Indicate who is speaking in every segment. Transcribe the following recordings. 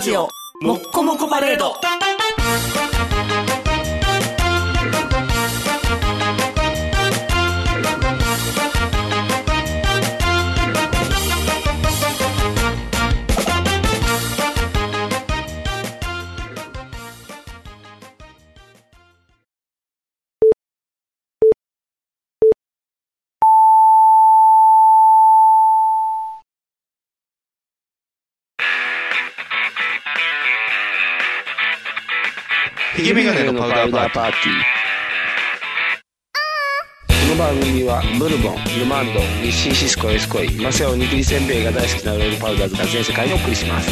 Speaker 1: ジオもっこもこパレード
Speaker 2: ヒゲメガネのパウダーパーティー。
Speaker 3: この番組はブルボン、ルマンド、日清シスコエスコイ、マセオおにぎりせんべいが大好きなロールパウダーズが全世界にお送りします。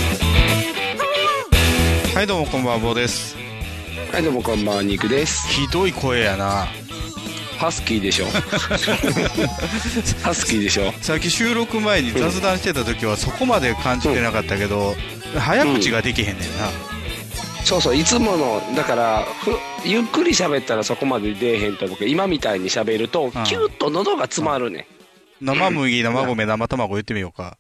Speaker 2: はい、どうもこんばんは、坊です。
Speaker 3: はい、どうもこんばんは、肉です。
Speaker 2: ひどい声やな。
Speaker 3: ハスキーで しょ。ハスキーでしょ。
Speaker 2: さっき収録前に雑談してた時はそこまで感じてなかったけど、早口ができへんねんな。
Speaker 3: そうそう、いつもの、だから、ふゆっくり喋ったらそこまで出えへんと思うけど、今みたいに喋ると、キュッと喉が詰まるね。
Speaker 2: 生麦、生米、生卵言ってみようか。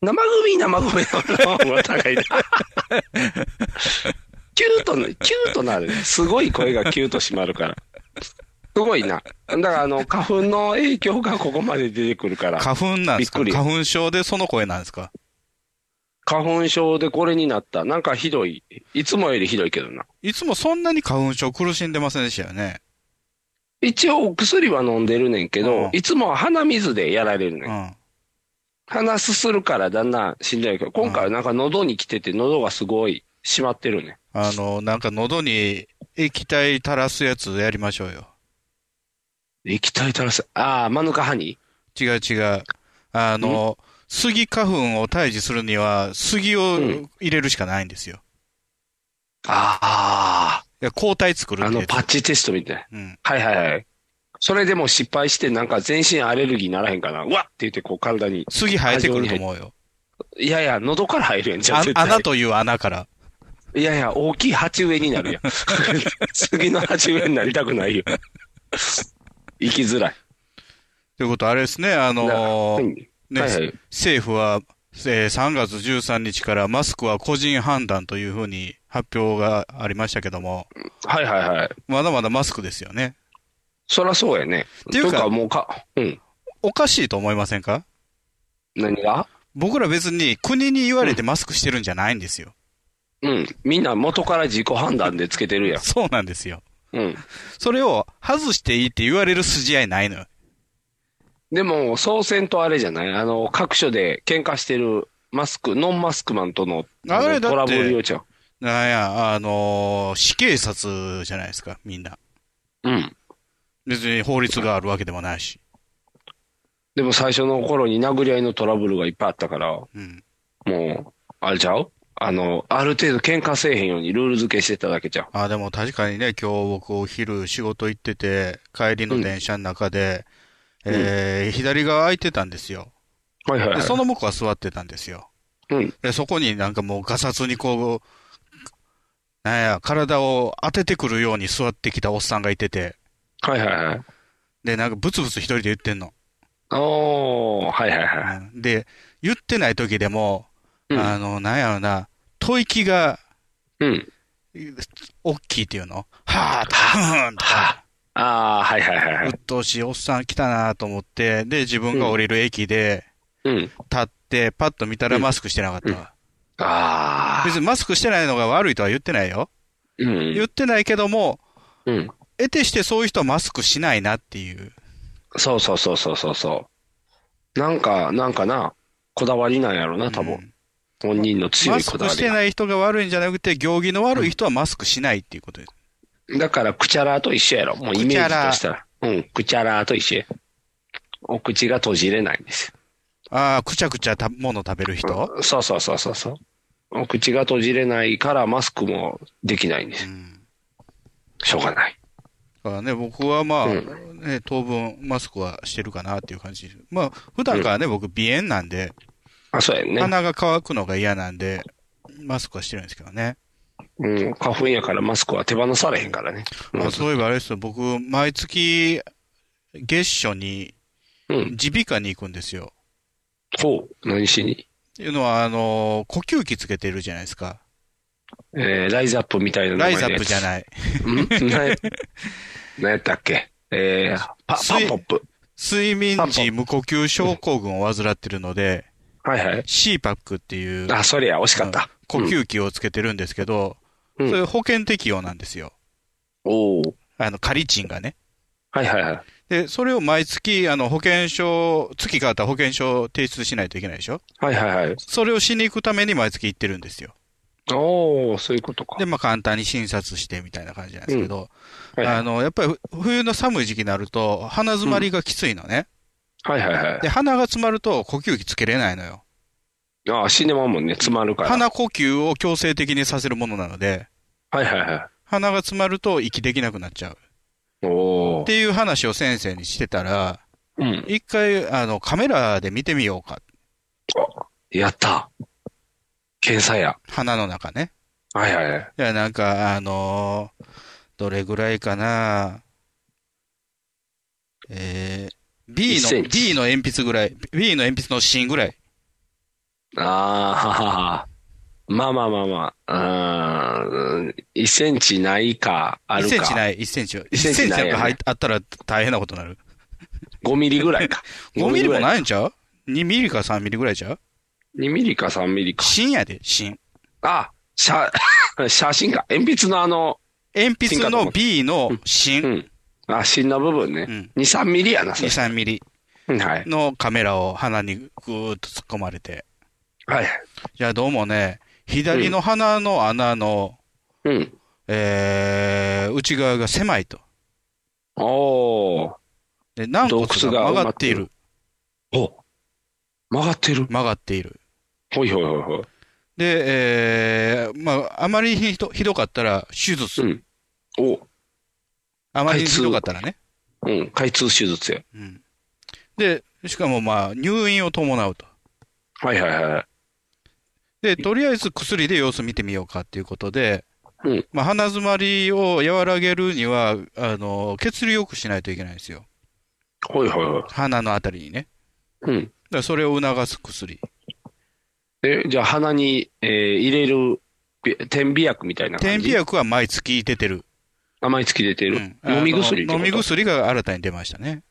Speaker 3: 生組生米の 卵は高いな。キュートの、キュートなるね。すごい声がキュート締まるから。すごいな。だからあの、花粉の影響がここまで出てくるから。
Speaker 2: 花粉なんですか
Speaker 3: びっくり
Speaker 2: 花粉症でその声なんですか
Speaker 3: 花粉症でこれになった。なんかひどい。いつもよりひどいけどな。
Speaker 2: いつもそんなに花粉症苦しんでませんでしたよね。
Speaker 3: 一応お薬は飲んでるねんけ
Speaker 2: うん
Speaker 3: ど、いつもは鼻水でやられる
Speaker 2: う
Speaker 3: ねん。
Speaker 2: ん。
Speaker 3: 鼻すするからだんだんしんどいけど、今回はなんか喉に来てて喉がすごい締まってるね。
Speaker 2: あの、なんか喉に液体垂らすやつやりましょうよ。
Speaker 3: 液体垂らす。ああ、マヌカハニー
Speaker 2: 違う違う。あの、杉花粉を退治するには、杉を
Speaker 3: うん
Speaker 2: 入れるしかないんですよ。
Speaker 3: あ
Speaker 2: いや抗体作る
Speaker 3: あ、あ
Speaker 2: って
Speaker 3: の
Speaker 2: やつ
Speaker 3: パッチテストみたいな。
Speaker 2: うん。
Speaker 3: はいはいはい。それでも失敗して、なんか全身アレルギーならへんかな。うわっって言って、こう体に。
Speaker 2: 杉生えてくると思うよ。
Speaker 3: いやいや、喉から入るやん、じゃ
Speaker 2: あ
Speaker 3: あ絶対。
Speaker 2: 穴という穴から。
Speaker 3: いやいや、大きい鉢植えになる やん。次の鉢植えになりたくないよ。生きづらい。
Speaker 2: ということはあれですね、あ
Speaker 3: だから
Speaker 2: の
Speaker 3: は
Speaker 2: ー
Speaker 3: い
Speaker 2: ね、
Speaker 3: はいはい
Speaker 2: 政府は、えー3月13日からマスクは個人判断というふうに発表がありましたけども、
Speaker 3: はいはいはい。
Speaker 2: まだまだマスクですよね。
Speaker 3: そらそうやね。
Speaker 2: ていうか
Speaker 3: ともうか、うん。
Speaker 2: おかしいと思いませんか
Speaker 3: 何が
Speaker 2: 僕ら別に国に言われてマスクしてるんじゃないんですよ。
Speaker 3: うん。みんな元から自己判断でつけてるや
Speaker 2: そうなんですよ。
Speaker 3: ん。うん。
Speaker 2: それを外していいって言われる筋合いないのよ。
Speaker 3: でも、総選とあれじゃないあの、各所で喧嘩してるマスク、ノンマスクマンとの
Speaker 2: あれだっ
Speaker 3: の
Speaker 2: て
Speaker 3: トラブルよちゃう。
Speaker 2: なんや、あのー死刑殺じゃないですか、みんな。
Speaker 3: うん。
Speaker 2: 別に法律があるわけでもないし。
Speaker 3: でも最初の頃に殴り合いのトラブルがいっぱいあったから、も
Speaker 2: うん。
Speaker 3: う、あれちゃうあの、ある程度喧嘩せえへんようにルール付けしてただけちゃう。
Speaker 2: あ、でも確かにね、今日僕お昼仕事行ってて、帰りの電車の中で、
Speaker 3: うん
Speaker 2: えー左側空いてたんですよ。
Speaker 3: はいはい、は
Speaker 2: で、
Speaker 3: い。
Speaker 2: その向こうは座ってたんですよ。
Speaker 3: うん。
Speaker 2: で、そこになんかもうガサツにこう、なんや、体を当ててくるように座ってきたおっさんがいてて、
Speaker 3: はいはいはい。
Speaker 2: で、なんかブツブツ一人で言ってんの。
Speaker 3: おー、はいはいはい。
Speaker 2: うんで、言ってない時でも、
Speaker 3: うん
Speaker 2: あの、なんやろな、吐息が
Speaker 3: うん。
Speaker 2: 大きいっていう のはぁとか、うんとか。
Speaker 3: あー、はいはいはいは
Speaker 2: うっ
Speaker 3: い。
Speaker 2: とうしいおっさん来たなと思って、で、自分が降りる駅で
Speaker 3: うん。
Speaker 2: 立って、パッと見たらマスクしてなかったわ。
Speaker 3: あ
Speaker 2: 別にマスクしてないのが悪いとは言ってないよ。
Speaker 3: ー。うん。
Speaker 2: 言ってないけども、
Speaker 3: うん。
Speaker 2: 得てしてそういう人はマスクしないなっていう。
Speaker 3: そうそうそうそうそうそう。なんか、なんかな、こだわりなんやろな、多分。
Speaker 2: うん
Speaker 3: 本人の強
Speaker 2: マ
Speaker 3: い
Speaker 2: ス
Speaker 3: こ
Speaker 2: ク
Speaker 3: だわ
Speaker 2: し
Speaker 3: り
Speaker 2: て
Speaker 3: が。
Speaker 2: ない人が悪いんじゃなくて、行儀の悪い人はマスクしないっていうことです。
Speaker 3: だから、クチャラーと一緒やろ。もうイメー
Speaker 2: クチャラ
Speaker 3: ジ
Speaker 2: ー
Speaker 3: としたら。うん、クチャラーと一緒やお口が閉じれないんです
Speaker 2: ああ、くちゃくちゃたもの食べる人
Speaker 3: よ。そうそうそうそうそう。お口が閉じれないから、マスクもできないんで
Speaker 2: う
Speaker 3: す。
Speaker 2: ん。
Speaker 3: しょうがない。
Speaker 2: だからね、僕はまあ、
Speaker 3: う
Speaker 2: ね、当分マスクはしてるかなっていう感じです。まあ、普段からね、僕、鼻炎なんで、
Speaker 3: あ、そうやんね。
Speaker 2: 鼻が乾くのが嫌なんで、マスクはしてるんですけどね。
Speaker 3: うん、花粉やからマスクは手放されへんからね。うん
Speaker 2: あそういえばあれですよ、僕、毎月、月初に、
Speaker 3: うん。
Speaker 2: 耳鼻科に行くんですよ。
Speaker 3: ほう、何しに。
Speaker 2: っていうのは、あの、呼吸器つけてるじゃないですか。
Speaker 3: えーライズアップみたいな名
Speaker 2: ラ
Speaker 3: 前
Speaker 2: イズアップじゃ
Speaker 3: い。
Speaker 2: ない。
Speaker 3: んな何やったっけえー、パ、
Speaker 2: ス
Speaker 3: パ
Speaker 2: イ
Speaker 3: ポップ。
Speaker 2: 睡眠時無呼吸症候群を患ってるので、
Speaker 3: はいはい。
Speaker 2: CPAP っていう
Speaker 3: あ、それや、惜しかった。
Speaker 2: 呼吸器をつけてるんですけど、
Speaker 3: うん
Speaker 2: それ保険適用なんですよ。
Speaker 3: おお。
Speaker 2: あの、カリチンがね。
Speaker 3: はいはいはい。
Speaker 2: で、それを毎月、あの、保険証、月変わったら保険証を提出しないといけないでしょ
Speaker 3: はいはいはい。
Speaker 2: それをしに行くために毎月行ってるんですよ。
Speaker 3: おお、そういうことか。
Speaker 2: で、まあ簡単に診察してみたいな感じなんですけど、
Speaker 3: はいは
Speaker 2: あの、やっぱり冬の寒い時期になると、鼻詰まりがきついのね。
Speaker 3: いはいはい
Speaker 2: で、鼻が詰まると呼吸器つけれないのよ。。
Speaker 3: あー死んでまうもんね。詰まるから。
Speaker 2: 鼻呼吸を強制的にさせるものなので、
Speaker 3: はいはいは
Speaker 2: 鼻が詰まると息できなくなっちゃう。
Speaker 3: い。お
Speaker 2: っ
Speaker 3: お。
Speaker 2: ていう話を先生にしてたら、
Speaker 3: うん。
Speaker 2: 一回、あの、カメラで見てみようか。
Speaker 3: やった。検査や。
Speaker 2: 鼻の中ね。
Speaker 3: はいはいはい。
Speaker 2: いや、なんか、あのーどれぐらいかな。えー、B
Speaker 3: 1セ
Speaker 2: の、
Speaker 3: ンチ
Speaker 2: B の鉛筆ぐらい、B の鉛筆の芯ぐらい。
Speaker 3: ああ、まあまあまあまあ。うーん。1センチないか、あ
Speaker 2: 1
Speaker 3: る
Speaker 2: センチ
Speaker 3: か。
Speaker 2: ない、1センチ。1
Speaker 3: 1セン
Speaker 2: センチ
Speaker 3: チない
Speaker 2: なん
Speaker 3: よね
Speaker 2: か入っあったら大変なことになる。
Speaker 3: 5ミリぐらいか。
Speaker 2: 5ミリも
Speaker 3: い
Speaker 2: ないんちゃう ?2 ミリか3ミリぐらいちゃう
Speaker 3: 2ミリか3ミリか。
Speaker 2: 芯やで、芯。
Speaker 3: あ、写、 写真か。鉛筆のあの、
Speaker 2: 鉛筆の B の
Speaker 3: う
Speaker 2: 芯。
Speaker 3: ん。あ、芯の部分
Speaker 2: う
Speaker 3: ね。
Speaker 2: ん。
Speaker 3: 2、3ミリやな、そ
Speaker 2: 2、
Speaker 3: れ。
Speaker 2: 3ミリ
Speaker 3: うんはい。
Speaker 2: のカメラを鼻にぐーっと突っ込まれて。
Speaker 3: はい。
Speaker 2: いや、どうもね、左の鼻の穴の、
Speaker 3: うん。
Speaker 2: えー、内側が狭いと。
Speaker 3: おー。
Speaker 2: で、軟骨
Speaker 3: 洞窟
Speaker 2: が
Speaker 3: が
Speaker 2: 曲がってい
Speaker 3: 埋
Speaker 2: る。
Speaker 3: お曲がってる。
Speaker 2: 曲がっている。
Speaker 3: ほいほいほいほい。
Speaker 2: で、えー、まあ、あまりひどひどかったら手術。
Speaker 3: うん。お
Speaker 2: あまりひどかったらね。
Speaker 3: うん。開通手術や。
Speaker 2: うん。で、しかもまあ、入院を伴うと。
Speaker 3: はいはいはい。
Speaker 2: で、とりあえず薬で様子見てみようかっていうことで、
Speaker 3: うん
Speaker 2: まあ、鼻詰まりを和らげるには、あの、血流良くしないといけないんですよ。
Speaker 3: ほいほいほい。
Speaker 2: 鼻のあたりにね。
Speaker 3: うん。
Speaker 2: だからそれを促す薬。
Speaker 3: え、じゃあ鼻に、えー入れる、び点鼻薬みたいな
Speaker 2: 点
Speaker 3: 感
Speaker 2: 鼻
Speaker 3: じ。
Speaker 2: 薬は毎月出てる。
Speaker 3: 甘いつき出て
Speaker 2: う
Speaker 3: る。
Speaker 2: ん
Speaker 3: 飲み薬って
Speaker 2: あ
Speaker 3: こ
Speaker 2: の飲
Speaker 3: と
Speaker 2: み薬が新たに出ましたね。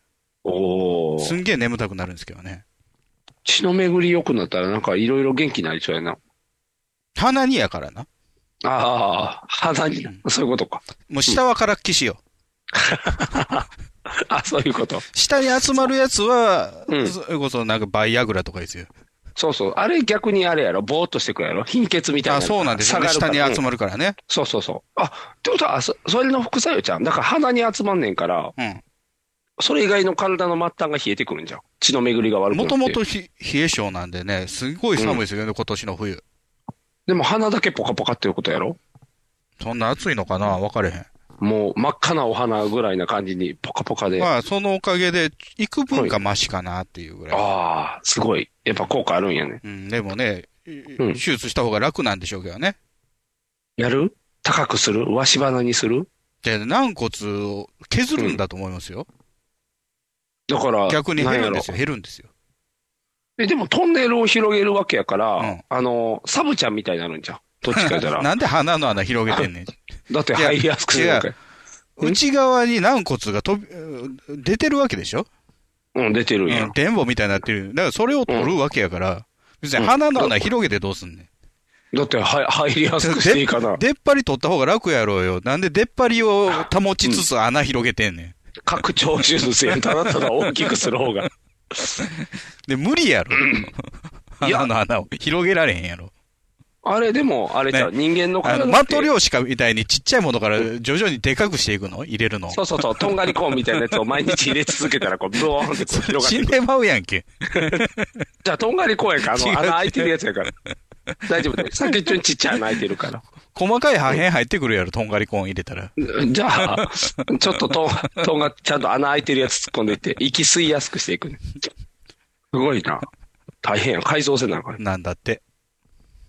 Speaker 3: お
Speaker 2: す
Speaker 3: ー。
Speaker 2: んげえ眠たくなるんですけどね。
Speaker 3: 血の巡り良くなったらなんかいろいろ元気になりそうやな。
Speaker 2: 鼻にやからな。
Speaker 3: ああ、鼻に、そういうことか。
Speaker 2: もう下はからっきしよ。
Speaker 3: あそういうこと。
Speaker 2: 下に集まるやつは、
Speaker 3: うん
Speaker 2: それこそなんかバイアグラとかですよ。
Speaker 3: そうそう。あれ逆にあれやろ。ぼーっとしてくるやろ。貧血みたいな。
Speaker 2: あそうなんですよね。下に集
Speaker 3: まるから。
Speaker 2: まるから
Speaker 3: うん
Speaker 2: ね。
Speaker 3: そうそうそう。あ、ってことは、そそれの副作用ちゃん。だから鼻に集まんねんから、
Speaker 2: う
Speaker 3: それ以外の体の末端が冷えてくるんじゃん。血の巡りが悪
Speaker 2: ん。
Speaker 3: くな
Speaker 2: も
Speaker 3: って。
Speaker 2: ともとひ冷え性なんでね、すごい寒いですよね、今年の冬。
Speaker 3: でも鼻だけポカポカっていうことやろ。
Speaker 2: そんな暑いのかな分かれへん。
Speaker 3: もう真っ赤なお花ぐらいな感じにポカポカで。あ
Speaker 2: まあ、そのおかげで、幾分かマシかなっていうぐらい。
Speaker 3: あー、すごい。やっぱ効果あるんやね。
Speaker 2: うん、でもね、手
Speaker 3: ん
Speaker 2: 術した方が楽なんでしょうけどね。
Speaker 3: やる高くする上し鼻にする
Speaker 2: で、軟骨を削るんだと思いますよ。
Speaker 3: だから、
Speaker 2: 逆に減
Speaker 3: な
Speaker 2: る
Speaker 3: や
Speaker 2: ん
Speaker 3: ろ
Speaker 2: ですよ、減るんですよ。
Speaker 3: え、でもトンネルを広げるわけやから、
Speaker 2: うん
Speaker 3: あの、サブちゃんみたいになるんじゃん。どっちか言った ら。
Speaker 2: なんで鼻の穴広げてんねん。
Speaker 3: だって入りやすくするわけ。うん
Speaker 2: 内側に軟骨が飛び、うん出てるわけでしょ
Speaker 3: うん、出てる
Speaker 2: うん
Speaker 3: や、
Speaker 2: ん、電ボみたいになってる。だからそれを取るわけやから、別に
Speaker 3: うん
Speaker 2: 鼻の穴広げてどうすんねん。
Speaker 3: だっては入りやすくしていいか な。
Speaker 2: 出っ張り取った方が楽やろうよ。なんで出っ張りを保ちつつ穴広げてんねん。
Speaker 3: 拡張手術やただただ大きくする 方が。
Speaker 2: で、無理やろ。
Speaker 3: いや
Speaker 2: 鼻の穴を広げられへんやろ。
Speaker 3: あれでも、あれじゃん、人間の
Speaker 2: あ
Speaker 3: 体
Speaker 2: の、
Speaker 3: って
Speaker 2: マトリョーシカみたいにちっちゃいものから徐々にでかくしていくの入れるの。
Speaker 3: そうそうそう、とんがりコーンみたいなやつを毎日入れ続けたら、こう、ブワーンってこう広がって
Speaker 2: 死ん
Speaker 3: くる。
Speaker 2: でまうやんけ。
Speaker 3: じゃあ、とんがりコーンやから、あ
Speaker 2: 違う
Speaker 3: の、穴開いてるやつ やから。大丈夫だよ。先っちょにちっちゃい穴開いてるから。
Speaker 2: 細かい破片入ってくるやろ、とんがりコーン入れたら。
Speaker 3: じゃあ、ちょっととん、とんが、ちゃんと穴開いてるやつ突っ込んでいって、息吸いやすくしていくね。すごいな。大変や。改造せなあかん。
Speaker 2: なんだって。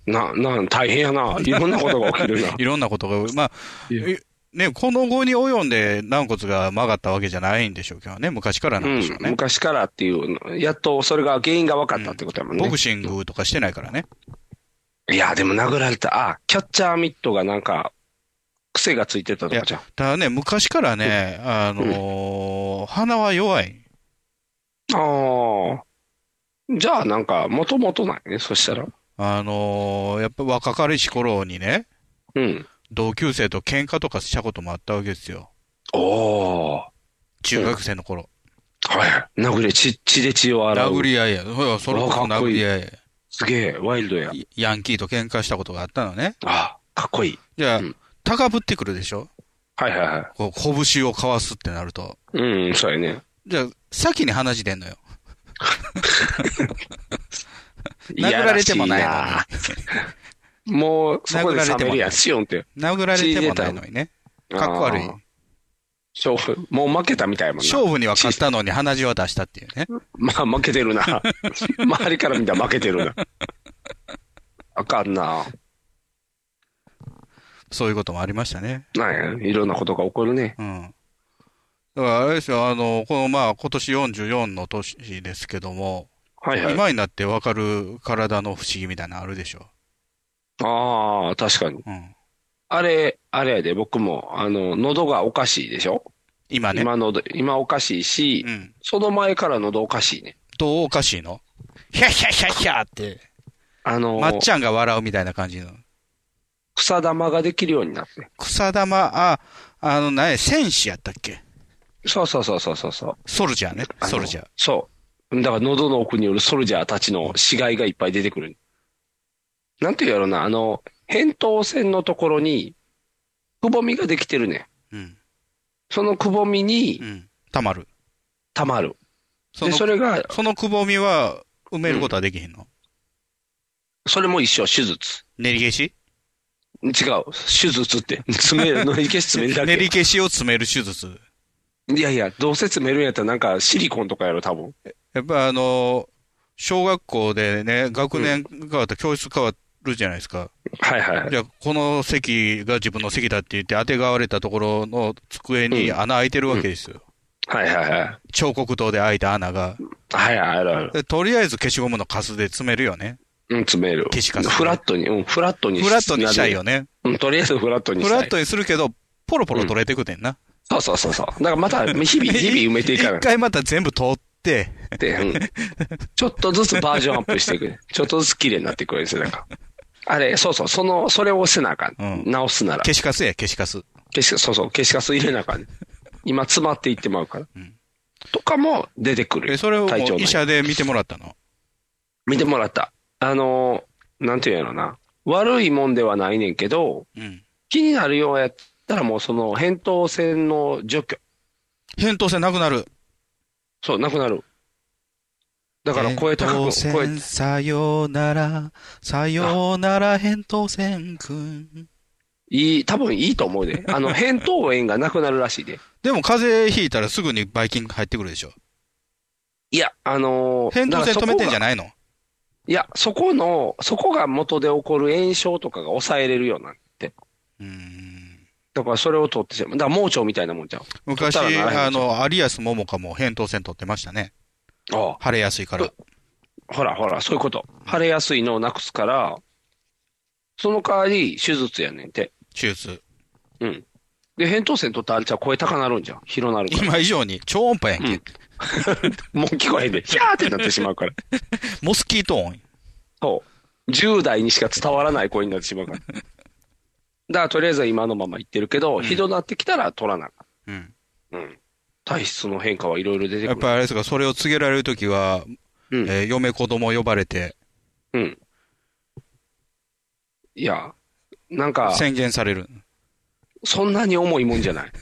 Speaker 3: な、な、大変やな。 いろんなことが起きるな。
Speaker 2: いろんなことが、まあ、
Speaker 3: いや
Speaker 2: えね、この後に及んで軟骨が曲がったわけじゃないんでしょうけどね、昔からなんでしょう
Speaker 3: うん、
Speaker 2: ね。
Speaker 3: 昔からっていうの、やっとそれが原因が分かったってことやもんね。
Speaker 2: ボクシングとかしてないからね。
Speaker 3: いや、でも殴られた。あ、キャッチャーミットがなんか、癖がついてたとかじゃん。
Speaker 2: ただね、昔からね、あのー鼻は弱い。
Speaker 3: ああ。じゃあ、なんか、もともとないね、そしたら。
Speaker 2: あのーやっぱ若かりし頃にね、
Speaker 3: うん。
Speaker 2: 同級生と喧嘩とかしたこともあったわけですよ。
Speaker 3: おお。
Speaker 2: 中学生の頃。
Speaker 3: はい。殴り、血、血で血を洗う。
Speaker 2: 殴り合いや。ほら、それこそ
Speaker 3: うわかっこ
Speaker 2: 殴
Speaker 3: いい
Speaker 2: り合いや。
Speaker 3: すげえ、ワイルドや。
Speaker 2: ヤンキーと喧嘩したことがあったのね。
Speaker 3: ああ、かっこいい。
Speaker 2: じゃあ
Speaker 3: うん、
Speaker 2: 高ぶってくるでしょ
Speaker 3: はいはいは
Speaker 2: こう、拳をかわすってなると。
Speaker 3: い。うん、そうやね。
Speaker 2: じゃあ、先に話出んのよ。
Speaker 3: いや
Speaker 2: 殴られてもない
Speaker 3: らしいな もう、そこ
Speaker 2: 殴
Speaker 3: で
Speaker 2: られても
Speaker 3: 冷
Speaker 2: な
Speaker 3: め
Speaker 2: い
Speaker 3: るやん、シオンって。
Speaker 2: のに。殴られてもないのにね。かっこ悪い
Speaker 3: あ。あ。勝負、もう負けたみたいやもんな。
Speaker 2: 勝負には勝ったのに鼻血は出したっていうね。
Speaker 3: まあ、負けてるな。 周りから見たら負けてるな。あかんな。
Speaker 2: そういうこともありましたね。
Speaker 3: なんや、いろんなことが起こるね。
Speaker 2: うん。だからあれですよ、あの、このまあ今年44の年ですけども、
Speaker 3: はいはい。
Speaker 2: 今になってわかる体の不思議みたいなのあるでしょ。
Speaker 3: ああ、確かに。
Speaker 2: うん。
Speaker 3: あれ、あれやで、僕も、あの、喉がおかしいでしょ
Speaker 2: 今ね。
Speaker 3: 今喉、今おかしいし、
Speaker 2: うん。
Speaker 3: その前から喉おかしいね。
Speaker 2: どうおかしいのヒャヒャヒャヒャって、
Speaker 3: あの、
Speaker 2: まっちゃんが笑うみたいな感じの。
Speaker 3: 草玉ができるようになって。
Speaker 2: 草玉、あ、あの、何や、戦士やったっけ
Speaker 3: そうそうそうそうそうそう。
Speaker 2: ソルジャーね。
Speaker 3: あの
Speaker 2: ソルジャー。
Speaker 3: そう。だから喉の奥によるソルジャーたちの死骸がいっぱい出てくる。なんていうやろな、あの、扁桃腺のところに、くぼみができてるね。
Speaker 2: うん。
Speaker 3: そのくぼみに
Speaker 2: うん。たまる。
Speaker 3: 溜まる。
Speaker 2: そ
Speaker 3: で、
Speaker 2: の、
Speaker 3: それが、
Speaker 2: そのくぼみは埋めることはできへんの
Speaker 3: それも一緒、手術。
Speaker 2: 練り消し
Speaker 3: 違う、手術って。詰 める、のり消し詰めるだ
Speaker 2: 練り消
Speaker 3: け。
Speaker 2: しを詰める手術。
Speaker 3: いやいや、どうせ詰めるんやったらなんかシリコンとかやろ、多分。
Speaker 2: やっぱあの、小学校でね、学年変わった、教室変わるじゃないですか。
Speaker 3: はいはいはい。
Speaker 2: じゃあ、この席が自分の席だって言って、当てがわれたところの机に穴開いてるわけですよ。
Speaker 3: はいはいはい。
Speaker 2: 彫刻刀で開いた穴が。
Speaker 3: はいはい、あるある。
Speaker 2: でとりあえず消しゴムのカスで詰めるよね。
Speaker 3: うん、詰める。
Speaker 2: 消しカス
Speaker 3: フラットに、うん、フラットに
Speaker 2: フラットにしたい。よね。
Speaker 3: うん、とりあえずフラットに
Speaker 2: フ
Speaker 3: したい。
Speaker 2: ラットにするけど、ポロポロ取れてくてんな。
Speaker 3: そうそうそうそう。だから また、日々、日々埋めていかな
Speaker 2: 一
Speaker 3: く
Speaker 2: 回また全部取って、
Speaker 3: て、うん。ちょっとずつバージョンアップしてい く。ちょっとずつ綺麗になっていくわけですよ、なんか。あれ、そうそう、その、それをせなあかん。
Speaker 2: うん
Speaker 3: 直すなら。
Speaker 2: 消しカスや、消しカス。
Speaker 3: 消し、そうそう、消しカス入れなあかん。今、詰まっていってまうから。
Speaker 2: ん
Speaker 3: とかも出てくる。
Speaker 2: え、それをもう
Speaker 3: 体調の
Speaker 2: 医者で見てもらったの。
Speaker 3: 見てもらった。あのー、なんていうんやろな。悪いもんではないねんけど、
Speaker 2: うん。
Speaker 3: 気になるようやったらもうその扁桃腺の除去。
Speaker 2: 扁桃腺なくなる。
Speaker 3: そう、なくなる。だから声高
Speaker 2: 扁
Speaker 3: く、
Speaker 2: 桃
Speaker 3: 声
Speaker 2: 腺、、さよなら、さよなら、扁桃腺くん。
Speaker 3: いい、多分いいと思 うで。あの、扁桃炎がなくなるらしいで。
Speaker 2: でも風邪ひいたらすぐにバイキング入ってくるでしょ。
Speaker 3: いや、あのー
Speaker 2: 扁桃腺止めてんじゃ
Speaker 3: だからそこが
Speaker 2: ないの
Speaker 3: いや、そこの、そこが元で起こる炎症とかが抑えれるようになって。
Speaker 2: うーん。
Speaker 3: だからそれを取ってしまう。だから盲腸みたいなもんじゃん。
Speaker 2: 昔、
Speaker 3: 取ったらならへ
Speaker 2: あ
Speaker 3: んでしょ
Speaker 2: の、有安桃香も扁桃腺取ってましたね。
Speaker 3: ああ、
Speaker 2: 腫れやすいから。
Speaker 3: ほらほら、そういうこと。腫れやすいのをなくすから、その代わり手術やねんて。
Speaker 2: 手術。
Speaker 3: うん。で、扁桃腺取ったらあれちゃう声高なるんじゃん。広なるから。
Speaker 2: 今以上に超音波やんけ。
Speaker 3: うんもう聞こえへ んで、ヒャーってなってしまうから。
Speaker 2: モスキート音。
Speaker 3: そう。10代にしか伝わらない声になってし まうから。だからとりあえずは今のまま言ってるけど、
Speaker 2: ん
Speaker 3: ひどなってきたら取らなあか
Speaker 2: うん。
Speaker 3: んうん。体質の変化はいろいろ出て
Speaker 2: やっ
Speaker 3: くる。
Speaker 2: ぱあれですか、それを告げられるときは、
Speaker 3: うん
Speaker 2: えー嫁子供呼ばれて
Speaker 3: うん。いや、なんか、
Speaker 2: 宣言される。
Speaker 3: そんなに重いもんじ ゃない。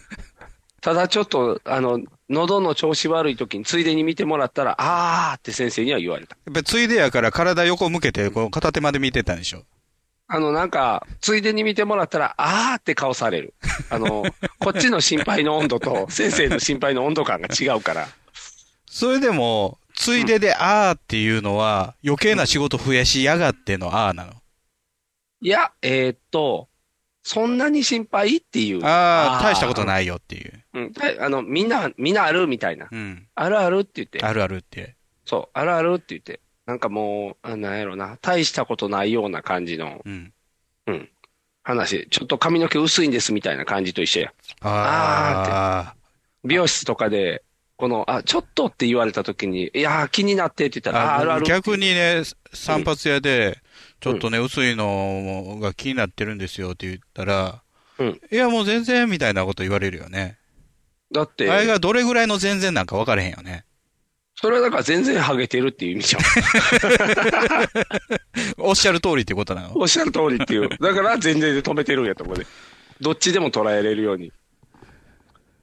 Speaker 3: ただちょっと、あの、喉の調子悪い時についでに見てもらったら、あーって先生には言われた。
Speaker 2: やっぱついでやから体横向けて、こう片手まで見てたんでしょ。
Speaker 3: あの、なんか、ついでに見てもらったら、あーって顔される。あの、こっちの心配の温度と、先生の心配の温度感が違うから。
Speaker 2: それでも、ついでであーっていうのは、余計な仕事増やしやがってのあーなの。
Speaker 3: いや、えーっと、そんなに心配っていう。
Speaker 2: あー、大したこと
Speaker 3: い。
Speaker 2: ないよっていう。
Speaker 3: うん、たあの、みんな、みんなあるみたいな。
Speaker 2: うん。
Speaker 3: あるあるって言って。
Speaker 2: あるあるって。
Speaker 3: そう、あるあるって言って。なんかもう、あなんやろな、大したことないような感じの
Speaker 2: うん。
Speaker 3: 話。ちょっと髪の毛薄いんですみたいな感じと一緒や。
Speaker 2: ああ
Speaker 3: 美容室とかで、この、あ、ちょっとって言われた時に、いやー、気になってって言ったら、あー、あるある。
Speaker 2: 逆にね、散髪屋で、ちょっとね、薄いのが気になってるんですよって言ったら、
Speaker 3: うん
Speaker 2: いや、もう全然みたいなこと言われるよね。
Speaker 3: だっ
Speaker 2: あれ
Speaker 3: て、
Speaker 2: がどれぐらいの全然なんか分からへんよね。
Speaker 3: それはだから全然ハゲてるっていう意 味じゃん。
Speaker 2: おっしゃる通りってことなの
Speaker 3: おっしゃる通りっていう。だから全然で止めてるんやと思うね。どっちでも捉えれるように。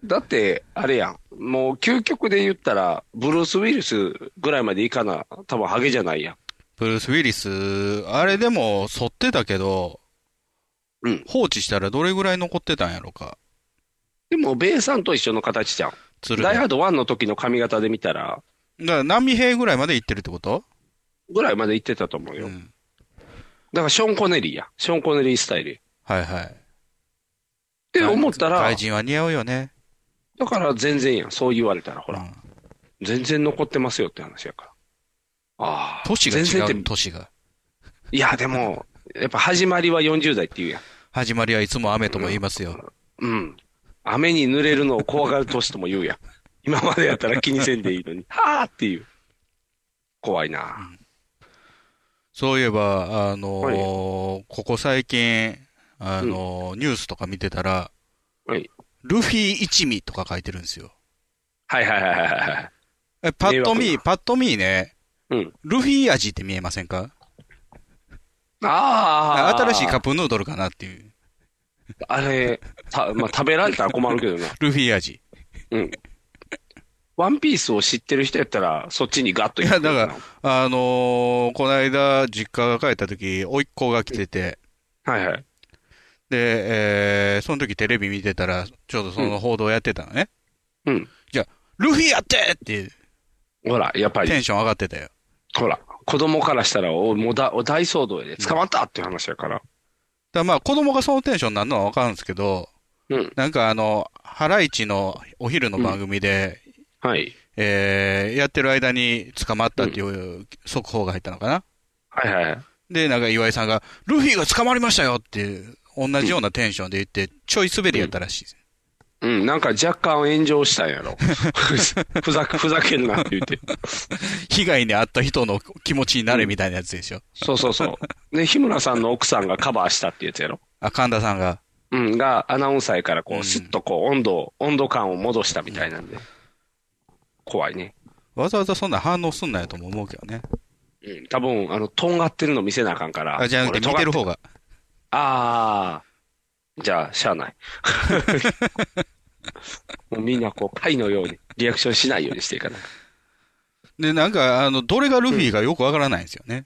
Speaker 3: だって、あれやん。もう究極で言ったら、ブルース・ウィルスぐらいまでいかな、多分ハゲじゃないやん。
Speaker 2: ブルース・ウィリス、あれでも、剃ってたけど、
Speaker 3: うん
Speaker 2: 放置したらどれぐらい残ってたんやろか。
Speaker 3: でも、米さんと一緒の形じゃん。
Speaker 2: つる
Speaker 3: ダイハ
Speaker 2: で。
Speaker 3: ード1の時の髪型で見たら、
Speaker 2: だから、波平ぐらいまで行ってるってこと
Speaker 3: ぐらいまで行ってたと思うよ。
Speaker 2: うん。
Speaker 3: だから、ショーン・コネリーや。ショーン・コネリースタイル。っ
Speaker 2: はいはい。
Speaker 3: て思ったら
Speaker 2: 外、人は似合うよね。
Speaker 3: だから全然やん。そう言われたら、ほ
Speaker 2: う
Speaker 3: ら、
Speaker 2: ん
Speaker 3: 全然残ってますよって話やから。ああ。
Speaker 2: 年が
Speaker 3: 全然っ
Speaker 2: 違
Speaker 3: て
Speaker 2: う、年が。
Speaker 3: いや、でも、やっぱ始まりは40代っていうやん。
Speaker 2: 始まりはいつも雨とも言いますよ。
Speaker 3: うん。雨に濡れるのを怖がる年とも言うやん。今までやったら気にせんでいいのに、 はあっていう。怖いな。
Speaker 2: そういえば、あのーここ最近、あのーニュースとか見てたら、
Speaker 3: はい。
Speaker 2: ルフィ一味とか書いてるんですよ。
Speaker 3: はいはいはいはいはい。
Speaker 2: えパッと
Speaker 3: 迷惑
Speaker 2: 見、
Speaker 3: な
Speaker 2: パッと見ね、
Speaker 3: うん。
Speaker 2: ルフィ味って見えませんか
Speaker 3: ああ。
Speaker 2: 新しいカップヌードルかなっていう。
Speaker 3: あれ、たまあ、食べられたら困るけどな。
Speaker 2: ルフィ味。
Speaker 3: うん。ワンピースを知ってる人やったら、そっちにガッと
Speaker 2: い
Speaker 3: 行く
Speaker 2: や、だから、あのーこの間、実家が帰った時、甥っ子が来てて、
Speaker 3: ら。はいはい。
Speaker 2: で、えーその時テレビ見てたら、ちょうどその報道やってたのね。
Speaker 3: うん。
Speaker 2: ルフィやってって、
Speaker 3: ほら、やっぱり
Speaker 2: テ、ンション上がってたよ。
Speaker 3: ほら、子供からしたら、お、もうだ、お大騒動やで、捕まったっていう話やから。
Speaker 2: だからまあ、子供がそのテンションになるのはわかるんですけど、
Speaker 3: うん。
Speaker 2: なんかあの、ハライチのお昼の番組で、
Speaker 3: はい。
Speaker 2: えーやってる間に捕まったっていう速報が入ったのかな。
Speaker 3: はいはいはい。
Speaker 2: で、なんか岩井さんが、ルフィが捕まりましたよっていう、同じようなテンションで言って、ちょい滑りやったらしいです。
Speaker 3: うん、なんか若干炎上したんやろ。ふざけ、ふざけんなって言って。
Speaker 2: 被害に遭った人の気持ちになれみたいなやつでしょ。
Speaker 3: そうそうそう。で、日村さんの奥さんがカバーしたってやつやろ。
Speaker 2: あ、神田さんが。
Speaker 3: うん、がアナウンサーやから、こ
Speaker 2: うん
Speaker 3: う、すっとこう、温度を、温度感を戻したみたいなんで。怖いね。
Speaker 2: わざわざそんな反応すんなよとも思うけどね。
Speaker 3: うん、多分、あの、とんがってるの見せなあかんから。
Speaker 2: あ、じゃなくて見てる
Speaker 3: 方。
Speaker 2: 方が。
Speaker 3: ああ。じゃあ、しゃ あない。もうみんなこう、貝のように、リアクションしないようにしていかない。
Speaker 2: で、なんか、あの、どれがルフィかよくわからないんですよね。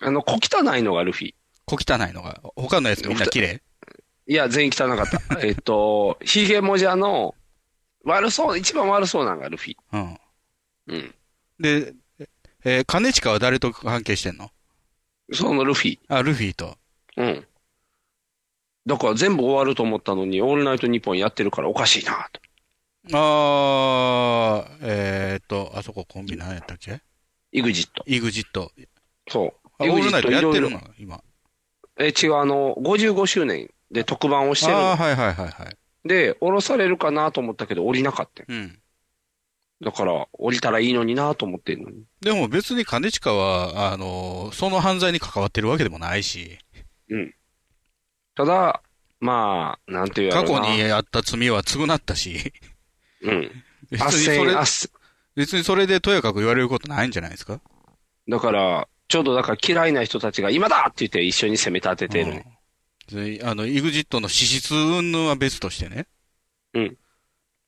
Speaker 3: あの、小汚いのがルフィ。
Speaker 2: 小汚いのが。他のやつみんな綺麗。
Speaker 3: いや、全員汚か った。えっと、ヒゲもじゃの、悪そう、一番悪そうなのがルフィ。
Speaker 2: うん。
Speaker 3: うん。
Speaker 2: で、えー、兼近は誰と関係してんの
Speaker 3: そのルフィ。
Speaker 2: あ、ルフィと。
Speaker 3: うん。だから全部終わると思ったのに、オールナイトニッポンやってるからおかしいなと。
Speaker 2: あー、えーっと、あそこコンビ何やったっけ
Speaker 3: イグジット。
Speaker 2: イグジット。
Speaker 3: そう。
Speaker 2: あオールナイトやってる
Speaker 3: いろいろ
Speaker 2: の今。
Speaker 3: え、違う、あの、55周年で特番をしてる
Speaker 2: あー、
Speaker 3: の。
Speaker 2: はいはいはいはい。
Speaker 3: で、降ろされるかなと思ったけど、降りなかったよ。
Speaker 2: うん。
Speaker 3: だから、降りたらいいのになと思ってんのに。
Speaker 2: でも別に兼近は、あの、その犯罪に関わってるわけでもないし、
Speaker 3: ただ、まあ、なんていうや
Speaker 2: 過
Speaker 3: ろう
Speaker 2: 去
Speaker 3: な。
Speaker 2: にやった罪は償ったし、
Speaker 3: うん。
Speaker 2: 別
Speaker 3: あっ
Speaker 2: にそ
Speaker 3: せん、
Speaker 2: れ
Speaker 3: あっ、せん
Speaker 2: 別にそれでとやかく言われることないんじゃないですか
Speaker 3: だから、ちょうどだから嫌いな人たちが今だって言って一緒に攻め立ててるね。
Speaker 2: うんであの、イグジットの資質云々は別としてね。
Speaker 3: だか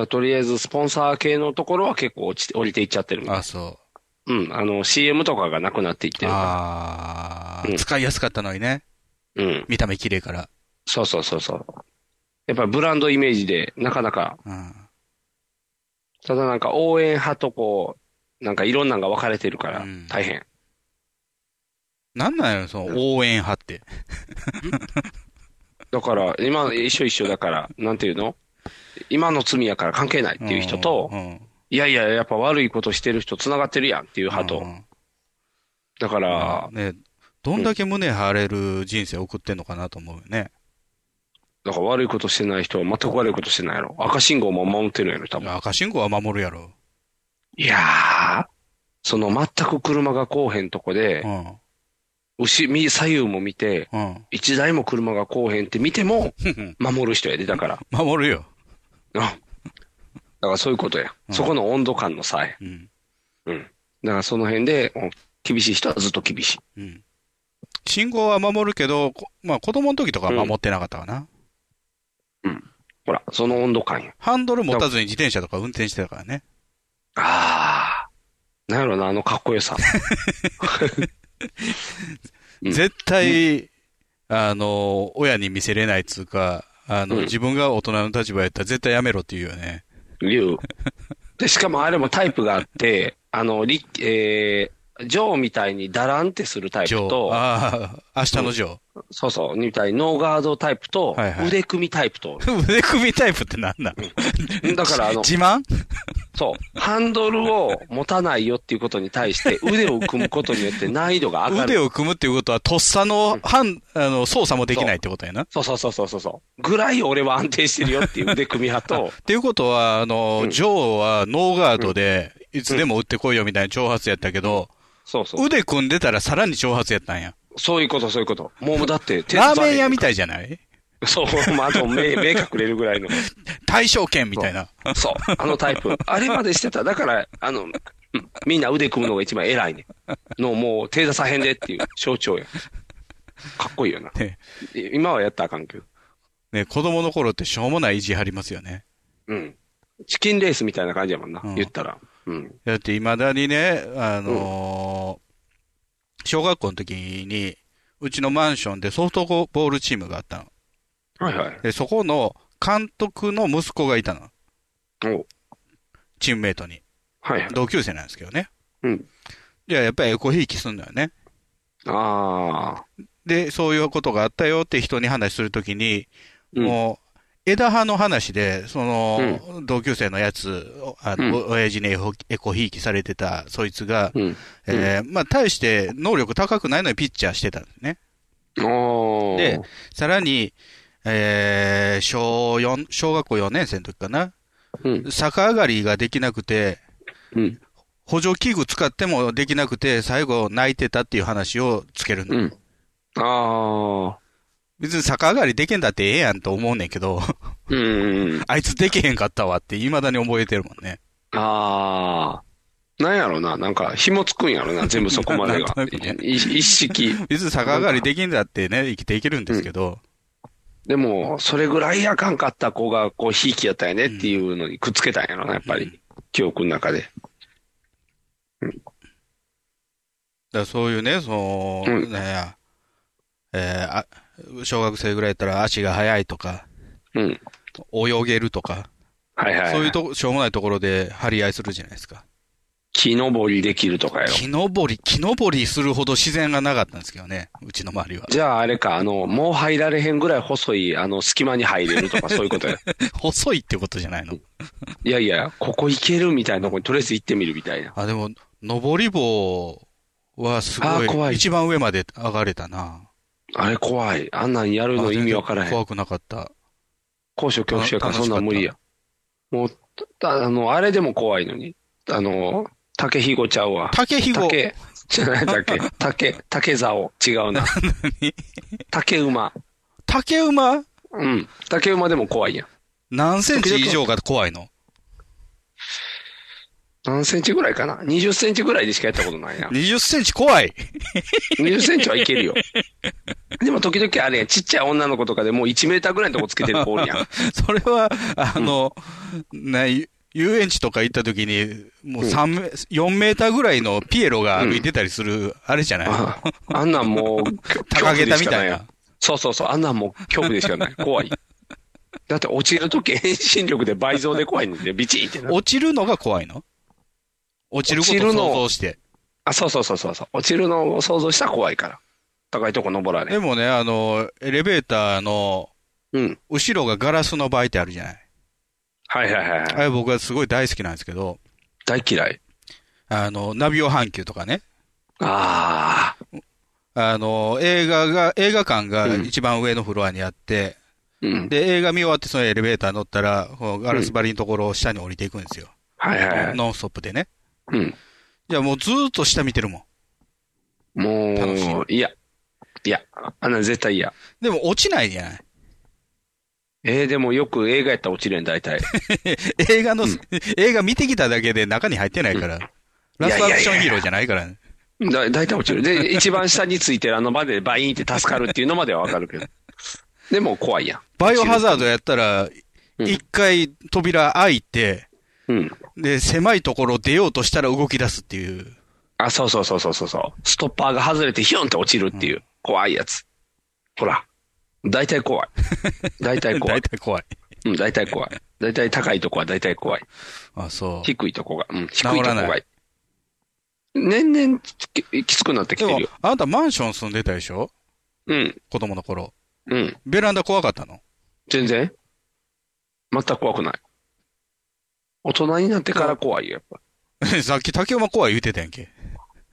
Speaker 3: らとりあえずスポンサー系のところは結構落ちて、降りていっちゃってるみたい。
Speaker 2: あ、そ
Speaker 3: うん。あの、CM とかがなくなっていっ
Speaker 2: う。
Speaker 3: てる
Speaker 2: あ
Speaker 3: か
Speaker 2: あ、
Speaker 3: うん
Speaker 2: 使いやすかったのにね。
Speaker 3: ら。うん。
Speaker 2: 見た目綺麗から。
Speaker 3: そうそうそうそう。やっぱりブランドイメージで、なかなか、
Speaker 2: うん。
Speaker 3: ただなんか応援派とこう、なんかいろんなのが分かれてるから
Speaker 2: うん、
Speaker 3: 大変。
Speaker 2: なんなんやろ、その応援派って。
Speaker 3: だから、今、一緒一緒だから、なんていうの今の罪やから関係ないっていう人と、
Speaker 2: うん、うん
Speaker 3: いやいや、やっぱ悪いことしてる人繋がってるやんっていう派と。
Speaker 2: うん
Speaker 3: だから、
Speaker 2: ね、どんだけ胸張れる人生送ってんのかなと思うよね。
Speaker 3: だから悪いことしてない人は全く悪いことしてないやろ。赤信号も守ってるやろ、多分。
Speaker 2: 赤信号は守るやろ。
Speaker 3: いやー、その全く車が来おへんとこで
Speaker 2: う、ん。
Speaker 3: 牛、右左右も見て、
Speaker 2: うん。
Speaker 3: 一台も車が来おへんって見ても、
Speaker 2: うん
Speaker 3: 守る人やで、だから。
Speaker 2: 守るよ。
Speaker 3: うんだからそういうことや。
Speaker 2: うん
Speaker 3: そこの温度感の差や。
Speaker 2: うん。
Speaker 3: うん。だからその辺で、うん厳しい人はずっと厳しい。
Speaker 2: うん。信号は守るけど、こまあ子供の時とかは守ってなかったかな。
Speaker 3: ほら、その温度感や。
Speaker 2: ハンドル持たずに自転車とか運転してたからね。
Speaker 3: あー。なんやろな、あのかっこよさ。うん
Speaker 2: 絶対、あの、親に見せれないっつうか、あの、
Speaker 3: うん
Speaker 2: 自分が大人の立場やったら絶対やめろって言うよね。
Speaker 3: 竜。で、しかもあれもタイプがあって、あの、りえー、ジョーみたいにダランってするタイプ
Speaker 2: ジョー。
Speaker 3: と、
Speaker 2: ああ、明日のジョ
Speaker 3: そうそう、みたいにノーガードタイプと
Speaker 2: はいは、い
Speaker 3: 腕組みタイ プと、
Speaker 2: ー。腕組みタイプってなんなん
Speaker 3: だからあの、
Speaker 2: 自慢
Speaker 3: そう、ハンドルを持たないよっていうことに対 して、腕を組むことによって難易度が上が
Speaker 2: 腕
Speaker 3: る。
Speaker 2: を組むっていうことは、とっさの、はん、あの、操作もできないってことやな。っ
Speaker 3: そうそうそうそうそうそう。ぐらい俺は安定してるよっていう腕組み 派と、
Speaker 2: ていうことは、あの、
Speaker 3: うん
Speaker 2: ジョーはノーガードで、いつでも打ってこいよみたいな挑発やったけど、
Speaker 3: そうそう。
Speaker 2: 腕組んでたらさらに挑発やったんや。
Speaker 3: そういうこと、そういうこと。もうだって、
Speaker 2: ラーメン屋みた
Speaker 3: い。
Speaker 2: いじゃない
Speaker 3: そう、まあ、あ と目、目隠れるぐらいの。
Speaker 2: 大将剣みたいな。
Speaker 3: そう、あのタイプ。あれまでしてた。だから、あの、うんみんな腕組むのが一番偉いね。の、もう手出さへんでっていう象徴や。かっこいいよな。
Speaker 2: ね
Speaker 3: い今はやったらあかんけど。
Speaker 2: ね、子供の頃ってしょうもない意地張りますよね。
Speaker 3: うん。チキンレースみたいな感じやもんな。
Speaker 2: うん
Speaker 3: 言ったら。うん。
Speaker 2: だって未だにね、あのー小学校の時に、うちのマンションでソフトボールチームがあったの。
Speaker 3: はいはい。
Speaker 2: で、そこの監督の息子がいたの。
Speaker 3: お
Speaker 2: チームメイトに。
Speaker 3: はいはい。
Speaker 2: 同級生なんですけどね。
Speaker 3: うん。
Speaker 2: じゃあやっぱりエコひいきすんだよね。
Speaker 3: ああ。
Speaker 2: で、そういうことがあったよって人に話するときに、
Speaker 3: うん
Speaker 2: もう、枝葉の話で、その、同級生のやつ、あの、お親父にエコエコひいきされてた、そいつが、
Speaker 3: うん。
Speaker 2: えーまあ、大して能力高くないのにピッチャーしてたんですね。
Speaker 3: おー
Speaker 2: で、さらに、えー小四小学校4年生の時かな。
Speaker 3: うん。
Speaker 2: 逆上がりができなくて、
Speaker 3: うん。
Speaker 2: 補助器具使ってもできなくて、最後泣いてたっていう話をつけるの。
Speaker 3: うん。ああ。
Speaker 2: 別に逆上がりでけんだってええやんと思うねんけど、
Speaker 3: うんうんうん。
Speaker 2: あいつでけへんかったわって未だに覚えてるもんね。
Speaker 3: ああ。なんやろな。なんか、紐つくんやろな。全部そこ までが
Speaker 2: なんとなくね。
Speaker 3: い一式。
Speaker 2: 別に逆上がりできんだってね、生きていけるんですけど、
Speaker 3: でも、それぐらいあかんかった子が、こう、ひいきやったんやねっていうのにくっつけたんやろな、やっぱり。記憶の中で。
Speaker 2: だからそういうね、その、
Speaker 3: うん
Speaker 2: なんや、えーあ、小学生ぐらいやったら足が速いとか、
Speaker 3: うん。
Speaker 2: 泳げるとか、
Speaker 3: はいはい、はい。
Speaker 2: そういうとこ、しょうもないところで張り合いするじゃないですか。
Speaker 3: 木登りできるとかやろ。
Speaker 2: 木登り、木登りするほど自然がなかったんですけどね、うちの周りは。
Speaker 3: じゃああれか、あの、もう入られへんぐらい細い、あの、隙間に入れるとか、そういうことや。
Speaker 2: 細いってことじゃないの。
Speaker 3: いやいや、ここ行けるみたいなとこにとりあえず行ってみるみたいな。
Speaker 2: あ、でも、登り棒はすご
Speaker 3: あー怖
Speaker 2: い、
Speaker 3: い
Speaker 2: 一番上まで上がれたな。
Speaker 3: あれ怖い。あんなんやるの意味わから
Speaker 2: あ
Speaker 3: へ
Speaker 2: 全然怖
Speaker 3: ん。
Speaker 2: くなかった。
Speaker 3: 高所恐怖症やから
Speaker 2: 楽
Speaker 3: そ
Speaker 2: し
Speaker 3: ん
Speaker 2: かった
Speaker 3: なん無理や。もう、たあの、あれでも怖いのに。あの、竹ひごちゃうわ。
Speaker 2: 竹ひご。
Speaker 3: 竹、じゃな い竹、竹、竹竿。違うな。竹馬。
Speaker 2: 竹馬
Speaker 3: うん。竹馬でも怖いやん。
Speaker 2: 何センチ以上が怖いの
Speaker 3: 何センチぐらいかな ?20 センチぐらいでしかやったこ とないな。
Speaker 2: ?20 センチ怖い。
Speaker 3: 20センチはいけるよ。でも時々あれや、ちっちゃい女の子とかでもう1メーターぐらいのとこつけてる子おる やん。
Speaker 2: それは、あの、ない、遊園地とか行った時に、もう3メ、4メーターぐらいのピエロが歩いてたりする、あれじゃない、
Speaker 3: ああんなんもう、
Speaker 2: 高げたみたいな
Speaker 3: 恐怖でしかやん。そうそうそう、あんなんもう恐怖でしかない。怖い。だって落ちるとき遠心力で倍増で怖いんで、ビチーってなる。
Speaker 2: 落ちるのが怖いの落ちることを想像して。
Speaker 3: あ、そうそうそうそうそう。落ちるのを想像したら怖いから。高いとこ登られ
Speaker 2: で
Speaker 3: ん。
Speaker 2: もね、あの、エレベーターの
Speaker 3: うん。
Speaker 2: 後ろがガラスの場合ってあるじゃない
Speaker 3: はいはいはいは
Speaker 2: あれ僕はすごい大好きなんですけど、
Speaker 3: い。大嫌い。
Speaker 2: あの、ナビオ阪急とかね。
Speaker 3: ああ。
Speaker 2: あの、映画が、映画館が一番上のフロアにあって、
Speaker 3: うん。
Speaker 2: で、映画見終わってそのエレベーター乗ったら、こうガラス張りのところを下に降りていくんですよ。
Speaker 3: はいはいはい。
Speaker 2: ノンストップでね。
Speaker 3: うん。
Speaker 2: いや、もうずーっと下見てるもん。楽し
Speaker 3: もう、いや。いや。あんな絶対嫌。
Speaker 2: でも落ちないじゃない。
Speaker 3: えー、でもよく映画やったら落ちるやん、大 体。
Speaker 2: 映画の、 映画見てきただけで中に入ってないから。ラストアクションヒーローじゃないからね。
Speaker 3: だ大体落ちる。で、一番下についてるあの場でバインって助かるっていうのまではわかるけど。でも怖いやん。
Speaker 2: バイオハザードやったら、
Speaker 3: うん
Speaker 2: 一回扉開いて、
Speaker 3: うん。
Speaker 2: で、狭いところ出ようとしたら動き出すっていう。
Speaker 3: あ、そうそうそうそうそうそう。ストッパーが外れてヒュンって落ちるっていう、怖いやつ。ほら。大体怖い。大体怖
Speaker 2: 大
Speaker 3: い。
Speaker 2: 体怖い。
Speaker 3: うん、大体怖い。大体高いとこは大体怖い。
Speaker 2: あ、そう。
Speaker 3: 低いとこが。うん、低いと
Speaker 2: 治
Speaker 3: こ
Speaker 2: らない
Speaker 3: がいい。年々ききつくなってき
Speaker 2: で
Speaker 3: て
Speaker 2: も
Speaker 3: るよ。、
Speaker 2: あなたマンション住んでたでしょ
Speaker 3: うん、
Speaker 2: 子供の頃。
Speaker 3: うん。
Speaker 2: ベランダ怖かったの
Speaker 3: 全然全く怖くない。大人になってから怖いよ、やっぱ。
Speaker 2: さっき竹馬怖い言うてたやんけ。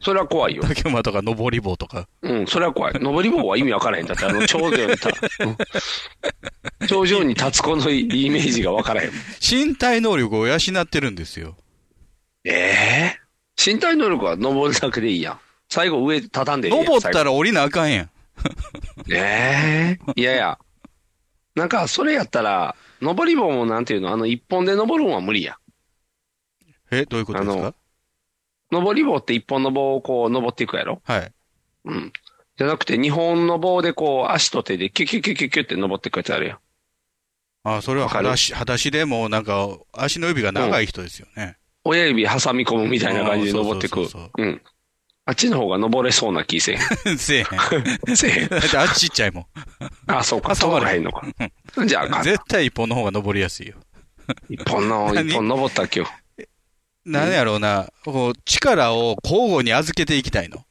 Speaker 3: それは怖い よ。
Speaker 2: 竹馬とか登り棒とか。
Speaker 3: うん、それは怖い。登り棒は意味わからへん。だって、あの、頂上に立、 うん頂上に立つ子のイメージがわからへん。
Speaker 2: 身体能力を養ってるんですよ。
Speaker 3: ええ身体能力は登るだけでいいやん。最後上畳んでいいやん
Speaker 2: 登った
Speaker 3: 最
Speaker 2: ら
Speaker 3: 後
Speaker 2: 降りなあかんやん。
Speaker 3: ええいやいや。なんか、それやったら、登り棒もなんていうの、あの、一本で登るんは無理や。
Speaker 2: え、どういうことです
Speaker 3: あ
Speaker 2: か
Speaker 3: の登り棒って一本の棒をこう、登っていくやろ
Speaker 2: はい。
Speaker 3: うん。じゃなくて、二本の棒でこう、足と手でキュキュキュキュキュって登っていくやつあるやん。
Speaker 2: あ、それは
Speaker 3: わかる
Speaker 2: 裸足、裸足でもうなんか、足の指が長い人ですよね。
Speaker 3: 親指挟み込むみたいな感じで登ってい
Speaker 2: あー
Speaker 3: く
Speaker 2: そうそうそう。
Speaker 3: うん。あっちの方が登れそうな気せえ
Speaker 2: せえへん。
Speaker 3: へ ん。せえへん。
Speaker 2: だってあっちちっちゃいもん。
Speaker 3: あ、そうか。
Speaker 2: 挟
Speaker 3: そ
Speaker 2: ま
Speaker 3: う
Speaker 2: れ
Speaker 3: が
Speaker 2: へ
Speaker 3: へんのか。 じゃああか ん、
Speaker 2: 絶対一本の方が登りやすいよ。
Speaker 3: 一本の、
Speaker 2: 何
Speaker 3: 一本登った今日。
Speaker 2: なんやろうな、こう、力を交互に預けていきたいの。
Speaker 3: うん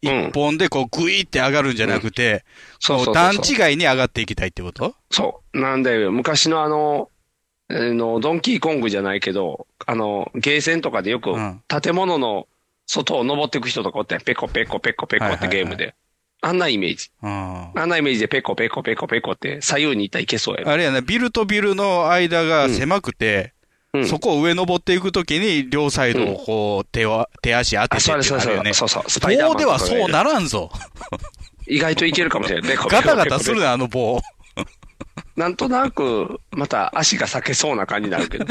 Speaker 2: 一本でこう、グイって上がるんじゃなくて、
Speaker 3: そう
Speaker 2: こ
Speaker 3: そうう
Speaker 2: 段
Speaker 3: そうそう。
Speaker 2: 違いに上がっていきたいってこと
Speaker 3: そう。なんだよ。昔のあの、あの、ドンキーコングじゃないけど、あの、ゲーセンとかでよく
Speaker 2: うん、
Speaker 3: 建物の外を登っていく人とかおって、ペコペコペコペコ
Speaker 2: はい
Speaker 3: っ
Speaker 2: はいは
Speaker 3: て
Speaker 2: い
Speaker 3: ゲームで。あんなイメージ。
Speaker 2: うん。
Speaker 3: あんなイメージでペコペコペコペコって左右にいったらいけそうやろ
Speaker 2: あれやな、ビルとビルの間が狭くて、
Speaker 3: うん。
Speaker 2: そこを上登っていくときに、両サイドをこう、手を、手足当
Speaker 3: あ、
Speaker 2: てて
Speaker 3: そ
Speaker 2: っ
Speaker 3: う
Speaker 2: てい
Speaker 3: そう
Speaker 2: のあ
Speaker 3: そ
Speaker 2: る
Speaker 3: う
Speaker 2: よね。
Speaker 3: そうそう。スパイダー
Speaker 2: 棒
Speaker 3: マン
Speaker 2: で
Speaker 3: とか
Speaker 2: はそうならん ぞ。
Speaker 3: 意外といけるかもしれない。ペコ
Speaker 2: ガ
Speaker 3: ペコペ
Speaker 2: タ
Speaker 3: コ
Speaker 2: ガタするな、あの棒。
Speaker 3: なんとなく、また足が裂けそうな感じになるけど。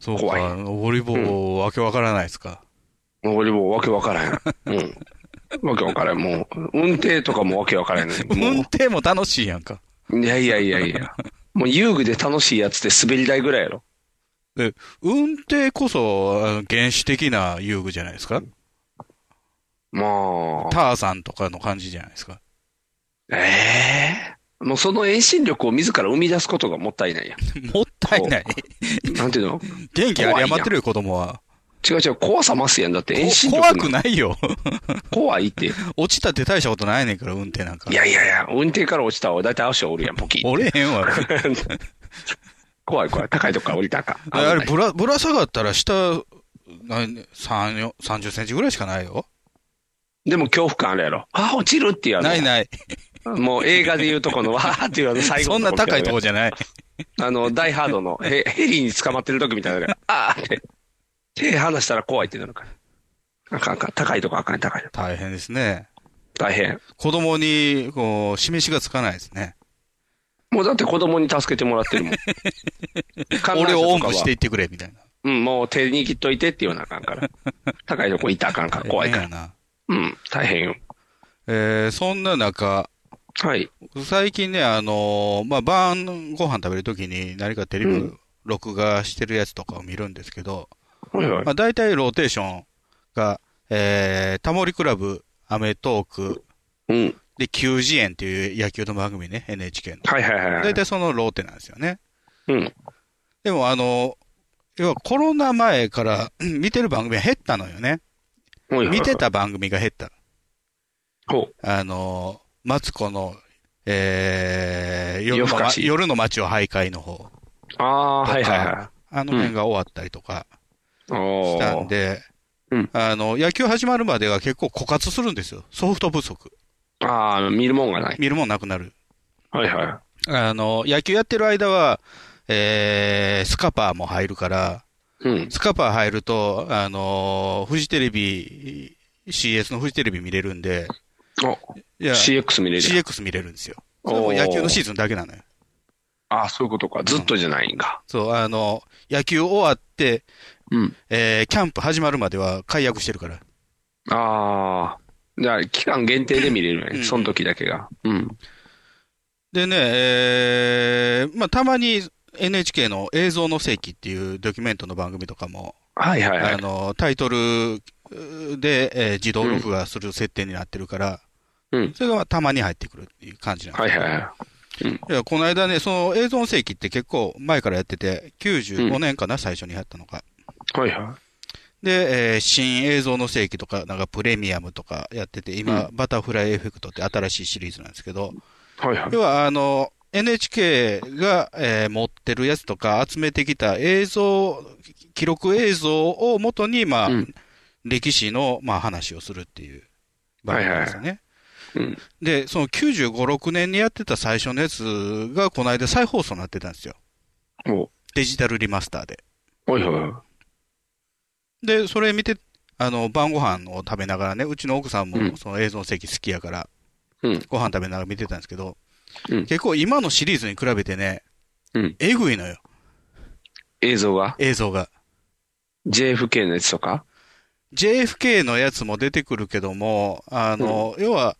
Speaker 2: そう
Speaker 3: 怖
Speaker 2: か、
Speaker 3: い
Speaker 2: 登り棒、わけわからないですか。
Speaker 3: 俺もわけわからへん。うん。わけわからへん。もう、運転とかもわけわからへんのに。
Speaker 2: 運
Speaker 3: も
Speaker 2: 転も楽しいやんか。
Speaker 3: う、いやいやいやいや。もう遊具で楽しいやつって滑り台ぐらいやろ。
Speaker 2: で運転こそ、あの原始的な遊具じゃないですか。
Speaker 3: まあ、
Speaker 2: ターさんとかの感じじゃないですか。
Speaker 3: ええもうその遠心力を自ら生み出すことがもったいないや
Speaker 2: もったいない。
Speaker 3: ん。なんていうの
Speaker 2: 元気あり余ってるよ、子供は。
Speaker 3: 違う違う、怖さ増すやん。だって遠心
Speaker 2: こ
Speaker 3: 力
Speaker 2: 怖く
Speaker 3: い
Speaker 2: ないよ。
Speaker 3: 怖いって。い
Speaker 2: 落ちたって大したことないねんから、運転なんか。
Speaker 3: やいやいや、運転から落ちたら大体足おるやん、ポキッ。
Speaker 2: 折れへんわ。
Speaker 3: 怖い怖い。高いとこから降りたらあかん。
Speaker 2: あ
Speaker 3: 危
Speaker 2: れ、
Speaker 3: ない
Speaker 2: ぶら、ぶら下がったら下、何、三、よ30センチぐらいしかないよ。
Speaker 3: でも恐怖感あるやろ。あ、落ちるっていうあの
Speaker 2: ないない。
Speaker 3: もう映画で言うとこのわーっていうあの最後
Speaker 2: そん
Speaker 3: の
Speaker 2: な高いとこ
Speaker 3: み
Speaker 2: じゃない。
Speaker 3: たいなあの、ダイハードの ヘヘリに捕まってる時みたいなのがあーって。手離したら怖いってなるから。あかんあかん。高いとこあかん、高いとこ。
Speaker 2: 大変ですね。
Speaker 3: 大変。
Speaker 2: 子供に、こう、示しがつかないですね。
Speaker 3: もうだって子供に助けてもらっ てるもん。
Speaker 2: 俺をおんぶ
Speaker 3: 観覧車とかは
Speaker 2: していってくれ、みたいな。
Speaker 3: うん、もう手握っといてって言わなあかんから。高いとこ行ったらあかんから、怖いか
Speaker 2: 大
Speaker 3: ら。
Speaker 2: 変やな。
Speaker 3: うん、大変よ。
Speaker 2: えー、そんな中、
Speaker 3: はい。
Speaker 2: 最近ね、あのーまあ、晩ご飯食べるときに何かテレ
Speaker 3: う
Speaker 2: ビ
Speaker 3: ん
Speaker 2: 録画してるやつとかを見るんですけど、
Speaker 3: はいはい
Speaker 2: ま。あ、大体ローテーションが、えー、タモリクラブ、アメトーク、
Speaker 3: うん。
Speaker 2: で、球児園っていう野球の番組ね、NHK の。
Speaker 3: はいはいは
Speaker 2: 大
Speaker 3: い。
Speaker 2: 体そのローテなんですよね。
Speaker 3: うん。
Speaker 2: でも、あのー要はコロナ前から うん見てる番組が減ったのよね。
Speaker 3: はいはいはい
Speaker 2: 見て。た番組が減った。
Speaker 3: ほ
Speaker 2: あのーマツコの、えー、夜
Speaker 3: 夜
Speaker 2: の
Speaker 3: 更
Speaker 2: ま
Speaker 3: かし
Speaker 2: 夜の街を徘徊の方。
Speaker 3: う。ああー、はいはい
Speaker 2: と
Speaker 3: は
Speaker 2: かあの辺が終わったりとか、
Speaker 3: い。し
Speaker 2: したん。で、
Speaker 3: うん
Speaker 2: あの、野球始まるまでは結構枯渇するんですよ。ソフト不足。
Speaker 3: ああ、見るもんがない。
Speaker 2: 見るもんなくなる。
Speaker 3: はいはい。
Speaker 2: あの、野球やってる間は、えー、スカパーも入るから、
Speaker 3: うん。
Speaker 2: スカパー入ると、あのーフジテレビ、CS のフジテレビ見れるんで、
Speaker 3: お、
Speaker 2: いや
Speaker 3: CX 見れるやん。
Speaker 2: CX 見れるんですよ。それも野球のシーズンだけなのよ。
Speaker 3: ああ、そういうことか。ずっとじゃないんか。
Speaker 2: そう、あの、野球終わって、
Speaker 3: うん。
Speaker 2: えー、キャンプ始まるまでは解約してるから。
Speaker 3: ああ。じゃあ、期間限定で見れる
Speaker 2: う
Speaker 3: ね。
Speaker 2: ん
Speaker 3: その時だけが。うん。
Speaker 2: でね、えー、まあ、たまに NHK の映像の世紀っていうドキュメントの番組とかも、
Speaker 3: はいはいはい
Speaker 2: あ。の、タイトルうで、えー自動録画する設定になってるから、
Speaker 3: うん。
Speaker 2: それがたまに入ってくるっていう感じなんです
Speaker 3: はいはいはい。
Speaker 2: いや、この間ね、その映像の世紀って結構前からやってて、95年かな、最初にやったのが。
Speaker 3: はいは
Speaker 2: で、えー新映像の世紀とか、なんかプレミアムとかやってて、今、バタフライエフェクトって新しいシリーズなんですけど、
Speaker 3: い。はいはい。
Speaker 2: 要は、あの、NHK が、えー持ってるやつとか集めてきた映像、記録映像をもとに、まあ、
Speaker 3: うん
Speaker 2: 歴史の、まあ、話をするっていう番組なんですよね。
Speaker 3: うん。
Speaker 2: で、その95、6年にやってた最初のやつが、この間再放送になってたんですよ。
Speaker 3: お
Speaker 2: デジタルリマスターで。
Speaker 3: はいはいは
Speaker 2: で、それ見て、あの、晩ご飯を食べながらね、うちの奥さん
Speaker 3: うん
Speaker 2: もその映像の席好きやから、
Speaker 3: い。うん。
Speaker 2: ご飯食べながら見てたんですけど、
Speaker 3: うん
Speaker 2: 結構今のシリーズに比べてね、
Speaker 3: うん
Speaker 2: えぐいのよ、
Speaker 3: 映像が
Speaker 2: 映像が。
Speaker 3: ?JFK のやつとか
Speaker 2: JFK のやつも出てくるけども、あの、要は、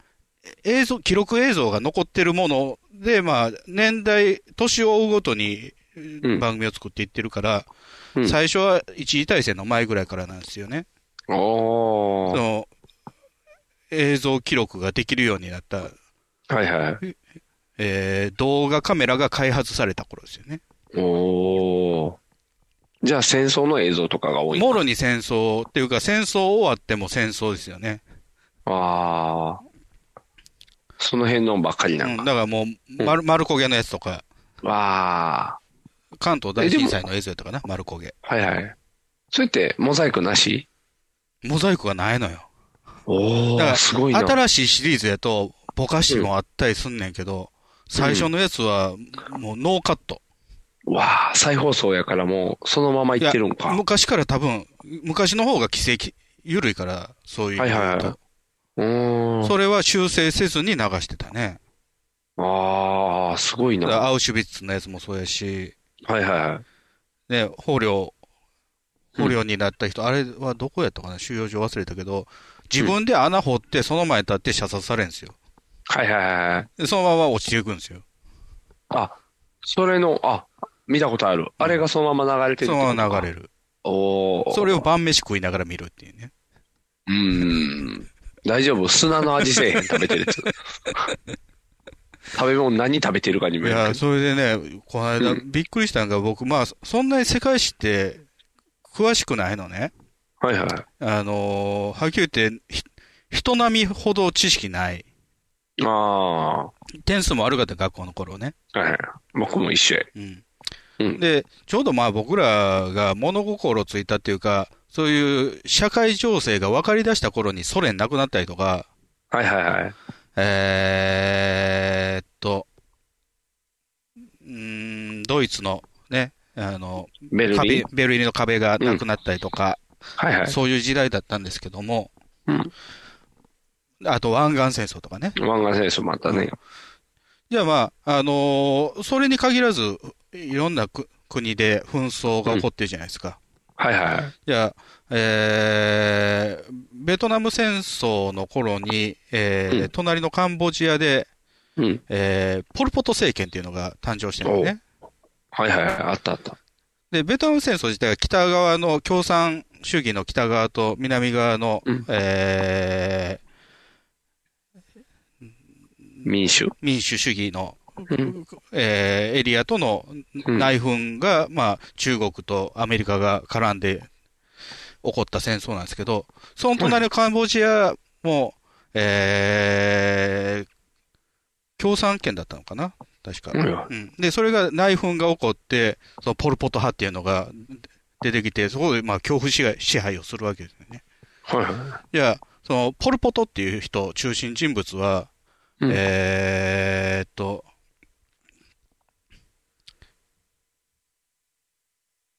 Speaker 2: 映像、記録映像が残ってるもので、まあ、年代、年を追うごとに
Speaker 3: ん
Speaker 2: 番組を作っていってるから、
Speaker 3: うん
Speaker 2: 最初は一時体制の前ぐらいからなんですよね。
Speaker 3: お
Speaker 2: そ
Speaker 3: ー。
Speaker 2: の映像記録ができるようになった、
Speaker 3: はいはい。
Speaker 2: えー動画カメラが開発された頃ですよね。
Speaker 3: おー。じゃあ、戦争の映像とかが多い
Speaker 2: もろに戦争っていうか、戦争終わっても戦争ですよね。
Speaker 3: ああ。その辺のばっかりな
Speaker 2: うんん、
Speaker 3: か。
Speaker 2: だからもう、丸丸焦げのやつとか、
Speaker 3: あ
Speaker 2: 関東大震災の映像やったかな、丸焦げ。
Speaker 3: あ。はいはい。それって、モザイクなし
Speaker 2: モザイクがないのよ。
Speaker 3: お
Speaker 2: だから、
Speaker 3: ー、すごいな。
Speaker 2: 新しいシリーズやと、ぼかしもあったりすんねんけど、最初のやつは、もうノーカット。
Speaker 3: わあ、再放送やからもう、そのままいってるん
Speaker 2: いや
Speaker 3: か。
Speaker 2: 昔から多分、昔の方が規制き緩いから、そういう意味で言うと
Speaker 3: はいはうーん。
Speaker 2: それは修正せずに流してたね。
Speaker 3: ああ、すごい
Speaker 2: だ
Speaker 3: な。
Speaker 2: から
Speaker 3: は
Speaker 2: アウシュビッツのやつもそうやし、
Speaker 3: いはいはい。
Speaker 2: ね、捕虜、捕虜になった人、あれはどこやったかな収容所忘れたけど、自分で穴掘って、その前に立って射殺されるんですよ。
Speaker 3: はいはいはい。
Speaker 2: で、そのまま落ちていくんですよ。
Speaker 3: あ、それの、あ、見たことある。あれがそのまま流れてる
Speaker 2: そのまま流れ
Speaker 3: る。
Speaker 2: る。
Speaker 3: おお。
Speaker 2: それを。晩飯食いながら見るっていうね。
Speaker 3: うーん。大丈夫。砂の味せえへん、食べてるやつ。食べ物何食べてるかに
Speaker 2: い
Speaker 3: もよる
Speaker 2: や、
Speaker 3: けど
Speaker 2: それでね、この間、
Speaker 3: うん
Speaker 2: びっくりしたのが、僕、まあ、そんなに世界史って、詳しくないのね。
Speaker 3: はいは
Speaker 2: あのーはっきり言って、ひ人並みほど知識ない。
Speaker 3: い。ああ。は
Speaker 2: 点数も悪かった、学校の頃ね。
Speaker 3: い。僕も一緒や。
Speaker 2: うん。
Speaker 3: うん
Speaker 2: で、ちょうどまあ僕らが物心ついたっていうか、そういう社会情勢が分かり出した頃にソ連なくなったりとか、
Speaker 3: はいはいはい。
Speaker 2: えーっと、うーん、ドイツのね、あの、
Speaker 3: ベルリ
Speaker 2: 壁
Speaker 3: ン。、
Speaker 2: ベルリンの壁がなくなったりとか、
Speaker 3: はいはい。
Speaker 2: そういう時代だったんですけども、
Speaker 3: うん
Speaker 2: あと湾岸戦争とかね。
Speaker 3: 湾岸戦争もあったね。
Speaker 2: じゃあまあ、あのーそれに限らず、いろんなく国で紛争が起こってるじゃないですか。
Speaker 3: はいはいはい。
Speaker 2: じゃあ、えーベトナム戦争の頃に、えー
Speaker 3: うん
Speaker 2: 隣のカンボジアで、
Speaker 3: うん。
Speaker 2: えーポルポト政権っていうのが誕生してるのね。
Speaker 3: はいはいはい。あったあった。
Speaker 2: で、ベトナム戦争自体は北側の共産主義の北側と南側の、
Speaker 3: うん
Speaker 2: え
Speaker 3: 民主。
Speaker 2: ー民主主義の、
Speaker 3: うん。
Speaker 2: えーエリアとの
Speaker 3: うん
Speaker 2: 内紛が、まあ、中国とアメリカが絡んで起こった戦争なんですけど、その隣のカンボジアも、えー共産圏だったのかな確か。
Speaker 3: うん
Speaker 2: うんで、それが内紛が起こって、そのポルポト派っていうのが出てきて、そこでまあ恐怖支配支配をするわけですよね。
Speaker 3: はいはい
Speaker 2: や、その、ポル・ポトっていう人、中心人物は、
Speaker 3: い。うん
Speaker 2: えーっと、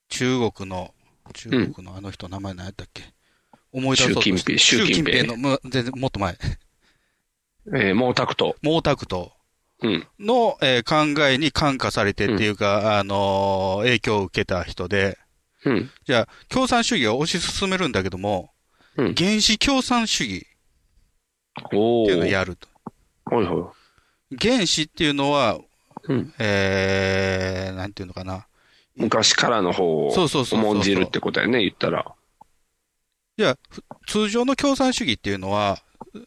Speaker 2: 中国の、中国のあの人、名前何やったっけ思い出そうとして
Speaker 3: 習近平習近平
Speaker 2: 習の、む全然もっと前、
Speaker 3: えー、毛沢東。
Speaker 2: 毛沢東
Speaker 3: うん。
Speaker 2: の、えー考えに感化されてっていうか、あのー影響を受けた人で、
Speaker 3: うん。
Speaker 2: じゃあ、共産主義を推し進めるんだけども、
Speaker 3: うん
Speaker 2: 原始共産主義っ
Speaker 3: おお。
Speaker 2: ていうのを
Speaker 3: はい
Speaker 2: やると。
Speaker 3: は
Speaker 2: 原始っていうのは、
Speaker 3: い。うん。
Speaker 2: えー、なんていうのかな。
Speaker 3: 昔からの方
Speaker 2: そ
Speaker 3: を
Speaker 2: うそうそうそう
Speaker 3: 重んじるってことやね、言ったら。
Speaker 2: じゃあ、ふ通常の共産主義っていうのは、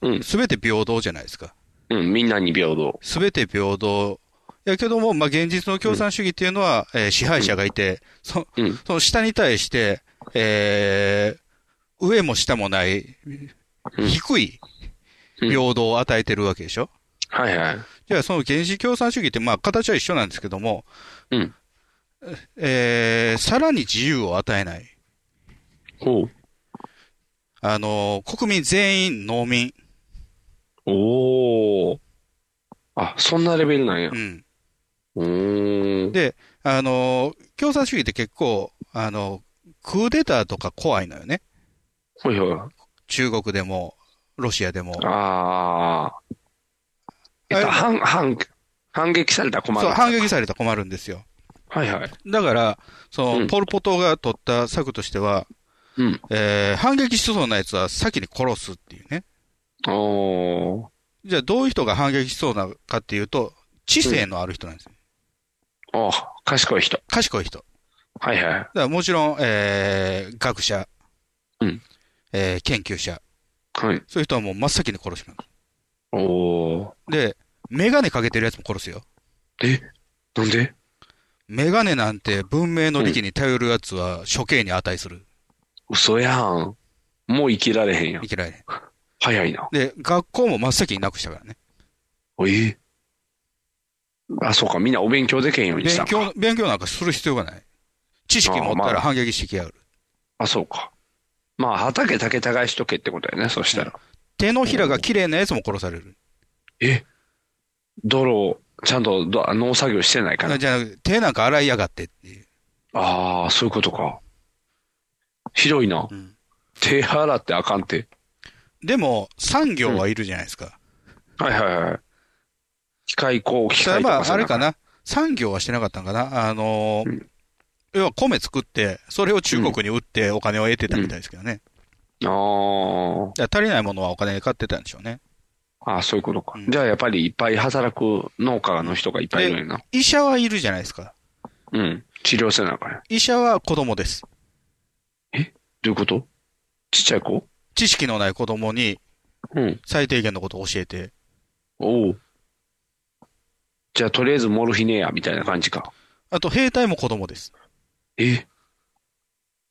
Speaker 3: うん。
Speaker 2: すべて平等じゃないですか。
Speaker 3: うん。みんなに平等。
Speaker 2: すべて平等。やけども、まあ、現実の共産主義っていうのは、えー支配者がいて、そ
Speaker 3: うん。
Speaker 2: その下に対して、えー、上も下もない、
Speaker 3: うん
Speaker 2: 低い平等を与えてるわけでしょ。
Speaker 3: はいはい。
Speaker 2: じゃあ、その原始共産主義って、まあ、形は一緒なんですけども、
Speaker 3: うん。
Speaker 2: えー、さらに自由を与えない。
Speaker 3: おう
Speaker 2: あのー国民全員農民。
Speaker 3: おーあ、そんなレベルなんや
Speaker 2: う。ん。
Speaker 3: うーん。
Speaker 2: で、あの、共産主義って結構、あの、クーデターとか怖いのよね。
Speaker 3: ほいほい。
Speaker 2: 中国でも、ロシアでも。
Speaker 3: ああ。え
Speaker 2: あ
Speaker 3: っと、
Speaker 2: れ
Speaker 3: 反、反、反撃されたら困る。
Speaker 2: そう、反撃されたら困るんですよ。
Speaker 3: はいはい。
Speaker 2: だから、その、
Speaker 3: うん
Speaker 2: ポルポトが取った策としては、
Speaker 3: うん。
Speaker 2: えー反撃しそうな奴は先に殺すっていうね。
Speaker 3: おー
Speaker 2: じゃあ、どういう人が反撃しそうなかっていうと、知性のある人なんですよ。
Speaker 3: おー賢い人。
Speaker 2: 賢い人。だか
Speaker 3: はいはい。
Speaker 2: らもちろん、えー学者、
Speaker 3: うん
Speaker 2: えー研究者、
Speaker 3: はい。
Speaker 2: そういう人はもう真っ先に殺します。
Speaker 3: おお。
Speaker 2: で、メガネかけてるやつも殺すよ。
Speaker 3: えなんで
Speaker 2: メガネなんて文明の利器に頼るやつは処刑に値する。
Speaker 3: 嘘やん。もう生きられへんやん
Speaker 2: い。けないね。
Speaker 3: 早いな。
Speaker 2: で、学校も真っ先になくしたからね。
Speaker 3: おい。あ、そうか。みんなお勉強できへんようにした
Speaker 2: 勉
Speaker 3: んか。
Speaker 2: 強、勉強なんかする必要がない。知識持っ
Speaker 3: あー
Speaker 2: た
Speaker 3: ま
Speaker 2: ら
Speaker 3: あ
Speaker 2: 反撃してきやがる。
Speaker 3: あ、そうか。まあ、畑竹耕しとけってことやね。そしたら。
Speaker 2: 手のひらが綺麗なやつも殺される。
Speaker 3: え泥を、ちゃんとど農作業してないから。
Speaker 2: じゃなくて、手なんか洗いやがってっていう。
Speaker 3: ああ、そういうことか。ひどいな。
Speaker 2: うん
Speaker 3: 手洗ってあかんって。
Speaker 2: でも、産業はいるじゃないですか。
Speaker 3: はいはいはい。機械工、機
Speaker 2: 例え
Speaker 3: 械と
Speaker 2: ば、
Speaker 3: かさ
Speaker 2: あれか。な。産業はしてなかったんかな。あのー
Speaker 3: うん
Speaker 2: 要は米作って、それを中国に売ってお金を得てたみたいですけどね。
Speaker 3: あー
Speaker 2: だから足りないものはお金で買ってたんでしょうね。
Speaker 3: あー、そういうことか。
Speaker 2: うん
Speaker 3: じゃあやっぱりいっぱい働く農家の人がいっぱいいるんやな。
Speaker 2: 医者はいるじゃないですか。
Speaker 3: うん。治療せなあかんや。
Speaker 2: 医者は子供です。
Speaker 3: どういうことちっちゃい子
Speaker 2: 知識のない子供に
Speaker 3: うん。
Speaker 2: 最低限のことを教えて。
Speaker 3: おう。じゃあとりあえずモルヒネや、みたいな感じか。
Speaker 2: あと、兵隊も子供です。
Speaker 3: え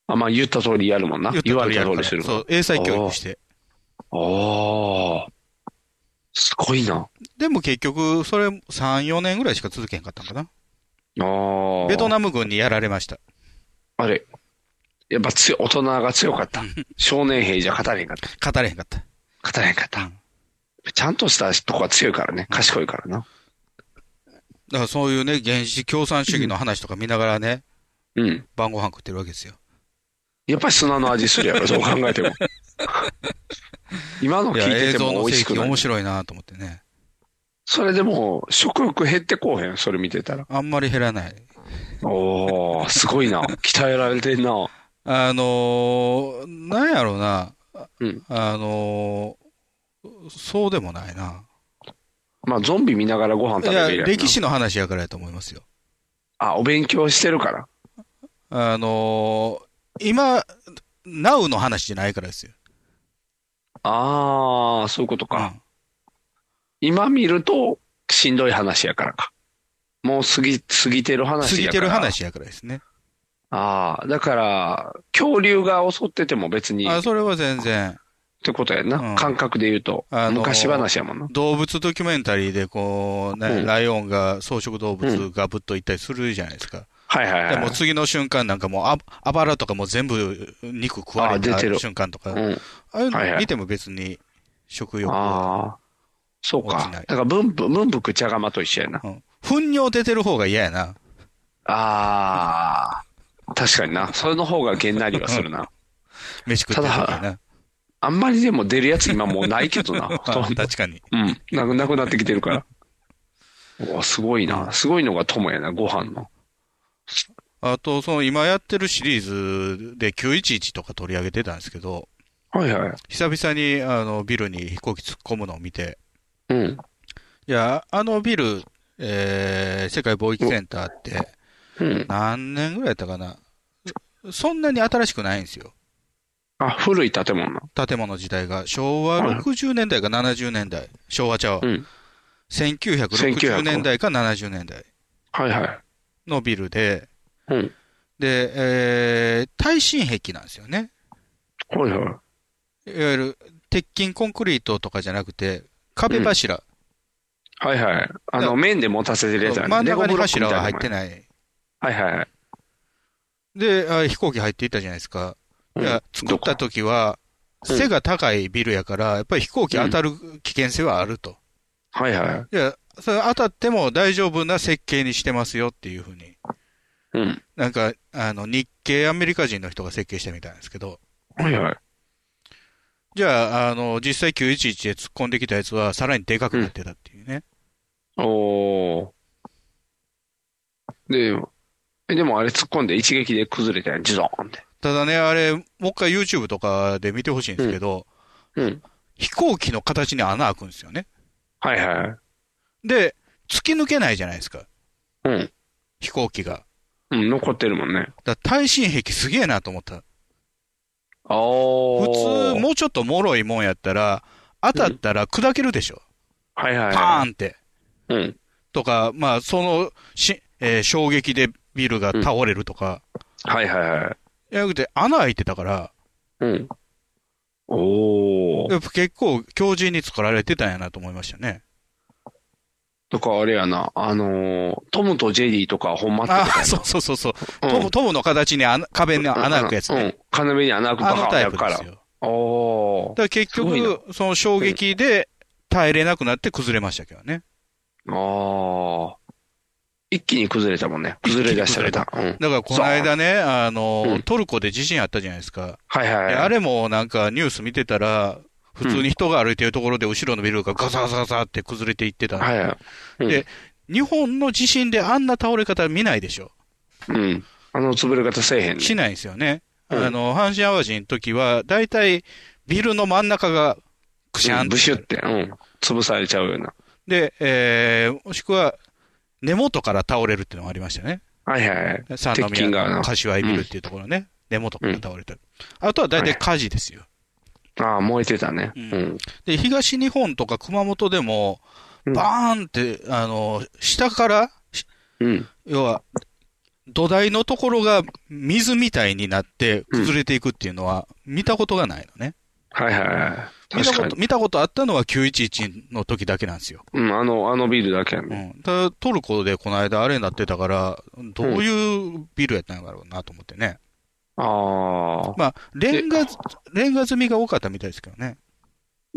Speaker 3: あ、まあ言った通りやるもんな。言われた
Speaker 2: る
Speaker 3: 通りするもん。
Speaker 2: そう、英才教育して。
Speaker 3: ああ。すごいな。
Speaker 2: でも結局、それ3、4年ぐらいしか続けへんかったんかな。
Speaker 3: ああ。
Speaker 2: ベトナム軍にやられました。
Speaker 3: あれ。やっぱ強い、大人が強かった。少年兵じゃ勝たれへんかった。
Speaker 2: 語れへんかった。
Speaker 3: 勝たれへんかった。ちゃんとしたとこは強いからね。賢いからな。
Speaker 2: だからそういうね、原始共産主義の話とか見ながらね、
Speaker 3: うん。
Speaker 2: 晩ご飯食ってるわけですよ。
Speaker 3: やっぱり砂の味するやろ、そう考えて も。今の
Speaker 2: い
Speaker 3: 聞
Speaker 2: や、
Speaker 3: いて
Speaker 2: 映
Speaker 3: て
Speaker 2: 像
Speaker 3: も
Speaker 2: の
Speaker 3: 美味
Speaker 2: 世
Speaker 3: しく
Speaker 2: 紀
Speaker 3: ない
Speaker 2: 面。白いなと思ってね。
Speaker 3: それでも、食欲減ってこうへん、それ見てたら。
Speaker 2: あんまり減らない。
Speaker 3: おー、す ごいな。鍛えられてんな。
Speaker 2: あのー、なんやろうな。
Speaker 3: うん。
Speaker 2: あのー、そうでもないな。
Speaker 3: まあ、ゾンビ見ながらご飯食
Speaker 2: い
Speaker 3: べ
Speaker 2: や、
Speaker 3: るやつな
Speaker 2: 歴史の話やからやと思いますよ。
Speaker 3: あ、お勉強してるから。
Speaker 2: あのー今、ナウの話じゃないからですよ。
Speaker 3: ああ、そういうことか。
Speaker 2: うん
Speaker 3: 今見ると、しんどい話やからか。もう過ぎ、過ぎてる
Speaker 2: 過
Speaker 3: 話
Speaker 2: ぎ
Speaker 3: やか
Speaker 2: て
Speaker 3: ら。
Speaker 2: る。話やからですね。
Speaker 3: ああ、だから、恐竜が襲ってても別に、っ
Speaker 2: あそれは全然、
Speaker 3: てことや
Speaker 2: う
Speaker 3: な。
Speaker 2: ん
Speaker 3: 感覚で言うと、
Speaker 2: あのー
Speaker 3: 昔話やもんな。
Speaker 2: 動物ドキュメンタリーで、こう、ね
Speaker 3: うん
Speaker 2: ライオンが、草食動物がぶっといったりするじゃないですか。
Speaker 3: はいはいはい。
Speaker 2: でもう次の瞬間なんかもうあ、あばらとかも全部肉食われ
Speaker 3: あ出
Speaker 2: た
Speaker 3: てる
Speaker 2: 瞬間とか、
Speaker 3: うん。
Speaker 2: ああいう
Speaker 3: はいは
Speaker 2: の
Speaker 3: い
Speaker 2: 見ても別に食欲、
Speaker 3: ああ。そう
Speaker 2: 落
Speaker 3: か
Speaker 2: ち。な
Speaker 3: だ
Speaker 2: い
Speaker 3: から文武、文武茶釜と一緒やな。
Speaker 2: うん糞尿出てる方が嫌やな。
Speaker 3: ああ。確かにな。それの方がげんなりはす るな。
Speaker 2: 飯食ってる方がな。
Speaker 3: あんまりでも出るやつ今もうないけど な。ほとん
Speaker 2: うん
Speaker 3: ど
Speaker 2: 確かに。
Speaker 3: うん。なくなくなってきてるから。おすごいな。すごいのが友やな、ご飯の。
Speaker 2: あと、その今やってるシリーズで911とか取り上げてたんですけど、
Speaker 3: はいはい。
Speaker 2: 久々にあのビルに飛行機突っ込むのを見て、
Speaker 3: うん。
Speaker 2: いや、あのビル、えー、世界貿易センターって
Speaker 3: うん。
Speaker 2: 何年ぐらいやったかな。そんなに新しくないんですよ。
Speaker 3: あ、古い建物な。
Speaker 2: 建物自体が昭和
Speaker 3: はい
Speaker 2: 60年代か70年代、昭和ちゃうわ、
Speaker 3: うん。
Speaker 2: 1960年代か70年代
Speaker 3: はいはい。
Speaker 2: のビルで、
Speaker 3: うん。
Speaker 2: で、えー耐震壁なんですよね。
Speaker 3: はいはい
Speaker 2: わゆる鉄筋コンクリートとかじゃなくて、壁柱、
Speaker 3: い。はいはい。あの、面で持たせてるやつやね
Speaker 2: 真ん
Speaker 3: レゴ
Speaker 2: 中に
Speaker 3: ブロックみ
Speaker 2: 柱
Speaker 3: たい
Speaker 2: は
Speaker 3: な
Speaker 2: 入ってない。
Speaker 3: はいはいはい。
Speaker 2: で、あ飛行機入っていったじゃないですか。いや、
Speaker 3: うん
Speaker 2: 作った時は、
Speaker 3: うん
Speaker 2: 背が高いビルやから、やっぱり飛行機当たる危険性はあると。
Speaker 3: はいは
Speaker 2: い
Speaker 3: い。
Speaker 2: や、それ当たっても大丈夫な設計にしてますよっていうふうに。
Speaker 3: うん。
Speaker 2: なんか、あの、日系アメリカ人の人が設計したみたいなんですけど、
Speaker 3: はいはい。
Speaker 2: じゃあ、あの、実際911で突っ込んできたやつは、さらにでかくなってたっていうね。
Speaker 3: おー。で、えでもあれ突っ込んで一撃で崩れたやん、ズドーンって。
Speaker 2: ただね、あれ、もう一回 YouTube とかで見てほしいんですけど、
Speaker 3: うん。
Speaker 2: 飛行機の形に穴開くんですよね。
Speaker 3: はいはい。
Speaker 2: で、突き抜けないじゃないですか、
Speaker 3: うん。
Speaker 2: 飛行機が。
Speaker 3: うん、残ってるもんね。
Speaker 2: だから耐震壁すげえなと思った。
Speaker 3: お
Speaker 2: 普
Speaker 3: ー。
Speaker 2: 通、もうちょっと脆いもんやったら、当たったら砕けるでしょ。
Speaker 3: はいはい。
Speaker 2: パーンって。
Speaker 3: うん。
Speaker 2: とか、まあ、そのし、えー衝撃でビルが倒れるとか。
Speaker 3: はいはいはい。
Speaker 2: じゃなくて、穴開いてたから、
Speaker 3: うん。おー。
Speaker 2: やっぱ結構強靭に作られてたんやなと思いましたね。
Speaker 3: とか、あれやな、あのートムとジェリーとか、ほんまってた
Speaker 2: あ
Speaker 3: や
Speaker 2: あ、そうそうそうそう、
Speaker 3: うん
Speaker 2: トム。トムの形に穴壁に
Speaker 3: うん
Speaker 2: 穴開くやつ
Speaker 3: う
Speaker 2: ね。
Speaker 3: ん。金目に穴開く
Speaker 2: あ
Speaker 3: バ
Speaker 2: の
Speaker 3: カ
Speaker 2: タ
Speaker 3: や
Speaker 2: イプ
Speaker 3: か
Speaker 2: で
Speaker 3: ら
Speaker 2: す。よ。
Speaker 3: お
Speaker 2: だから結
Speaker 3: すごい
Speaker 2: 局、その衝撃で耐えれなくなって崩れましたけどね。
Speaker 3: ー。あー。一気に崩れたもんね。崩れ出したらだ。うん。
Speaker 2: だからこの間ね、あの、
Speaker 3: うん
Speaker 2: トルコで地震あったじゃないですか。
Speaker 3: はいはいは
Speaker 2: で
Speaker 3: い。
Speaker 2: あれもなんかニュース見てたら、普通に人が歩いてるところで後ろのビルがガサガサガサって崩れていってたの、
Speaker 3: はいはい。うん
Speaker 2: で、日本の地震であんな倒れ方見ないでしょ。
Speaker 3: うん。あの潰れ方せえへんね。
Speaker 2: しないんですよね。
Speaker 3: うん
Speaker 2: あの、阪神淡路の時は、大体、ビルの真ん中が、くしゃ
Speaker 3: うんん
Speaker 2: と
Speaker 3: ブシュって、うん。潰されちゃうような。
Speaker 2: で、えー、もしくは、根元から倒れるっていうのがありましたね。
Speaker 3: はいはいはい。
Speaker 2: 三
Speaker 3: 鉄筋が
Speaker 2: 宮
Speaker 3: な
Speaker 2: の柏井ビルっていうところね。根元から倒れた。あとは大体火事ですよ。
Speaker 3: ああ、燃えてたね。う
Speaker 2: うん
Speaker 3: ん。
Speaker 2: で、東日本とか熊本でも、
Speaker 3: うん
Speaker 2: バーンって、あの、下から、し
Speaker 3: うん。
Speaker 2: 要は、土台のところが水みたいになって崩れていくっていうのは見たことがないのね。
Speaker 3: はいはいはい。
Speaker 2: 見た
Speaker 3: 確か
Speaker 2: こと、
Speaker 3: に。
Speaker 2: 見たことあったのは911の時だけなんですよ。
Speaker 3: うん、あの、あのビルだけや
Speaker 2: う
Speaker 3: ね。
Speaker 2: ん。ただ、トルコでこの間あれになってたから、どういうビルやったんだろうなと思ってね。
Speaker 3: ああ。
Speaker 2: まあ、レンガ、レンガ積みが多かったみたいですけどね。
Speaker 3: や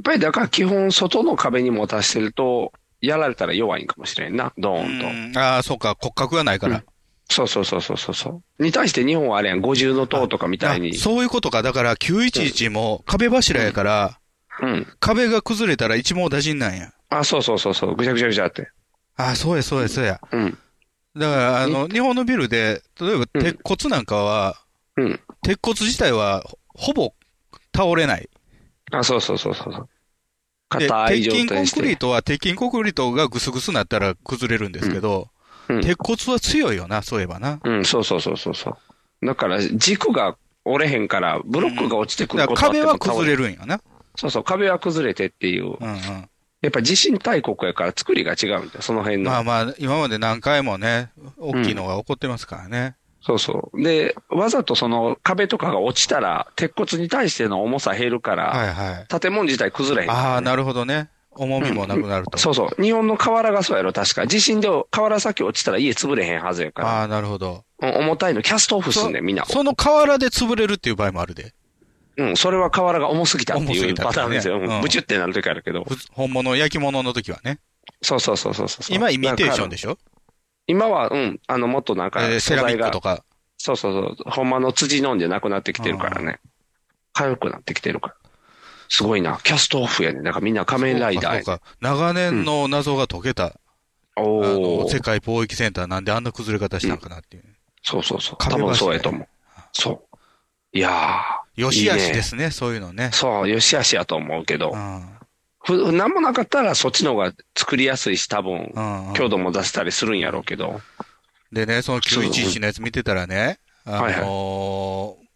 Speaker 3: っぱりだから基本、外の壁にもたしてると、やられたら弱いんかもしれんな、ド
Speaker 2: う
Speaker 3: ーン
Speaker 2: ん。
Speaker 3: と。
Speaker 2: ああ、そうか、骨格がないから。
Speaker 3: そうそうそうそうそうそう。に対して日本はあれやん、50の塔とかみたいに
Speaker 2: あ。そういうことか。だから、911も壁柱やから、
Speaker 3: うん。
Speaker 2: 壁が崩れたら一網打尽なんや。
Speaker 3: あ、そうそうそうそう、ぐちゃぐちゃぐちゃって。
Speaker 2: あ、そうや、そうや、そうや。
Speaker 3: うん。
Speaker 2: だから、あの、日本のビルで、例えば、
Speaker 3: うん
Speaker 2: 鉄骨なんかは、
Speaker 3: うん。
Speaker 2: 鉄骨自体は、ほほぼ倒れない。
Speaker 3: あ、そうそうそうそうそう。
Speaker 2: で、
Speaker 3: 硬い
Speaker 2: 鉄
Speaker 3: 状
Speaker 2: 筋コ
Speaker 3: 態
Speaker 2: ン
Speaker 3: し
Speaker 2: クリー
Speaker 3: て。
Speaker 2: トは、鉄筋コンクリートがぐすぐすなったら崩れるんですけど、
Speaker 3: うん
Speaker 2: 鉄骨は強いよな、そういえばな。
Speaker 3: うん、そうそうそうそうそう。だから、軸が折れへんから、ブロックが落ちてく
Speaker 2: だ
Speaker 3: る
Speaker 2: から
Speaker 3: ことあって
Speaker 2: 壁は
Speaker 3: も
Speaker 2: 崩れるんやな。
Speaker 3: そうそう、壁は崩れてっていう。
Speaker 2: うんうん。
Speaker 3: やっぱ地震大国やから作りが違うんだよ、その辺の。
Speaker 2: まあまあ、今まで何回もね、大きいのが起こってますからね。
Speaker 3: そうそう。で、わざとその壁とかが落ちたら、鉄骨に対しての重さ減るから、
Speaker 2: はいはい。
Speaker 3: 建物自体崩れへん、
Speaker 2: ああ、なるほどね。重みもなくなると。
Speaker 3: そうそう。日本の瓦がそうやろ、確か。地震で瓦先落ちたら家潰れへんはずやか
Speaker 2: ああ、なるほど。
Speaker 3: ら。うん重たいの、キャストオフすんねん、みんな。
Speaker 2: その河原で潰れるっていう場合もあるで。
Speaker 3: うん、それは瓦が重すぎたって
Speaker 2: 重す
Speaker 3: い
Speaker 2: ぎ
Speaker 3: う
Speaker 2: た
Speaker 3: パターンですよ。
Speaker 2: ね
Speaker 3: うん
Speaker 2: うん
Speaker 3: ブチュってなるときあるけど。
Speaker 2: ふつ本物、焼き物の時はね。
Speaker 3: そうそうそうそうそう。
Speaker 2: 今、イミテーションで
Speaker 3: しょ
Speaker 2: しょ
Speaker 3: 今は、うん、あの、もっとなんか、
Speaker 2: えーセラミックとか。
Speaker 3: そうそうそう。ほんまの辻飲んでなくなってきてるからね。軽くなってきてるから。すごいな。キャストオフやね。なんかみんな仮面ライダー
Speaker 2: そ
Speaker 3: や
Speaker 2: う
Speaker 3: ね
Speaker 2: か。そうか長年の謎が解けた、あ
Speaker 3: お
Speaker 2: の、
Speaker 3: お
Speaker 2: 世。界貿易センターなんであんな崩れ方したのかなっていう。
Speaker 3: そうそうそう。多
Speaker 2: 壁はで
Speaker 3: 分
Speaker 2: すね
Speaker 3: そうやと思う。そう。いやー。
Speaker 2: よしあ
Speaker 3: いい
Speaker 2: し
Speaker 3: ね
Speaker 2: ですね、そういうのね。
Speaker 3: そう、よしあしやと思うけど
Speaker 2: う。ん。
Speaker 3: ふ、なんもなかったらそっちの方が作りやすいし、多分、
Speaker 2: うんうん
Speaker 3: 強度も出せたりするんやろうけど。
Speaker 2: でね、その911のやつ見てたらね、あ
Speaker 3: はい
Speaker 2: のー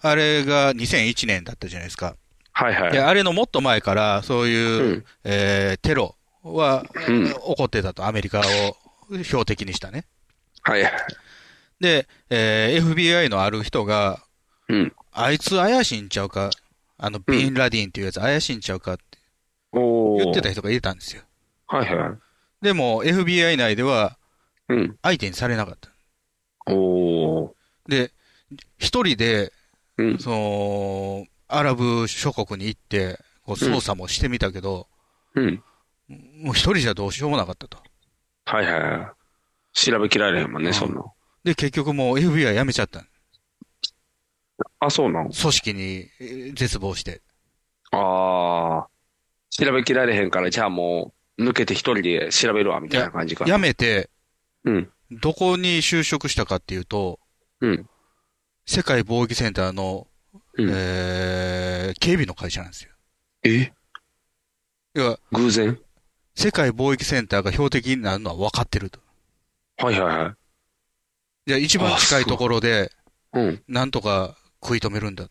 Speaker 2: あれが2001年だったじゃないですか。
Speaker 3: はいはい。
Speaker 2: で、あれのもっと前から、そういう、
Speaker 3: うん
Speaker 2: えーテロは、
Speaker 3: うん
Speaker 2: 起こってたと、アメリカを標的にしたね。
Speaker 3: はいはい。
Speaker 2: で、えー FBI のある人が、
Speaker 3: うん。
Speaker 2: あいつ怪しいんちゃうか、あの、ビン・ラディンっていうやつ怪しいんちゃうかって
Speaker 3: おお。
Speaker 2: 言ってた人がいたんですよ。
Speaker 3: はいはい。
Speaker 2: でも、FBI 内では
Speaker 3: うん。
Speaker 2: 相手にされなかった。
Speaker 3: おお。
Speaker 2: で、一人で、
Speaker 3: うん。
Speaker 2: その、アラブ諸国に行って、こう捜査もしてみたけど、
Speaker 3: うん。
Speaker 2: もう一人じゃどうしようもなかったと。
Speaker 3: はいはいはい。調べきられへんもんね、
Speaker 2: うん
Speaker 3: そんなん。
Speaker 2: で、結局もう FBI 辞めちゃった。
Speaker 3: あ、そうなん
Speaker 2: 組織にえー絶望して。
Speaker 3: ああ。調べきられへんから、じゃあもう、抜けて一人で調べるわ、みたいな感じか。
Speaker 2: 辞めて、
Speaker 3: うん。
Speaker 2: どこに就職したかっていうと、
Speaker 3: うん。
Speaker 2: 世界貿易センターの、
Speaker 3: うん。
Speaker 2: えー警備の会社なんですよ。
Speaker 3: え
Speaker 2: 要は、
Speaker 3: 偶然
Speaker 2: 世界貿易センターが標的になるのは分かってると。
Speaker 3: はいはいはい。
Speaker 2: じゃあ一番近いところで、
Speaker 3: うん。
Speaker 2: なんとか食い止めるんだ。っ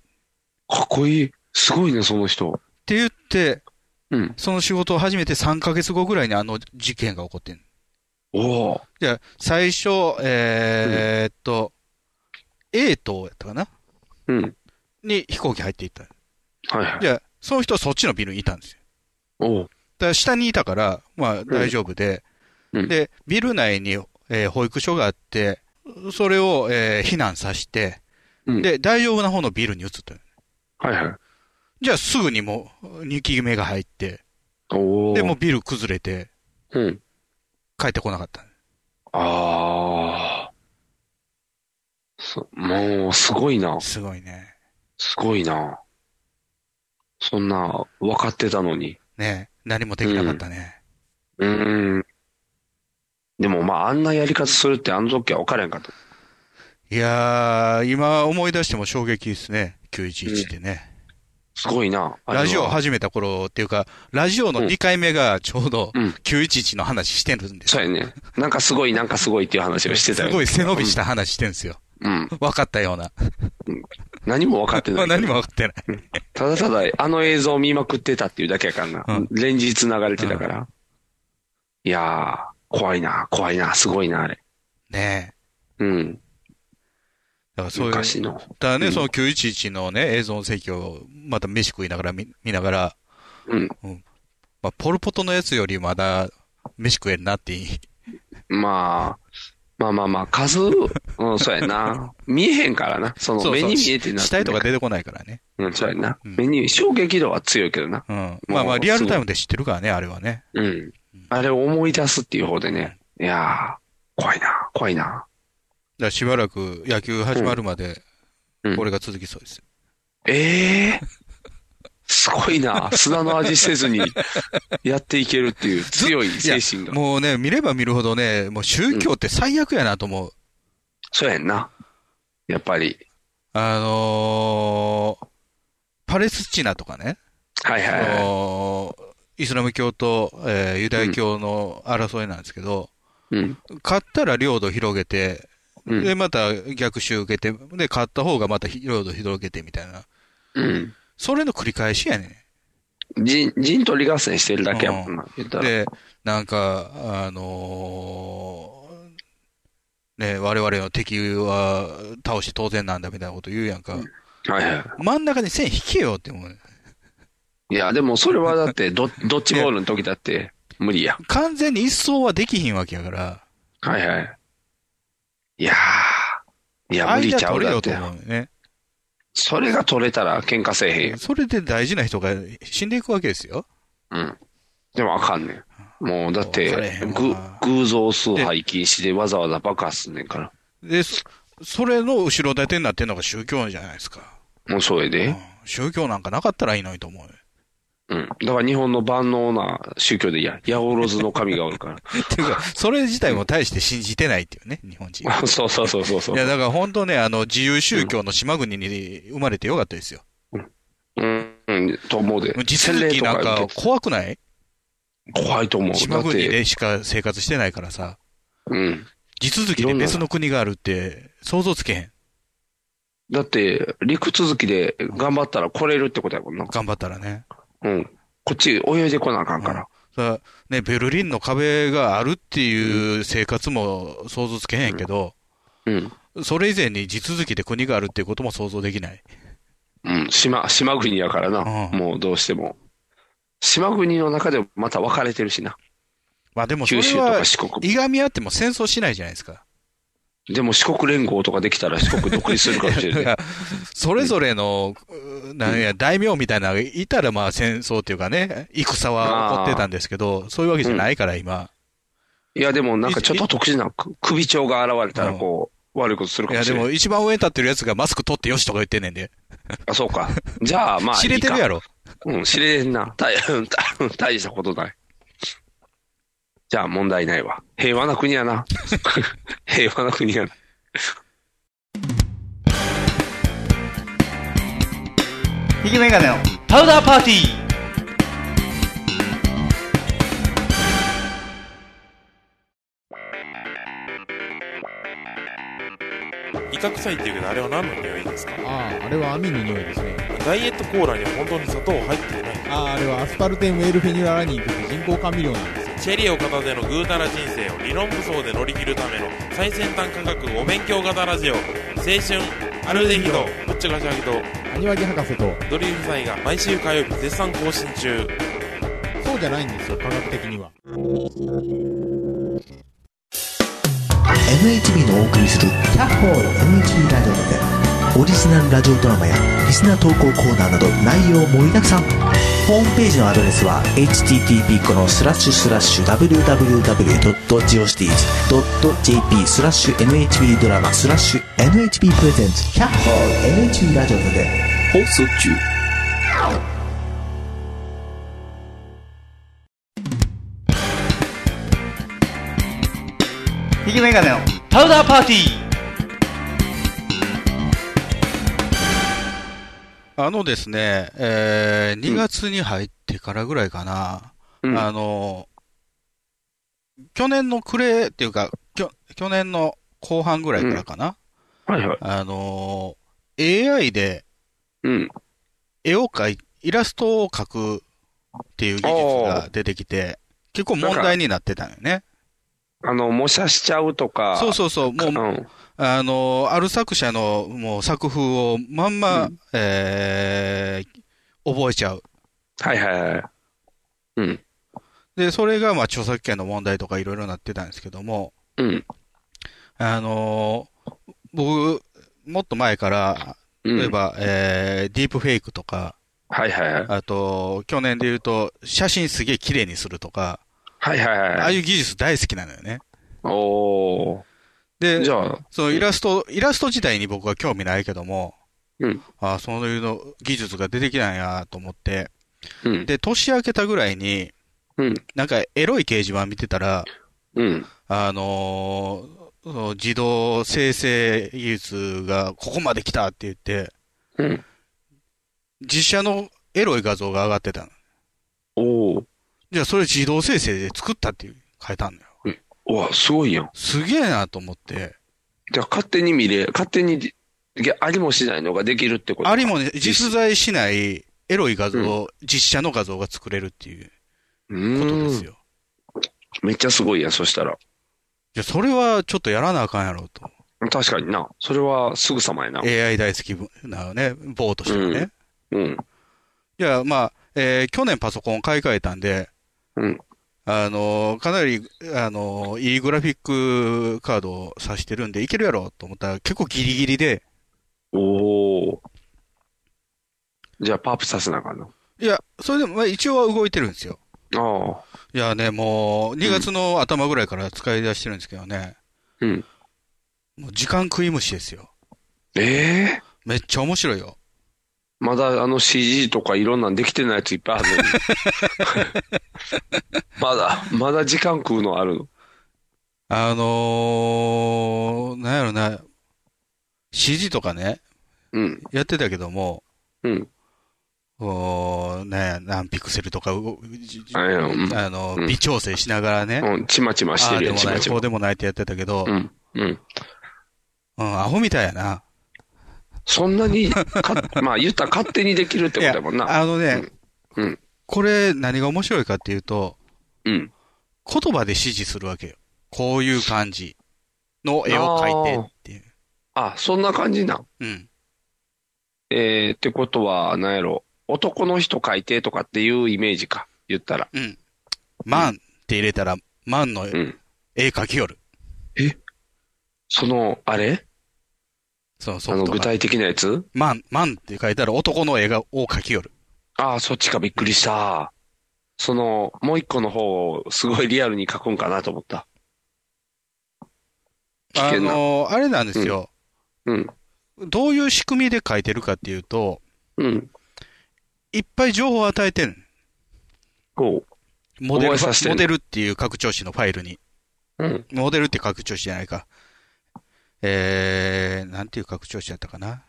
Speaker 3: かっこいい。すごいね、その人。
Speaker 2: て言って、
Speaker 3: うん。
Speaker 2: その仕事を始めて3ヶ月後ぐらいにあの事件が起こってんの。
Speaker 3: おお。
Speaker 2: じゃあ、最初、えーえーっと、A 棟やったかな
Speaker 3: うん。
Speaker 2: に飛行機入っていった。
Speaker 3: はいはい。
Speaker 2: じゃあ、その人はそっちのビルにいたんですよ。
Speaker 3: おお。
Speaker 2: だから下にいたから、まあ大丈夫で、
Speaker 3: うん
Speaker 2: で、ビル内に、えー保育所があって、それを、えー避難させて、
Speaker 3: うん
Speaker 2: で、大丈夫な方のビルに移った。
Speaker 3: はいはい。
Speaker 2: じゃあすぐにもう2期目が入って、
Speaker 3: おお。
Speaker 2: で、もうビル崩れて
Speaker 3: うん。
Speaker 2: 帰ってこなかった。
Speaker 3: ああ。そもう、すごいな。
Speaker 2: すごいね。
Speaker 3: すごいな。そんな、分かってたのに。
Speaker 2: ね何もできなかったね。
Speaker 3: うーん。でもまあ、あんなやり方するってあの時は分からへんかった。
Speaker 2: いやー、今思い出しても衝撃ですね。911ってね。
Speaker 3: すごいな。あれは
Speaker 2: ラジオ始めた頃っていうか、ラジオの2回目がちょうど
Speaker 3: うん
Speaker 2: 911の話してるんですよ
Speaker 3: そうやね。なんかすごい、なんかすごいっていう話をして
Speaker 2: す
Speaker 3: たよ。
Speaker 2: ごい背伸びした話してるんですよ。
Speaker 3: うん。
Speaker 2: 分かったような。
Speaker 3: 何も分かってな い。
Speaker 2: 何も分かってない。
Speaker 3: ただただ、あの映像を見まくってたっていうだけやからな。
Speaker 2: うん
Speaker 3: 連日流れてたから。いやー、怖いな、怖いな、すごいな、あれ。
Speaker 2: ねえ。
Speaker 3: うん。
Speaker 2: だからそういう、だ
Speaker 3: 昔の。
Speaker 2: からね、
Speaker 3: うん
Speaker 2: その911のね、映像の席をまた飯食いながら見見ながら、
Speaker 3: うん。
Speaker 2: まあ、ポルポトのやつよりまだ飯食えるなっていい。
Speaker 3: まあ、まあまあまあ、 数、うん、そうやな。見えへんからな。その、目に見えて
Speaker 2: し
Speaker 3: なって
Speaker 2: 死体とか出てこないからね。
Speaker 3: うん、そうやな。
Speaker 2: うん
Speaker 3: 目に、衝撃度は強いけどな。
Speaker 2: うん。まあまあ、リアルタイムで知ってるからね、あれはね。
Speaker 3: うん。あれを思い出すっていう方でね。いやー、怖いな、怖いな。
Speaker 2: だからしばらく野球始まるまで
Speaker 3: うん、
Speaker 2: これが続きそうです。
Speaker 3: ええー、すごいな。砂の味せずにやっていけるっていう
Speaker 2: ず
Speaker 3: 強い精神が。
Speaker 2: もうね、見れば見るほどね、もう宗教って最悪やなと思う。
Speaker 3: そうやんな。やっぱり。
Speaker 2: あのーパレスチナとかね、
Speaker 3: はいはい
Speaker 2: あ
Speaker 3: は
Speaker 2: のーイスラム教と、えーユダヤ教の争いなんですけど、
Speaker 3: い。うん。
Speaker 2: 勝ったら領土広げて、
Speaker 3: うん
Speaker 2: で、また逆襲受けて、で、勝った方がまた領土広げてみたいな。
Speaker 3: うん。
Speaker 2: それの繰り返しやね
Speaker 3: 陣、陣取り合戦してるだけやもんな。言ったら。
Speaker 2: で、なんか、あのーね、我々の敵は倒して当然なんだみたいなこと言うやんか。
Speaker 3: はいは
Speaker 2: 真ん中に線引けよって思う。
Speaker 3: い。いや、でもそれはだ って、ど、ドッジボールの時だって、無理や。
Speaker 2: 完全に一掃はできひんわけやから、
Speaker 3: はいはい。いやー。いや、無理
Speaker 2: 間
Speaker 3: ちゃう
Speaker 2: 取れ
Speaker 3: だ
Speaker 2: よ
Speaker 3: っ
Speaker 2: と
Speaker 3: て。
Speaker 2: 思うよね。
Speaker 3: それが取れたら喧嘩せえへんよ。
Speaker 2: それで大事な人が死んでいくわけですよ。
Speaker 3: うん。でもあかんねん。もうだっ
Speaker 2: わかれ
Speaker 3: て
Speaker 2: へん、
Speaker 3: ぐ
Speaker 2: わ
Speaker 3: 偶像崇拝禁止でわざわざ爆発すんねんから。
Speaker 2: で、そそれの後ろ盾になってんのが宗教じゃないですか。
Speaker 3: もうそれ
Speaker 2: うん
Speaker 3: で。
Speaker 2: 宗教なんかなかったらいいのにと思うよ。
Speaker 3: うん。だから日本の万能な宗教でいいや。八百万の神がお るか
Speaker 2: っていうか、それ自体も大して信じてないっていうね、日本人。
Speaker 3: ら。そうそうそうそうそ
Speaker 2: いや、
Speaker 3: う。
Speaker 2: だから本当ね、あの、自由宗教の島国に生まれてよかったですよ。
Speaker 3: うん。うんと思うで。
Speaker 2: 地続きなん
Speaker 3: 洗
Speaker 2: か
Speaker 3: 礼と
Speaker 2: 怖くない
Speaker 3: 受けて怖いと思う。だ
Speaker 2: 島
Speaker 3: っ
Speaker 2: 国
Speaker 3: て、
Speaker 2: でしか生活してないからさ、
Speaker 3: うん。
Speaker 2: 地続きで別の国があるって想像つけへん。
Speaker 3: だって、陸続きで頑張ったら来れるってことやもんな。
Speaker 2: 頑張ったらね。
Speaker 3: うん。こっち泳いでこなあかんから。
Speaker 2: さね、ベルリンの壁があるっていう生活も想像つけへんけど、
Speaker 3: うん。
Speaker 2: それ以前に地続きで国があるっていうことも想像できない。
Speaker 3: うん。島、島国やからな。
Speaker 2: うん
Speaker 3: もうどうしても。島国の中でもまた分かれてるしな。
Speaker 2: まあでもそれ
Speaker 3: 九州と
Speaker 2: は
Speaker 3: か、四国。
Speaker 2: いがみ合っても戦争しないじゃないですか。
Speaker 3: でも四国連合とかできたら四国独立するかもしれな
Speaker 2: だ
Speaker 3: い。
Speaker 2: からそれぞれの、うなんや、大名みたいなのがいたら、まあ戦争っていうかね、戦は起こってたんですけど、そういうわけじゃないから、今。
Speaker 3: いや、でもなんかちょっと特殊なく首長が現れたらこう、悪いことする
Speaker 2: い
Speaker 3: かも
Speaker 2: や、
Speaker 3: し
Speaker 2: で
Speaker 3: れな
Speaker 2: も
Speaker 3: い。
Speaker 2: 一番上に立ってるやつがマスク取ってよしとか言ってんねんで。
Speaker 3: あ、そうか。じゃあ、まあ。
Speaker 2: 知れてるや
Speaker 3: ろ。
Speaker 2: ろ。
Speaker 3: うん、知れてんな。大、大大したことない。じゃあ問題ないわ。平和な国やな。 平和な国やな。
Speaker 4: 引きメガネのパウダーパーティー
Speaker 5: 威嚇臭いっていうけどあれは何の匂いですか
Speaker 6: あああれは網の匂いですね
Speaker 5: ダイエットコーラには本当に砂糖入ってない
Speaker 6: あああれはアスパルテンウェルフェニュララニンという人工甘味料なんですよ
Speaker 5: チェリーを片手のぐうたら人生を理論武装で乗り切るための最先端科学お勉強型ラジオ青春アルデヒドぶっちゃかしゃぎと
Speaker 6: アニワギ博士と
Speaker 5: ドリー夫妻が毎週火曜日絶賛更新中
Speaker 6: そうじゃないんですよ科学的には
Speaker 7: NHB のお送りする「キャッホール NHB ラジオ」でオリジナルラジオドラマやリスナー投稿コーナーなど内容盛りだくさんホームページのアドレスは http このスラッシュスラッシュ www.geocities.jp スラッシュ NHB ドラマスラッシュ NHB プレゼンツキャッホール NHB ラジオで放送中
Speaker 4: 引きメガネのパウダーパーティー
Speaker 2: あのですね、えー、2月に入ってからぐらいかな、
Speaker 3: うん。
Speaker 2: あ
Speaker 3: は
Speaker 2: の、去年の暮れっていうか、きょ去年の後半ぐらいからかな、
Speaker 3: いはい。
Speaker 2: あの、AI で
Speaker 3: うん。
Speaker 2: 絵を描い、イラストを描くっていう技術が出てきて、結構問題になってたのよね。
Speaker 3: あの、模写しちゃうとか。
Speaker 2: そうそうそう、もう、
Speaker 3: うん。
Speaker 2: あの、ある作者のもう作風をまんま、えー覚えちゃう。
Speaker 3: はいはいはい。うん。
Speaker 2: で、それがまあ著作権の問題とかいろいろなってたんですけども、
Speaker 3: うん。
Speaker 2: あの僕、もっと前から、
Speaker 3: うん
Speaker 2: 例え。ば、えーディープフェイクとか、
Speaker 3: はいはいはい。
Speaker 2: あと、去年で言うと、写真すげえ綺麗にするとか、
Speaker 3: はいはい
Speaker 2: あ
Speaker 3: は
Speaker 2: あ
Speaker 3: い。
Speaker 2: いう技術大好きなのよね。
Speaker 3: おー。
Speaker 2: で
Speaker 3: じ、ゃあ、
Speaker 2: そのイラスト、イラスト自体に僕は興味ないけども、
Speaker 3: うん。
Speaker 2: ああ、そういうの、技術が出てきたんやと思って、
Speaker 3: うん。
Speaker 2: で、年明けたぐらいに、
Speaker 3: うん。
Speaker 2: なんかエロい掲示板見てたら、
Speaker 3: うん。
Speaker 2: あのーその自動生成技術がここまで来たって言って、
Speaker 3: うん。
Speaker 2: 実写のエロい画像が上がってたの。
Speaker 3: おー。
Speaker 2: じゃあそれ自動生成で作ったっていう書いたんだよ。
Speaker 3: うわ、すごいやん。
Speaker 2: すげえなと思って、
Speaker 3: じゃあ、勝手に見れ、勝手に、いやありもしないのができるってこと
Speaker 2: ありもね、実在しないエロい画像を、実写の画像が作れるっていう
Speaker 3: う
Speaker 2: ことで
Speaker 3: ー
Speaker 2: す
Speaker 3: ん。
Speaker 2: よ。
Speaker 3: めっちゃすごいやん、そしたら。
Speaker 2: じゃあそれはちょっとやらなあかんやろうと。
Speaker 3: 確かにな。それはすぐさまやな。
Speaker 2: AI 大好きなね、ボーとしてはね。
Speaker 3: うん。
Speaker 2: いや、まあ、えー去年パソコン買い替えたんで、
Speaker 3: うん。
Speaker 2: あのーかなり、あのーいいグラフィックカードを挿してるんで、いけるやろと思ったら、結構ギリギリで、
Speaker 3: おお。じゃあ、パープさせなあかんの。
Speaker 2: いや、それでも、まあ、一応は動いてるんですよ。
Speaker 3: ああ。
Speaker 2: いやね、もう、2月の頭ぐらいから使い出してるんですけどね、
Speaker 3: うん。
Speaker 2: もう時間食い虫ですよ。
Speaker 3: ええ
Speaker 2: めっちゃ面白いよ。
Speaker 3: まだあの CG とかいろんなんできてないやついっぱいあるのに まだ、まだ時間食うのあるの。
Speaker 2: あのー、なんやろな、CG とかね、
Speaker 3: うん。
Speaker 2: やってたけども、
Speaker 3: うん。
Speaker 2: おーね、何ピクセルとか動じじ
Speaker 3: あいやうん
Speaker 2: あの、
Speaker 3: うん
Speaker 2: 微調整しながらね、
Speaker 3: うん。ちまちまし
Speaker 2: あ
Speaker 3: て
Speaker 2: あ
Speaker 3: る
Speaker 2: で
Speaker 3: や
Speaker 2: も
Speaker 3: ん、ち
Speaker 2: ない、
Speaker 3: まち
Speaker 2: こ
Speaker 3: ま
Speaker 2: う。でもないってやってたけど、
Speaker 3: うん。うん。
Speaker 2: うん、アホみたいやな。
Speaker 3: そんなにか、 まあ言ったら勝手にできるってことやもん
Speaker 2: いや
Speaker 3: な。
Speaker 2: あのね、
Speaker 3: うんうん
Speaker 2: これ何が面白いかっていうと、
Speaker 3: うん。
Speaker 2: 言葉で指示するわけよ。こういう感じの絵を描いてっていう。
Speaker 3: あ、そんな感じなん。
Speaker 2: うん。
Speaker 3: えー、ってことは、なんやろ。男の人書いてとかっていうイメージか。言ったら。
Speaker 2: マンって入れたら、マンの
Speaker 3: うん。
Speaker 2: 絵描きよる。
Speaker 3: その、あれ
Speaker 2: そのソ
Speaker 3: あ
Speaker 2: フ
Speaker 3: の、
Speaker 2: トが
Speaker 3: 具体的なやつ
Speaker 2: マン、マンって書いたら男の絵がを描きよる。
Speaker 3: ああ、そっちか、びっくりした。その、もう一個の方をすごいリアルに書くんかなと思った。危
Speaker 2: あ
Speaker 3: 険な。
Speaker 2: のーあれなんですよ。
Speaker 3: うん。
Speaker 2: どういう仕組みで書いてるかっていうと、
Speaker 3: うん。
Speaker 2: いっぱい情報を与えてん。
Speaker 3: こ
Speaker 2: モデル、
Speaker 3: 覚えさせてん
Speaker 2: モ
Speaker 3: の
Speaker 2: デルっていう拡張子のファイルに。
Speaker 3: う。うん。
Speaker 2: モデルって拡張子じゃないか。えー、なんていう拡張子だったかな。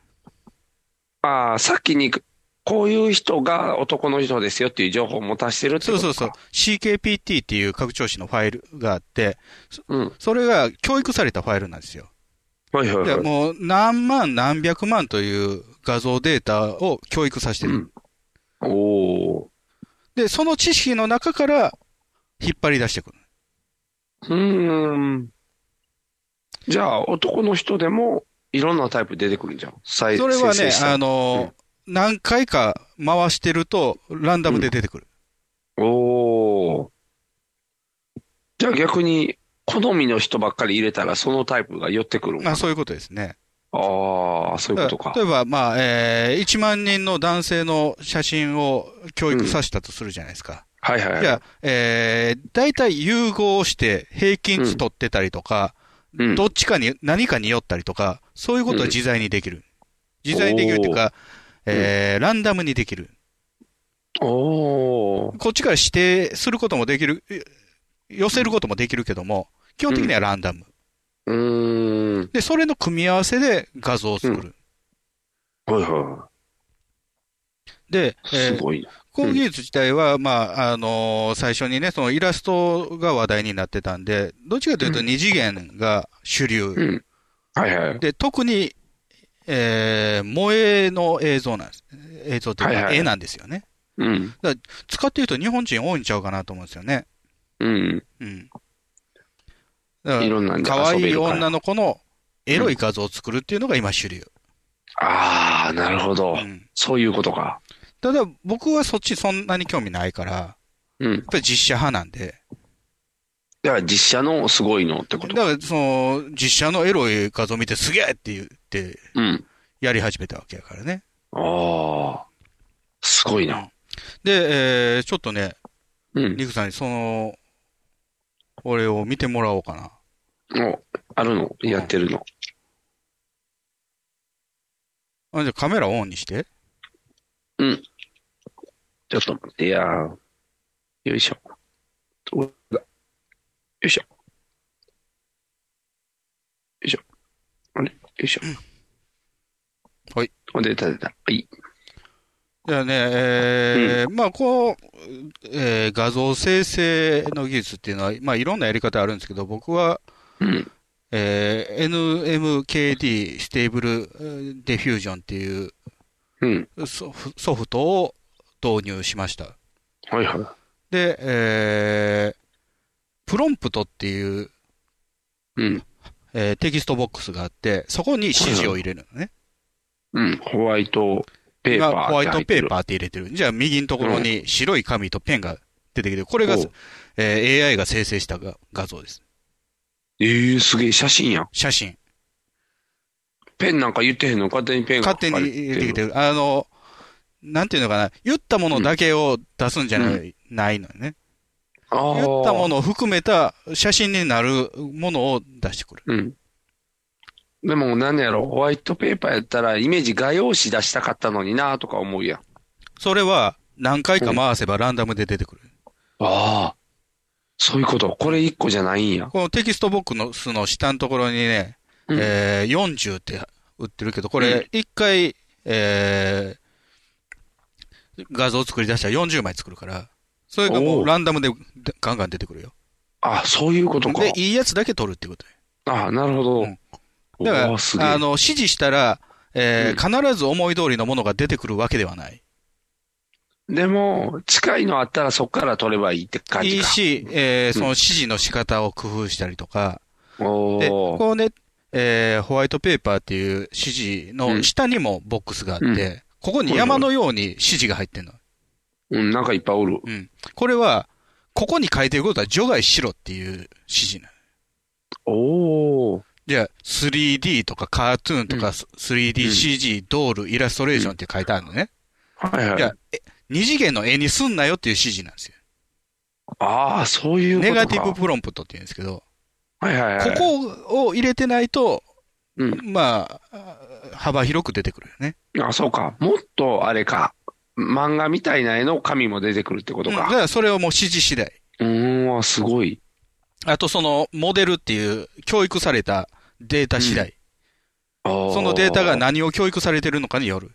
Speaker 3: ああ、さっきに、こういう人が男の人ですよっていう情報を持たしてるって
Speaker 2: そ
Speaker 3: こ
Speaker 2: う
Speaker 3: と
Speaker 2: そ
Speaker 3: か。
Speaker 2: うそう。CKPT っていう拡張子のファイルがあって、
Speaker 3: う。うん。
Speaker 2: それが教育されたファイルなんですよ。
Speaker 3: はいはい
Speaker 2: いや
Speaker 3: はい。
Speaker 2: もう何万何百万という画像データを教育させてる。
Speaker 3: うんおお。
Speaker 2: で、その知識の中から引っ張り出してくる。
Speaker 3: うーん。じゃあ、男の人でも、いろんなタイプ出てくるんじゃん。そ
Speaker 2: それはね、あのー、何回か回してるとランダムで出てくる。
Speaker 3: おお。じゃあ逆に、好みの人ばっかり入れたら、そのタイプが寄ってくるん
Speaker 2: ま
Speaker 3: か
Speaker 2: あそういうことですね。
Speaker 3: ああ、そういうことか
Speaker 2: 例。えば、まあ、えー、1万人の男性の写真を教育させたとするじゃないですか。
Speaker 3: はいはい
Speaker 2: じ
Speaker 3: はい。
Speaker 2: ゃあ、えー、大体融合して平均値取ってたりとか、
Speaker 3: うん
Speaker 2: どっちかに、何かによったりとか、そういうことは自在にできる。自在にできるっていうか、えーランダムにできる。
Speaker 3: おお
Speaker 2: こっちから指定することもできる、え寄せることもできるけども、基本的にはランダム。
Speaker 3: ー。うーん。
Speaker 2: で、それの組み合わせで画像を作る。
Speaker 3: はいは
Speaker 2: で、
Speaker 3: い。
Speaker 2: え
Speaker 3: す
Speaker 2: ー
Speaker 3: ごいな。
Speaker 2: この技術自体は、まあ、あのー最初にね、そのイラストが話題になってたんで、どっちかというと
Speaker 3: うん
Speaker 2: 二次元が主流。
Speaker 3: うん。はいはい。
Speaker 2: で、特に、えー萌えの映像なんです。映像という
Speaker 3: はい
Speaker 2: か、
Speaker 3: はい
Speaker 2: 絵なんですよね。
Speaker 3: うん。
Speaker 2: 使ってると日本人多いんちゃうかなと思うんですよね。
Speaker 3: うん。
Speaker 2: うん。だか
Speaker 3: い
Speaker 2: ら、
Speaker 3: ろんなんで
Speaker 2: 可
Speaker 3: 遊べ
Speaker 2: 愛い
Speaker 3: るから。
Speaker 2: 女の子のエロい画像を作るっていうのが今主流。
Speaker 3: ああ、なるほど
Speaker 2: う。ん。
Speaker 3: そういうことか。
Speaker 2: ただ、僕はそっちそんなに興味ないから、やっ
Speaker 3: うん。
Speaker 2: ぱり実写派なんで。
Speaker 3: だから実写のすごいのってこ
Speaker 2: だ
Speaker 3: と
Speaker 2: か
Speaker 3: か。
Speaker 2: ら、その、実写のエロい画像見てすげえって言って、
Speaker 3: うん。
Speaker 2: やり始めたわけやからね。
Speaker 3: ああ。すごいな。
Speaker 2: で、えー、ちょっとね、
Speaker 3: うん。
Speaker 2: リクさんにその、俺を見てもらおうかな。
Speaker 3: お、あるのやってるの。
Speaker 2: あ、じゃあカメラオンにして。
Speaker 3: ちょっと待って、いやーよいしょ。どこだよいしょ。よいしょ。あれよいしょ。
Speaker 2: はい。
Speaker 3: お、出た出た。はい。
Speaker 2: じゃあね、えーまあこう、えー画像生成の技術っていうのは、まあいろんなやり方あるんですけど、僕は、
Speaker 3: うん。
Speaker 2: えー NMKD ステーブルディフュージョンっていう
Speaker 3: うん。
Speaker 2: ソフソフトを導入しました。
Speaker 3: はいは
Speaker 2: で、えープロンプトっていう、
Speaker 3: い。うん。
Speaker 2: えーテキストボックスがあって、そこに指示を入れるのね。
Speaker 3: うん。ホワイトペーパー
Speaker 2: がホワイトペー
Speaker 3: ー。
Speaker 2: パーって入れてる。じゃあ右のところに白い紙とペンが出てきて、これが、
Speaker 3: おう
Speaker 2: えー AI が生成したが画像です。
Speaker 3: えー、すげえ写真やん。
Speaker 2: 写真。
Speaker 3: ペンなんか言ってへんの勝手にペンが
Speaker 2: 勝手に入れてきてる。あの、なんていうのかな。言ったものだけを出すんじゃない,、ないのよね。
Speaker 3: ああ。
Speaker 2: 言ったものを含めた写真になるものを出してくる。
Speaker 3: うん。でも何やろ、ホワイトペーパーやったらイメージ画用紙出したかったのになとか思うやん。
Speaker 2: それは何回か回せばランダムで出てくる。
Speaker 3: ああ。そういうこと。これ一個じゃないんや。
Speaker 2: このテキストボックスの下のところにね、
Speaker 3: うん
Speaker 2: えー40って売ってるけど、こ
Speaker 3: う
Speaker 2: れ
Speaker 3: ん
Speaker 2: 一回、えー画像作り出したら40枚作るから、それがも
Speaker 3: お
Speaker 2: う
Speaker 3: う
Speaker 2: ランダムででガンガン出てくるよ。
Speaker 3: あそういうことか。
Speaker 2: で、いいやつだけ取るってこと
Speaker 3: ああ、なるほど。
Speaker 2: うんだか
Speaker 3: おーすげえ
Speaker 2: ら、あの、指示したら、えー必ず思い通りのものが出てくるわけではない。
Speaker 3: でも、近いのあったらそっから取ればいいって感じか。
Speaker 2: いいし、えーその指示の仕方を工夫したりとか、
Speaker 3: お
Speaker 2: で、
Speaker 3: ー
Speaker 2: こうね、えーホワイトペーパーっていう指示の下にもボックスがあって、
Speaker 3: うんうん
Speaker 2: ここに山のように指示が入ってんの。
Speaker 3: うん、なんかいっぱいおる。
Speaker 2: うん。これは、ここに書いてることは除外しろっていう指示なの。
Speaker 3: おー
Speaker 2: じゃあ、3D とかカートゥーンとか、
Speaker 3: う
Speaker 2: 3DCG、ドール、イラストレーションって書いてあるのね。
Speaker 3: はいはいい
Speaker 2: や。二次元の絵にすんなよっていう指示なんですよ。
Speaker 3: ああ、そういうこと
Speaker 2: ネ
Speaker 3: か。
Speaker 2: ガティブプロンプトって言うんですけど、
Speaker 3: はいはいはい。
Speaker 2: ここを入れてないと、
Speaker 3: うん
Speaker 2: まあ、幅広く出てくるよね。
Speaker 3: あ、そうか。もっと、あれか。漫画みたいな絵の紙も出てくるってこと
Speaker 2: うんだ
Speaker 3: か。
Speaker 2: からそれをもう指示次第。
Speaker 3: うーん、わすごい。
Speaker 2: あとそのモデルっていう教育されたデータ次第。
Speaker 3: そ
Speaker 2: そのデータが。何を教育されてるのかによる。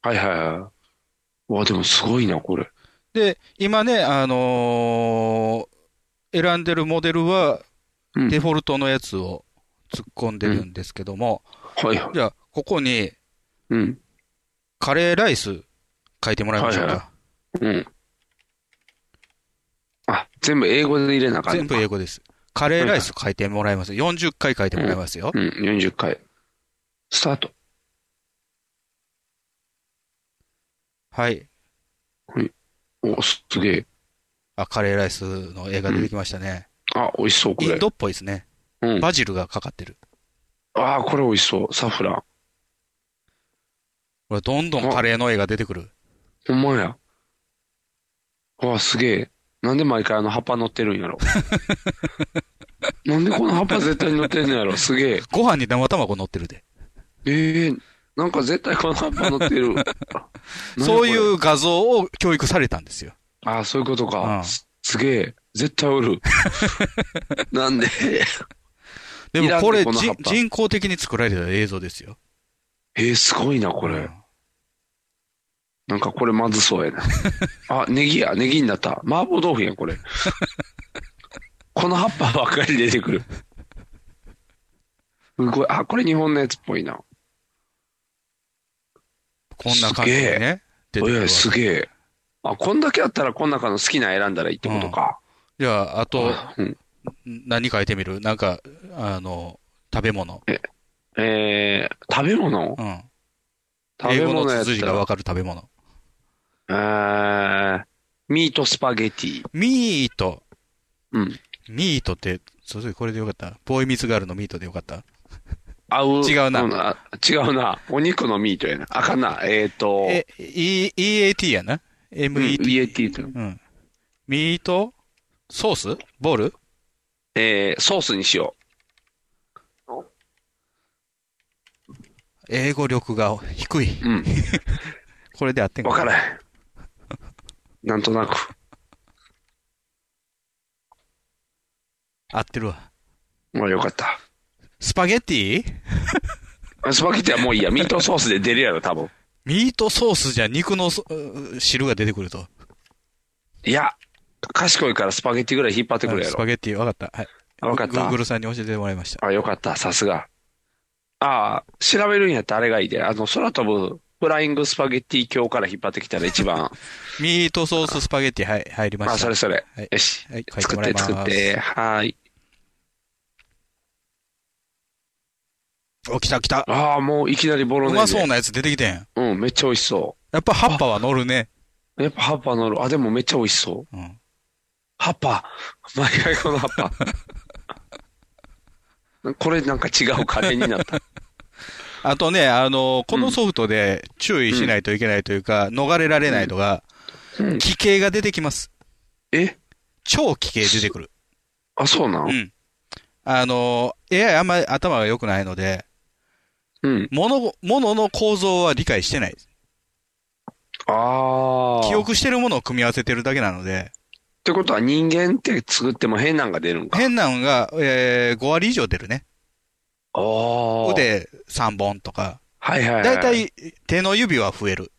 Speaker 3: はいはいはい。わ、でもすごいな、これ。
Speaker 2: で、今ね、あのー選んでるモデルは
Speaker 3: うん
Speaker 2: デフォルトのやつを突っ込んでるんですけども、
Speaker 3: はいはい。
Speaker 2: じゃあ、ここに
Speaker 3: うん。
Speaker 2: カレーライス書いてもらいましょう
Speaker 3: はい
Speaker 2: か。
Speaker 3: うん。あ、全部英語で入れなあかった。
Speaker 2: 全部英語です。カレーライス書いてもらいます。40回書いてもらいますよ。
Speaker 3: うん、40回。スタート。
Speaker 2: はい。
Speaker 3: お、すすげえ。
Speaker 2: あ、カレーライスの映画出てきましたね。
Speaker 3: あ、美味しそう、こ
Speaker 2: イン
Speaker 3: れ。
Speaker 2: ドっぽいですね。
Speaker 3: うん。
Speaker 2: バジルがかかってる。
Speaker 3: ああ、これ美味しそう。サフラン。
Speaker 2: これどんどんカレーの絵が出てくる。
Speaker 3: ほんまや。わあ、すげえ。なんで毎回あの葉っぱ乗ってる んやろ。なんでこの葉っぱ絶対乗ってんのやろ。すげえ。
Speaker 2: ご飯に生卵乗ってるで。
Speaker 3: ええなんか絶対この葉っぱ乗って る。。
Speaker 2: そういうう画像を教育されたんですよ。
Speaker 3: ああ、そういうことか。
Speaker 2: うん
Speaker 3: すすげえ。絶 対おる。なんで。
Speaker 2: で
Speaker 3: いら
Speaker 2: も
Speaker 3: んね
Speaker 2: これ
Speaker 3: この葉っ
Speaker 2: じ
Speaker 3: ぱ
Speaker 2: 人工的に作られた映像ですよ。
Speaker 3: ええすごいな、こ
Speaker 2: う
Speaker 3: れ
Speaker 2: ん。
Speaker 3: なんかこれまずそうやな。あ、ネギや、ネギになった。麻婆豆腐やん、これ。この葉っぱばっかり出てくる。すごい。あ、これ日本のやつっぽいな。
Speaker 2: こんな感じでね。出てくる
Speaker 3: え
Speaker 2: わ
Speaker 3: え、すげえ。あ、こんだけあったらこの中の好きな選んだらいいってことか。
Speaker 2: じゃあ、あと、
Speaker 3: うん、
Speaker 2: 何書いてみるなんか、あの、食べ物。
Speaker 3: えー、食べ物
Speaker 2: うん。
Speaker 3: 食
Speaker 2: 英
Speaker 3: べ
Speaker 2: 語の
Speaker 3: 物やっ
Speaker 2: 綴り
Speaker 3: た
Speaker 2: が
Speaker 3: ら
Speaker 2: わかる食べ物。。
Speaker 3: えーミートスパゲティ。
Speaker 2: ミート。
Speaker 3: うん。
Speaker 2: ミートって、そうそう、これでよかった。ボーイミスガールのミートでよかった。
Speaker 3: 合う。
Speaker 2: 違うなん
Speaker 3: あ違うな。お肉のミートやな。あかんな。えっ、と、
Speaker 2: え、E- EAT やな
Speaker 3: うん
Speaker 2: ?MET。
Speaker 3: EAT と。
Speaker 2: うん。ミート、ソースボール
Speaker 3: えー、ソースにしよ
Speaker 2: 英語力が低い。
Speaker 3: う。うん。
Speaker 2: これで合ってん
Speaker 3: わ
Speaker 2: か
Speaker 3: からへん。 なんとなく。
Speaker 2: 合ってるわ。
Speaker 3: まあよかった。
Speaker 2: スパゲッティ
Speaker 3: スパゲティはもういいや。ミートソースで出るやろ、多分。
Speaker 2: ミートソースじゃ肉のそう汁が出てくると。
Speaker 3: いや、賢いからスパゲティぐらい引っ張ってくるや
Speaker 2: スパ
Speaker 3: ろ。
Speaker 2: ゲッティ、わかった。はい。
Speaker 3: あわかっ
Speaker 2: グー
Speaker 3: た
Speaker 2: グ。ルさんに教えてもらいました。
Speaker 3: あ、よかった。さすが。ああ、調べるんやったらあれがいいで。あの、空飛ぶフライングスパゲティ卿から引っ張ってきたら 一番。
Speaker 2: ミートソーススパゲッティ、はい、入りま
Speaker 3: あ、
Speaker 2: した。
Speaker 3: それそれ。
Speaker 2: はい
Speaker 3: よし。
Speaker 2: はい、書いて
Speaker 3: 作
Speaker 2: も
Speaker 3: っ
Speaker 2: らい
Speaker 3: て
Speaker 2: ます。
Speaker 3: 作って。はーい。
Speaker 2: お、来た来た。
Speaker 3: ああ、もういきなりボロ
Speaker 2: う
Speaker 3: ネー
Speaker 2: ま
Speaker 3: ゼ。
Speaker 2: そうなやつ出てきてん。
Speaker 3: うん、めっちゃ美味しそ
Speaker 2: やっぱ葉っぱは乗るね。
Speaker 3: やっぱ葉っぱの、あ、でもめっちゃ美味しそう。
Speaker 2: うん。
Speaker 3: 葉っぱ毎回この葉っぱ。 これなんか違うカレーになった。
Speaker 2: あとね、あの、このソフトで注意しないといけないというか、逃れられないのが、
Speaker 3: うん
Speaker 2: 奇形が出てきます。
Speaker 3: え
Speaker 2: 超奇形出てくる。
Speaker 3: あ、そうなん、
Speaker 2: うん。あの、AI あんまり頭が良くないので、
Speaker 3: うん。
Speaker 2: 物、物の構造は理解してない。
Speaker 3: ああ。
Speaker 2: 記憶してるものを組み合わせてるだけなので、
Speaker 3: ってことは人間って作っても変なんが出るんか。
Speaker 2: 変なのが、えー、5割以上出るね。
Speaker 3: ああ。。
Speaker 2: 腕3本とか。
Speaker 3: はいはい、はい。
Speaker 2: だいた。い手の指は増える。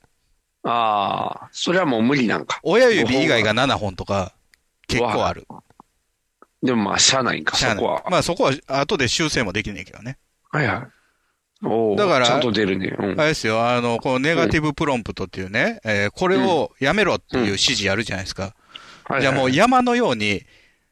Speaker 3: ああ。それはもう無理なんか。
Speaker 2: 親指以外が7本とか、結構ある。
Speaker 3: でもまあ、しゃあないんか、
Speaker 2: し
Speaker 3: そ
Speaker 2: ゃあない
Speaker 3: こは。
Speaker 2: まあそこは後で修正もできないけどね。
Speaker 3: はいはい。おお。
Speaker 2: だから
Speaker 3: ちゃんと出るね。うん
Speaker 2: あ。れですよ、あの、このネガティブプロンプトっていうね、えーこれをやめろっていう指示あるじゃないですか。
Speaker 3: はい
Speaker 2: じゃあもう山のように、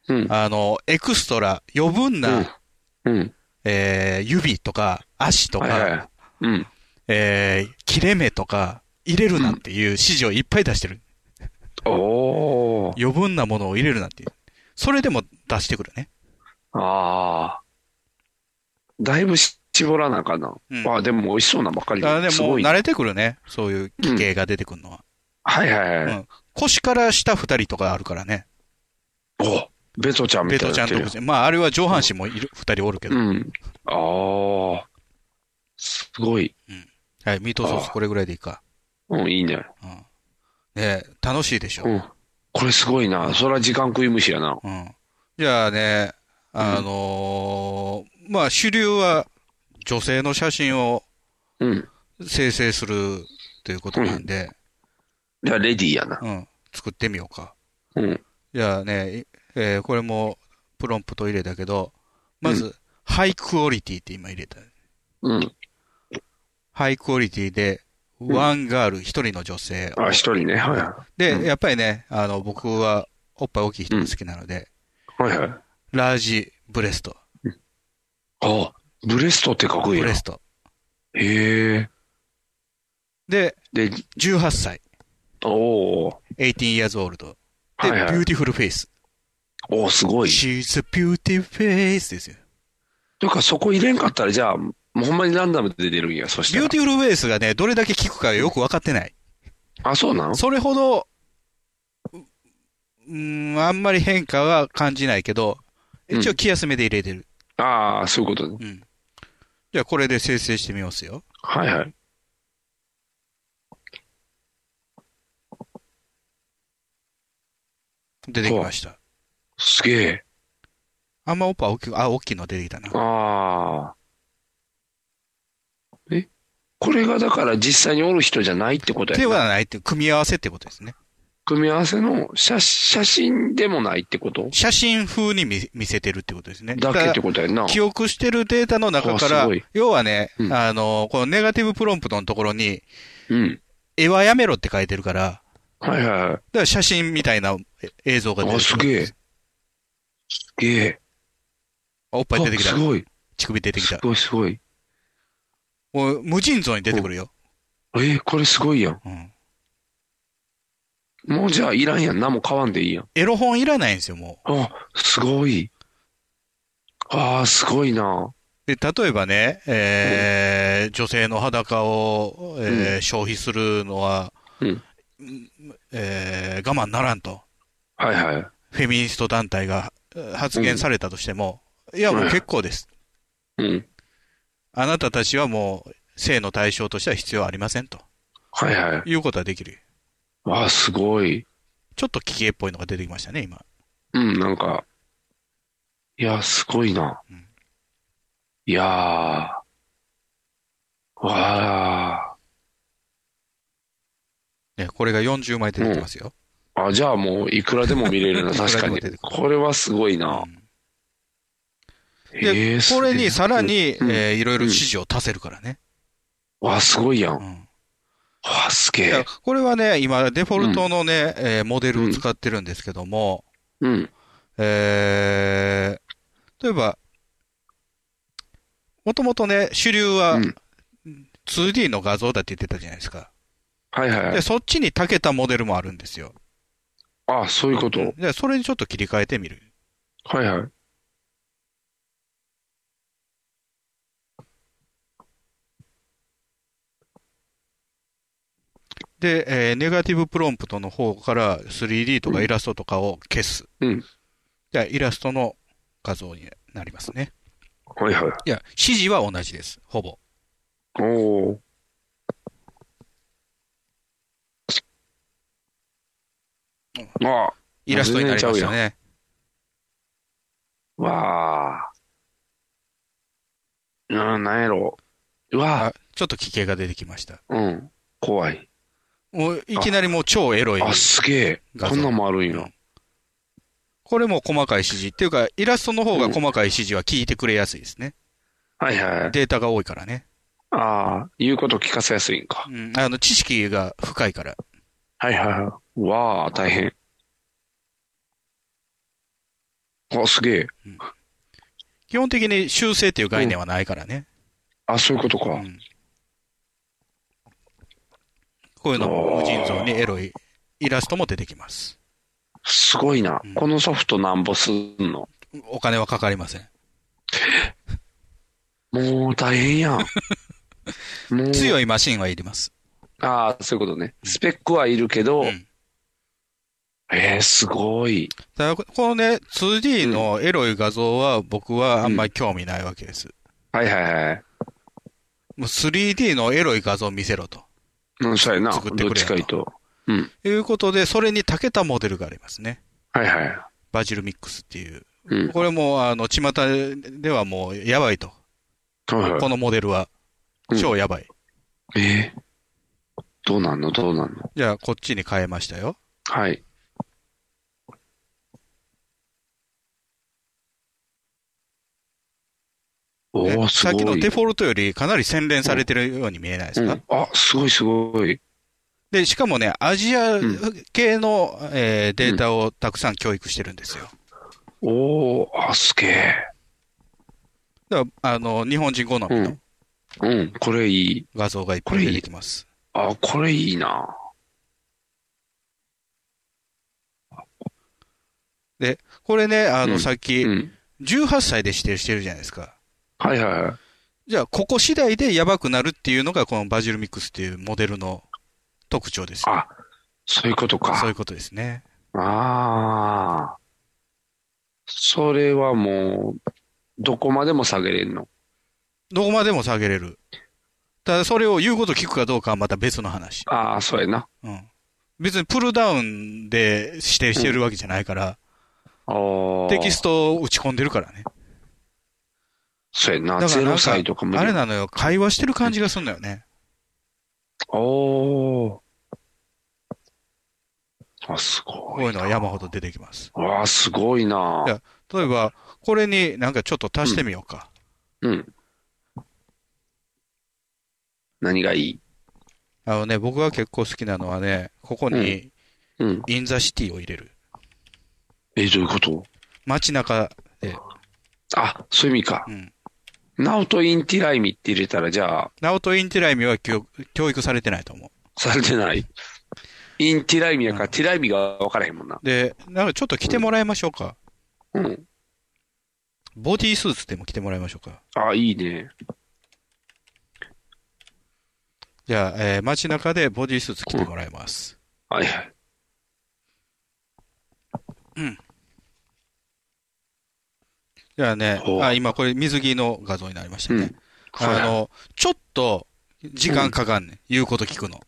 Speaker 3: うん。
Speaker 2: あの、エクストラ、余分な、
Speaker 3: うん。
Speaker 2: えー指とか足とか、
Speaker 3: はいはい。うん。
Speaker 2: えー切れ目とか入れるなっていう指示をいっぱい出してる。
Speaker 3: おお。
Speaker 2: 余分なものを入れるなっていう。それでも出してくるね。
Speaker 3: ああ。だいぶし絞らなあかんな。
Speaker 2: うん
Speaker 3: ああ、でも美味しそうなばっかり
Speaker 2: だからね、
Speaker 3: す
Speaker 2: もう
Speaker 3: ごいね
Speaker 2: 慣れてくるね。そういう奇形が出てくるのは。
Speaker 3: はいはいはい。
Speaker 2: うん腰から下二人とかあるからね。
Speaker 3: おベトちゃんみ
Speaker 2: ベ
Speaker 3: た
Speaker 2: ト
Speaker 3: いに
Speaker 2: ち
Speaker 3: な
Speaker 2: ゃん
Speaker 3: って
Speaker 2: と
Speaker 3: る
Speaker 2: かね、まああれは上半身もいる、二人おるけど。
Speaker 3: うん。ああ。すごい。
Speaker 2: はい、ミートソース
Speaker 3: ああ
Speaker 2: これぐらいでいいか。
Speaker 3: うん、いいね。
Speaker 2: うん。ねえ楽しいでしょ。
Speaker 3: うん。これすごいな。それは時間食い虫やな。
Speaker 2: うん。じゃあね、あのーまあ主流は女性の写真を
Speaker 3: うん。
Speaker 2: 生成するということなんで、
Speaker 3: じゃあ、レディーやな。
Speaker 2: うん、作ってみようか。
Speaker 3: うん。
Speaker 2: じゃあね、いえーこれもプロンプト入れたけど、まず、ハイクオリティって今入れた。
Speaker 3: うん。
Speaker 2: ハイクオリティで、
Speaker 3: ん
Speaker 2: ワンガール、一人の女性を
Speaker 3: あ、一人ね。はいは
Speaker 2: で、
Speaker 3: うん
Speaker 2: やっぱりね、あの、僕はおっぱい大きい人が好きなので、
Speaker 3: い。はいはい。
Speaker 2: ラージ、ブレスト、
Speaker 3: ああ、ブレストってかっこいい
Speaker 2: ブ
Speaker 3: な
Speaker 2: レ。スト。
Speaker 3: へえ。
Speaker 2: で、
Speaker 3: で、
Speaker 2: 18歳、
Speaker 3: おお。
Speaker 2: 18 years old。で、
Speaker 3: はいはい
Speaker 2: beautiful face。
Speaker 3: おお、すごい。
Speaker 2: She's a beautiful face ですよ。
Speaker 3: というか、そこ入れんかったら、じゃあ、もうほんまにランダムで出るんや、そしたら。
Speaker 2: beautiful face がね、どれだけ効くかよくわかってない。
Speaker 3: あ、そうなん
Speaker 2: それほど、ううん、あんまり変化は感じないけど、一応気休めで入れてる。
Speaker 3: ああ、そういうことね。
Speaker 2: うん。じゃあこれで生成してみますよ。
Speaker 3: はいはい。
Speaker 2: 出てきました。
Speaker 3: すげえ。
Speaker 2: あんまおっぱい大きく、あ、大きいの出てきたな。
Speaker 3: ああ。えこれがだから実際におる人じゃないってことや
Speaker 2: で
Speaker 3: な
Speaker 2: はないっていう組み合わせってことですね。
Speaker 3: 組み合わせの写写真でもないってこと
Speaker 2: 写真風に見見せてるってことですね。
Speaker 3: だけっ
Speaker 2: か
Speaker 3: てことやんな
Speaker 2: ら。記憶してるデータの中か
Speaker 3: あす
Speaker 2: ら
Speaker 3: ごい、
Speaker 2: 要はね、
Speaker 3: うん
Speaker 2: あの、このネガティブプロンプトのところに、
Speaker 3: うん。
Speaker 2: 絵はやめろって書いてるから、だか
Speaker 3: はいはいはい。
Speaker 2: ら写真みたいなえ映像が出て
Speaker 3: あ、
Speaker 2: く
Speaker 3: す
Speaker 2: る。
Speaker 3: げえ。すげえ。
Speaker 2: あおっぱい出てきた
Speaker 3: あす。ごい。
Speaker 2: 乳首出てき
Speaker 3: す
Speaker 2: た。
Speaker 3: ごいすごい。
Speaker 2: もう無尽蔵に出てくるよ。
Speaker 3: えーこれすごいやん。
Speaker 2: うん。
Speaker 3: もうじゃあいらんやん。何も買わんでいいやん。
Speaker 2: エロ本いらないんですよ、もう。
Speaker 3: あ、すごい。ああ、すごいな。
Speaker 2: で、例えばね、えー女性の裸を、えー消費するのは、
Speaker 3: うん
Speaker 2: えー我慢ならんと、
Speaker 3: はいはい。
Speaker 2: フェミニスト団体がえー発言されたとしても、いや、もう結構です。
Speaker 3: うん。
Speaker 2: あなたたちはもう、性の対象としては必要ありませんと
Speaker 3: はいはい。
Speaker 2: いうことはできる。
Speaker 3: ああ、すごい。
Speaker 2: ちょっと危険っぽいのが出てきましたね、今。
Speaker 3: うん、なんか。いや、すごいな。
Speaker 2: うん
Speaker 3: いやー。わあ。
Speaker 2: ね、これが40枚出てきますよ。
Speaker 3: あ、じゃあもういくらでも見れるな、
Speaker 2: いくらでも
Speaker 3: 確かに
Speaker 2: 出てくる。
Speaker 3: これはすごいな
Speaker 2: う。ん
Speaker 3: え
Speaker 2: で
Speaker 3: ー、す
Speaker 2: こ
Speaker 3: げえ
Speaker 2: れにさらに、
Speaker 3: うん
Speaker 2: えーいろいろ指示を足せるからね。
Speaker 3: わあ、すごいやん。
Speaker 2: う
Speaker 3: わ
Speaker 2: ん
Speaker 3: あ、すげ
Speaker 2: いや
Speaker 3: え。
Speaker 2: これはね、今、デフォルトのね、えーモデルを使ってるんですけども、
Speaker 3: うん。
Speaker 2: えー例えば、もともとね、主流は
Speaker 3: うん
Speaker 2: 2D の画像だって言ってたじゃないですか。
Speaker 3: はいはいは
Speaker 2: で、
Speaker 3: い。
Speaker 2: そっちに長けたモデルもあるんですよ。
Speaker 3: あそういうこと。
Speaker 2: で、それにちょっと切り替えてみる。
Speaker 3: はいはい。
Speaker 2: で、えーネガティブプロンプトの方から 3D とかイラストとかを消す。
Speaker 3: うん。
Speaker 2: じゃあ、イラストの画像になりますね。
Speaker 3: はいはい。
Speaker 2: いや、指示は同じです。ほぼ。
Speaker 3: おお。まあ、
Speaker 2: イラストになりましたね。
Speaker 3: わあ。うん、なんやろう。うわ
Speaker 2: あ、ちょっと奇形が出てきました。
Speaker 3: あ、うん。怖い。
Speaker 2: もういきなりもう超エロい。
Speaker 3: あ、すげえ。
Speaker 2: 画
Speaker 3: こ
Speaker 2: 像
Speaker 3: んなんもあるんや。
Speaker 2: これも細かい指示。っていうか、イラストの方が細かい指示は聞いてくれやすいですね。
Speaker 3: はいはい。
Speaker 2: データが多いからね。
Speaker 3: ああ、言うこと聞かせやすいんか。
Speaker 2: うん。あの、知識が深いから。
Speaker 3: はいはいはい。わあ、大変。あ、すげえ。
Speaker 2: 基本的に修正っていう概念はないからね。
Speaker 3: あ、そういうこと
Speaker 2: う
Speaker 3: か。
Speaker 2: ん。こういうのも無尽蔵にエロいイラストも出てきます。
Speaker 3: すごいな
Speaker 2: うん。
Speaker 3: このソフトなんぼすんの
Speaker 2: お金はかかりません。
Speaker 3: もう大変 やん。もう。
Speaker 2: 強いマシンはいります。
Speaker 3: ああ、そういうことね。スペックはいるけど、
Speaker 2: うん
Speaker 3: ええ、すごい。
Speaker 2: ただ、このね、2D のエロい画像は僕はあんまり興味ないわけです。
Speaker 3: はいはいはい。
Speaker 2: もう 3D のエロい画像を見せろと。
Speaker 3: うん、そうやな。
Speaker 2: 作ってくれ
Speaker 3: どっちかいうと。うん。
Speaker 2: いうことで、それに長けたモデルがありますね。
Speaker 3: はいはい。
Speaker 2: バジルミックスっていう。
Speaker 3: うん。
Speaker 2: これも、あの、巷ではもう、やばいと。
Speaker 3: はいはい
Speaker 2: このモデルは
Speaker 3: う。ん
Speaker 2: 超やばい。
Speaker 3: ええどうなんのどうなんの
Speaker 2: じゃあ、こっちに変えましたよ。
Speaker 3: はい。お
Speaker 2: ね
Speaker 3: お、す
Speaker 2: さっ
Speaker 3: ご
Speaker 2: きの
Speaker 3: い。
Speaker 2: デフォルトよりかなり洗練されてるように見えないです
Speaker 3: う
Speaker 2: か、
Speaker 3: ん、あ、すごいすごい。
Speaker 2: で、しかもね、アジア
Speaker 3: ん
Speaker 2: 系の、えーデータをたくさん教育してるんですよ。
Speaker 3: おお、あ、すげえ。
Speaker 2: だから、あの、日本人好み
Speaker 3: う
Speaker 2: の
Speaker 3: ん。うん、これいい。
Speaker 2: 画像がいっぱい出てきます。
Speaker 3: あ、これいいな。
Speaker 2: これね、あ
Speaker 3: う
Speaker 2: の、
Speaker 3: ん
Speaker 2: さっき、
Speaker 3: うん。
Speaker 2: 18歳で指定してるじゃないですか。
Speaker 3: はいはいはい。
Speaker 2: じゃあ、ここ次第でやばくなるっていうのが、このバジルミックスっていうモデルの特徴ですよ。
Speaker 3: あ、そういうことか。
Speaker 2: そういうことですね。
Speaker 3: ああ。それはもう、どこまでも下げれんの。
Speaker 2: どこまでも下げれる。ただ、それを言うこと聞くかどうかはまた別の話。
Speaker 3: ああ、そうやな。
Speaker 2: うん。別にプルダウンで指定してるわけじゃないから、
Speaker 3: ああ。
Speaker 2: テキストを打ち込んでるからね。
Speaker 3: そうや
Speaker 2: だ
Speaker 3: な。
Speaker 2: から
Speaker 3: ゼ
Speaker 2: なん
Speaker 3: ロ
Speaker 2: か
Speaker 3: 歳とか無理。
Speaker 2: あれなのよ、会話してる感じがすんのよね。
Speaker 3: おーあ、す
Speaker 2: こ
Speaker 3: ご
Speaker 2: う
Speaker 3: い。
Speaker 2: いうのが山ほど出てきます。
Speaker 3: わあ、すごいない
Speaker 2: や。例えば、これになんかちょっと足してみようか。
Speaker 3: うん。何がいい
Speaker 2: あのね、僕が結構好きなのはね、ここに、
Speaker 3: うん。
Speaker 2: インザシティを入れる。
Speaker 3: え、どういうこと
Speaker 2: 街中で、
Speaker 3: あ、そういう意味か
Speaker 2: う。ん。
Speaker 3: ナオトインティライミって入れたら、じゃあ、
Speaker 2: ナオト・インティライミは教教育されてないと思
Speaker 3: されてない。インティライミやから、ティライミが分からへんもんな。
Speaker 2: う。で、なんかちょっと着てもらいましょうか。
Speaker 3: うん。
Speaker 2: ボディースーツでも着てもらいましょうか。
Speaker 3: あ、いいね。
Speaker 2: じゃあ、えー街中でボディースーツ着てもらいます。
Speaker 3: はいはい。
Speaker 2: じゃあね
Speaker 3: ほ、う
Speaker 2: あ、今これ水着の画像になりました
Speaker 3: う
Speaker 2: ね
Speaker 3: ん。。
Speaker 2: あの、ちょっと、時間かかんね、ん。言うこと聞くの。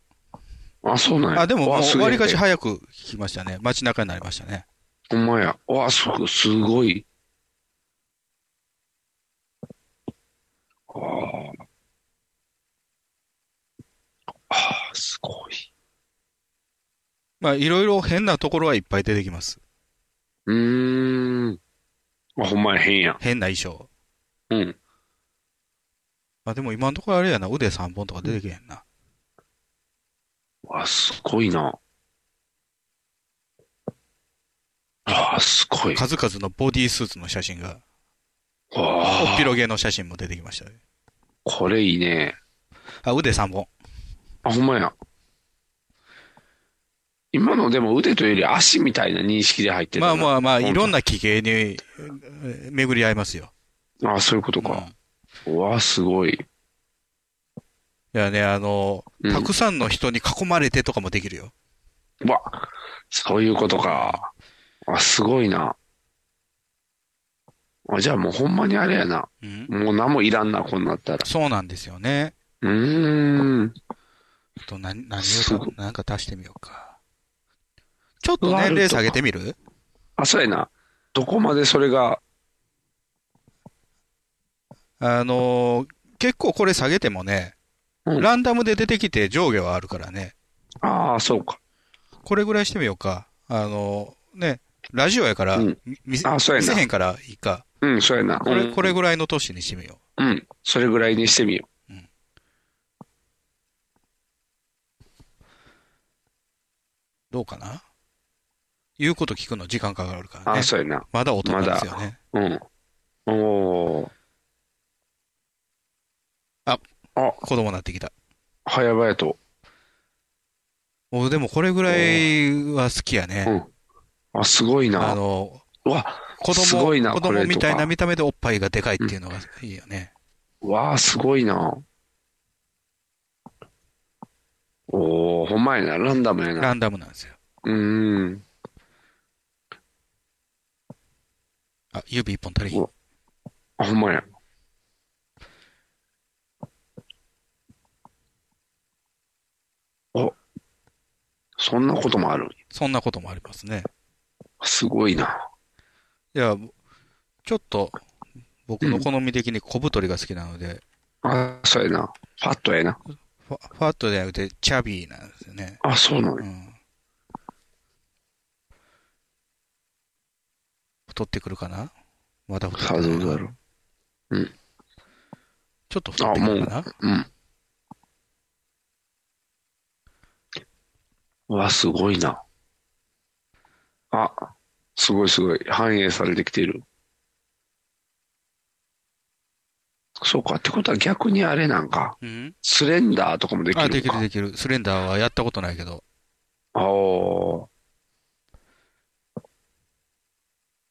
Speaker 3: あ、そうなんや。
Speaker 2: あ、でもも
Speaker 3: わ
Speaker 2: う、
Speaker 3: すげえ
Speaker 2: わりかし早く聞きましたね。街中になりましたね。
Speaker 3: ほんまや。わあ、すごすごい。あーあー、すごい。
Speaker 2: まあ、いろいろ変なところはいっぱい出てきます。
Speaker 3: うーん。あ、ほんまや、変や。
Speaker 2: 変な衣装。
Speaker 3: うん。
Speaker 2: まあ、でも今のところあれやな、腕3本とか出てけへんな。
Speaker 3: わあ、すごいな。ああ、すごい。
Speaker 2: 数々のボディースーツの写真が、お
Speaker 3: わ
Speaker 2: っ
Speaker 3: あ
Speaker 2: ぴ、ろげの写真も出てきましたね。
Speaker 3: これいいね。
Speaker 2: あ、腕3本。
Speaker 3: あ、ほんまや。今のでも腕というより足みたいな認識で入ってる
Speaker 2: まあまあまあ、いろん
Speaker 3: な。
Speaker 2: な奇形にえー巡り合いますよ。
Speaker 3: ああ、そういうこと
Speaker 2: うん
Speaker 3: か。うわあ、すごい。
Speaker 2: いやね、あの、
Speaker 3: うん
Speaker 2: たくさんの人に囲まれてとかもできるよ。
Speaker 3: うわ、そういうことか。あ、すごいな。あ、じゃあもうほんまにあれやな。
Speaker 2: うん、
Speaker 3: もう何もいらんな、こんなったら。
Speaker 2: そうなんですよね。
Speaker 3: うーん。
Speaker 2: あと何、何
Speaker 3: すご
Speaker 2: を
Speaker 3: い
Speaker 2: たなんか足してみようか。ちょっと年齢下げてみる
Speaker 3: あ、そうやな。どこまでそれが、
Speaker 2: あのー、結構これ下げてもね、
Speaker 3: うん
Speaker 2: ランダムで出てきて上下はあるからね。
Speaker 3: ああ、そうか。
Speaker 2: これぐらいしてみようか。あのー、ね、ラジオやから、
Speaker 3: うん
Speaker 2: 見せ
Speaker 3: あそうや
Speaker 2: 見
Speaker 3: な
Speaker 2: せへんからいいか。
Speaker 3: うん、そうやな。
Speaker 2: これ、
Speaker 3: うん
Speaker 2: これぐらいの年にしてみよ
Speaker 3: うん、それぐらいにしてみよ
Speaker 2: う。どうかな言うこと聞くの時間かかるか
Speaker 3: う。
Speaker 2: ら
Speaker 3: あ
Speaker 2: ね
Speaker 3: あ、。そうやな。
Speaker 2: まだ大人ですよね。
Speaker 3: うん。おー。
Speaker 2: あ、
Speaker 3: あ、
Speaker 2: 子供になってきた。
Speaker 3: 早々と。
Speaker 2: おでもこれぐらいは好きやね。
Speaker 3: うん。あ、すごい
Speaker 2: あ
Speaker 3: な。
Speaker 2: の、
Speaker 3: うわ、
Speaker 2: 子
Speaker 3: すごい
Speaker 2: 供、
Speaker 3: な
Speaker 2: 子
Speaker 3: これ
Speaker 2: 供
Speaker 3: とか
Speaker 2: みたいな見た目でおっぱいがでかいっていうのがいいよね。
Speaker 3: わあ、すごいな。おお、ほんまやな。ランダムやな。
Speaker 2: ランダムなんですよ。
Speaker 3: うーん。
Speaker 2: あ、指一本足りひん
Speaker 3: うわあ、ほんまや。あ、そんなこともある。
Speaker 2: そんなこともありますね。
Speaker 3: すごいな。
Speaker 2: いや、ちょっと、僕の好み的に小太りが好きなので、
Speaker 3: あ、そうやな。ファットやな。
Speaker 2: ファファットじゃなくて、チャビーなんですよね。
Speaker 3: あ、そうなの
Speaker 2: う
Speaker 3: よ。
Speaker 2: ん。太ってくるかなまだ太って
Speaker 3: さ
Speaker 2: く
Speaker 3: あ、
Speaker 2: る
Speaker 3: ど
Speaker 2: か
Speaker 3: う
Speaker 2: な
Speaker 3: だろ
Speaker 2: ちょっと太ってくるかな
Speaker 3: う。うん。うわ、すごいな。あ、すごいすごい。反映されてきてる。そうか。ってことは逆にあれなんか、
Speaker 2: うん
Speaker 3: スレンダーとかもできる
Speaker 2: あ、
Speaker 3: の
Speaker 2: でき
Speaker 3: か。
Speaker 2: るできる。スレンダーはやったことないけど。
Speaker 3: あー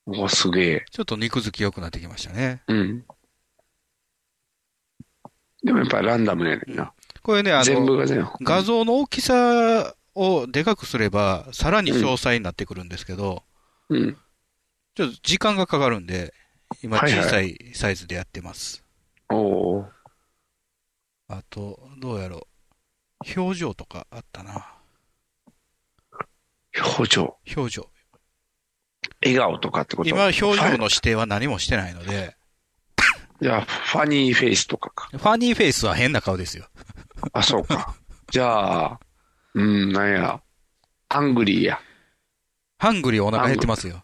Speaker 3: うわ、すげえ。
Speaker 2: ちょっと肉付き良くなってきましたね。
Speaker 3: うん。でもやっぱりランダムやねんな。
Speaker 2: これね、あ
Speaker 3: 全部
Speaker 2: の、
Speaker 3: がね。
Speaker 2: 画像の大きさをでかくすれば、さらに詳細になってくるんですけど、
Speaker 3: うん。
Speaker 2: ちょっと時間がかかるんで、今
Speaker 3: はいはい
Speaker 2: 小さいサイズでやってます。
Speaker 3: おお
Speaker 2: あと、どうやろう。表情とかあったな。
Speaker 3: ー、表情。
Speaker 2: 表情。
Speaker 3: 笑顔とかってこと
Speaker 2: 今、表情
Speaker 3: ファ
Speaker 2: の指定は何もしてないので、
Speaker 3: じゃあ、ファニーフェイスとかか。
Speaker 2: ファニーフェイスは変な顔ですよ。
Speaker 3: あ、そ うか。じゃあ、うん、なんや。アングリーや。
Speaker 2: ハングリーお腹減ってますよ。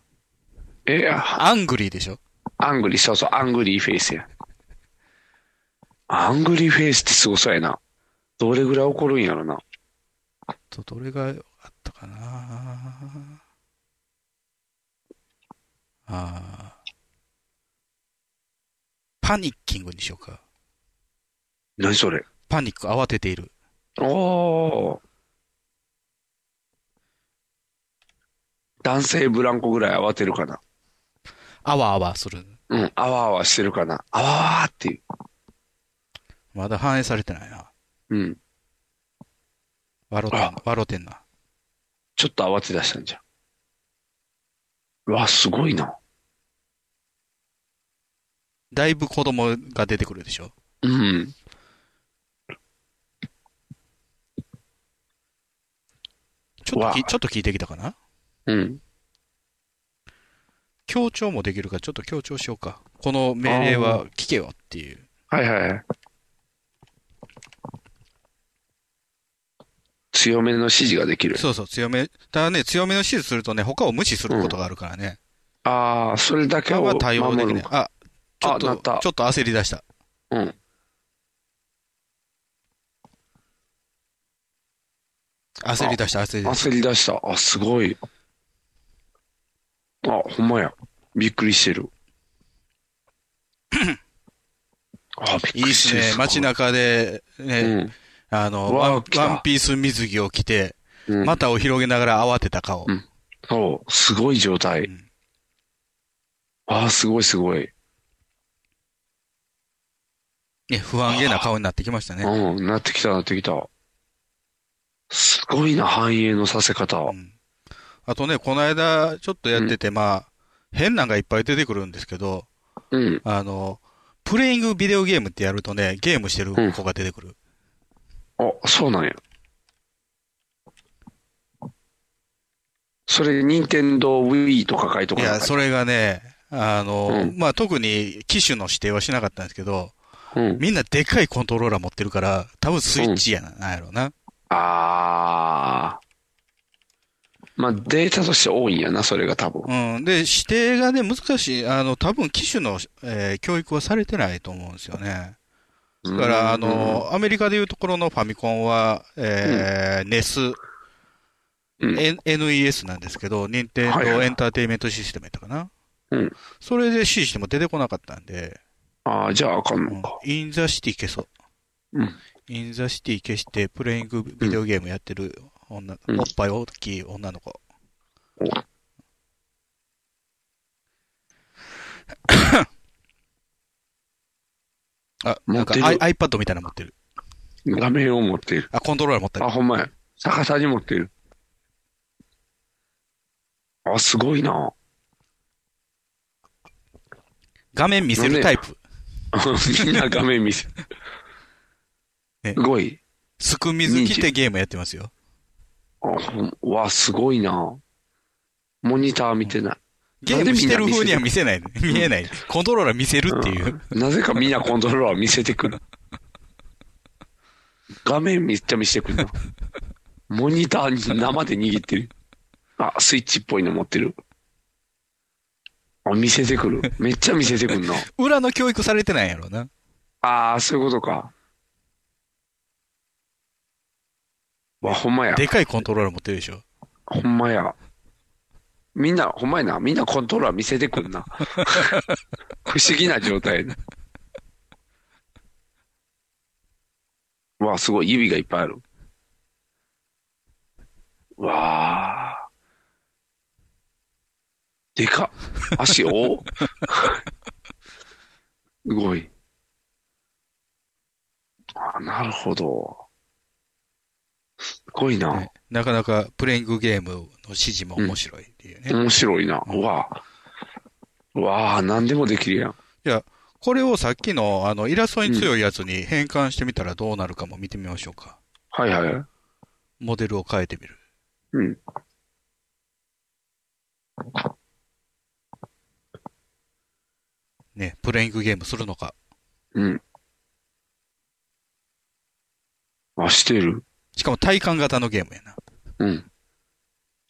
Speaker 3: え、あ
Speaker 2: アングリーでしょ
Speaker 3: アングリー、そうそう、アングリーフェイスや。アングリーフェイスってすごそうやな。どれぐらい怒るんやろな。
Speaker 2: と、どれがあったかなあーパニッキングにしようか。
Speaker 3: 何それ。
Speaker 2: パニック、慌てている。
Speaker 3: おー。男性ブランコぐらい慌てるかな。
Speaker 2: あわあわする。
Speaker 3: うん、あわあわしてるかな。あわあわっていう。
Speaker 2: まだ反映されてないな。
Speaker 3: うん。
Speaker 2: 笑ってん
Speaker 3: あ
Speaker 2: 笑ってんな。
Speaker 3: ちょっと慌て出したんじゃん。うわ、すごいな。
Speaker 2: だいぶ子供が出てくるでしょ。
Speaker 3: うん。
Speaker 2: ちょっと
Speaker 3: う
Speaker 2: き
Speaker 3: わ
Speaker 2: ちょっと聞いてきたかな
Speaker 3: うん。
Speaker 2: 強調もできるから、ちょっと強調しようか。この命令は聞けよっていう。
Speaker 3: はいはいはい。強めの指示ができる。
Speaker 2: そうそう、強め。ただね、強めの指示するとね、他を無視することがあるからね。
Speaker 3: ああ、それだけ
Speaker 2: まあ
Speaker 3: は
Speaker 2: 対応でき
Speaker 3: 守
Speaker 2: ない
Speaker 3: る。
Speaker 2: あ、
Speaker 3: か。
Speaker 2: ちょっ
Speaker 3: あな
Speaker 2: と、
Speaker 3: っ
Speaker 2: ちょ
Speaker 3: た
Speaker 2: っと焦り出した。
Speaker 3: うん。
Speaker 2: 焦り出した、焦り出し
Speaker 3: 焦り出した。あ、すごい。あ、ほんまや。びっくりしてる。あ、び
Speaker 2: た。
Speaker 3: っ
Speaker 2: い
Speaker 3: く
Speaker 2: い
Speaker 3: り
Speaker 2: で
Speaker 3: し
Speaker 2: す
Speaker 3: てる。
Speaker 2: ね。街中で、ね、
Speaker 3: うん。
Speaker 2: あの、
Speaker 3: うわ
Speaker 2: ワン
Speaker 3: 来た
Speaker 2: ワンピース水着を着て、
Speaker 3: うん
Speaker 2: 股を広げながら慌てた顔。
Speaker 3: うんそう、すごい状態。
Speaker 2: うん
Speaker 3: ああ、すごいすごい。
Speaker 2: ね、不安げな顔になってきましたね。
Speaker 3: うん、なってきたなってきた。すごいな、繁栄のさせ方。
Speaker 2: うんあとね、この間、ちょっとやってて、まあ、変なんがいっぱい出てくるんですけど、
Speaker 3: うん。
Speaker 2: あの、プレイングビデオゲームってやるとね、ゲームしてる子が出てくる。
Speaker 3: あ、そうなんや。それ、任天堂 Wii とか書いと
Speaker 2: い
Speaker 3: かな
Speaker 2: や、それがね、あの、
Speaker 3: うん
Speaker 2: まあ、特に機種の指定はしなかったんですけど、
Speaker 3: うん。
Speaker 2: みんなでかいコントローラー持ってるから、多分スイッチやな、なんやろうな。
Speaker 3: ああ。まあ、データとして多いんやな、それが多分。
Speaker 2: うん。で、指定がね、難しい。あの、多分機種の、えー教育はされてないと思うんですよね。だか
Speaker 3: うん
Speaker 2: ら、あ、の、アメリカでいうところのファミコンは、えー、NES、
Speaker 3: うん、
Speaker 2: N- NES なんですけど、任天
Speaker 3: はいは
Speaker 2: 堂
Speaker 3: い
Speaker 2: エンターテイメントシステムやったかな。
Speaker 3: うん
Speaker 2: それで C しても出てこなかったんで、
Speaker 3: ああ、じゃああかんのか。
Speaker 2: インザシティ消そう。
Speaker 3: うん。
Speaker 2: インザシティ消して、プレイングビデオゲームやってる女、
Speaker 3: うん
Speaker 2: おっぱい大きい女の子。あ、なんか
Speaker 3: 持ってる
Speaker 2: I- iPad みたいなの持ってる。
Speaker 3: 画面を持っている。
Speaker 2: あ、コントローラー持ってる
Speaker 3: あ、。ほんまや。逆さに持っている。あ、すごいな。
Speaker 2: 画面見せるタイプ。
Speaker 3: みんな画面見せ。
Speaker 2: ね
Speaker 3: すごい。
Speaker 2: すくみず着てゲームやってますよ。
Speaker 3: あほんわ、すごいな。モニター見てない。
Speaker 2: ゲームしてる風には見
Speaker 3: せ
Speaker 2: せない。見えない。コントローラー見せるっていう。
Speaker 3: なぜかみんなコントローラーを見せてくる。画面めっちゃ見せてくるな。モニターに生で握ってる。あ、スイッチっぽいの持ってる。あ、見せてくる。めっちゃ見せてくるな。
Speaker 2: 裏の教育されてないんやろうな。
Speaker 3: ああ、そういうことか。わ、ほんまや。
Speaker 2: でかいコントローラー持ってるでしょ。
Speaker 3: ほんまや。みんな、ほんまやな。みんなコントローラー見せてくんな。不思議な状態やな。わあ、すごい。指がいっぱいある。わあ。でかっ。 足をすごい。あ、なるほど。すごいな。
Speaker 2: ねなかなかプレイングゲームの指示も面白いっていうね。
Speaker 3: 面白いな。うわあ。うわあ、何でもできるやん。
Speaker 2: これをさっきのあのイラストに強いやつに変換してみたらどうなるかも見てみましょうか。
Speaker 3: はいはい。
Speaker 2: モデルを変えてみる。
Speaker 3: うん。
Speaker 2: ね、プレイングゲームするのか。
Speaker 3: うん。あ、してる。
Speaker 2: しかも体感型のゲームやな。
Speaker 3: うん。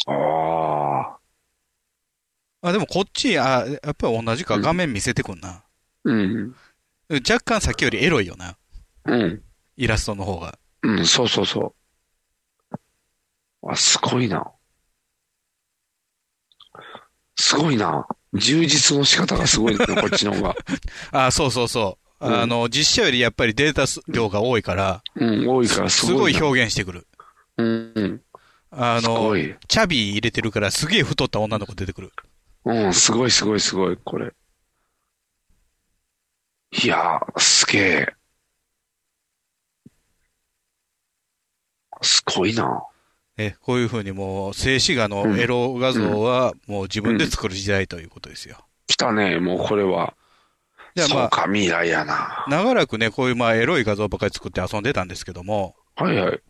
Speaker 3: ああ。
Speaker 2: あ、でもこっち、あ、やっぱり同じか。
Speaker 3: うん
Speaker 2: 画面見せてくんな。
Speaker 3: うん。
Speaker 2: 若干さっきよりエロいよな。
Speaker 3: うん。
Speaker 2: イラストの方が。
Speaker 3: うん、そうそうそう。あ、すごいな。すごいな。充実の仕方がすごいな、こっちの方が。
Speaker 2: あ、そうそうそう。
Speaker 3: うん
Speaker 2: あの、実写よりやっぱりデータ量が多いから、
Speaker 3: うん、多いからす
Speaker 2: す
Speaker 3: ご
Speaker 2: ご
Speaker 3: い
Speaker 2: い
Speaker 3: な。
Speaker 2: 表現してくる。
Speaker 3: うん、うん。
Speaker 2: あ
Speaker 3: す
Speaker 2: の
Speaker 3: ご、い。
Speaker 2: チャビ入れてるからすげえ太った女の子出てくる。
Speaker 3: うん、すごいすごいすごい、これ。いやー、すげえ。すごいな。
Speaker 2: ね、こういうふうにもう、静止画のエロ画像はもう自分で作る時代ということですよ。
Speaker 3: 来たね、もうこれは。
Speaker 2: じゃあ
Speaker 3: そう
Speaker 2: ま
Speaker 3: か、未来や
Speaker 2: あ、。
Speaker 3: な
Speaker 2: 長らくね、こういうまあエロい画像ばかり作って遊んでたんですけども、
Speaker 3: はいはい。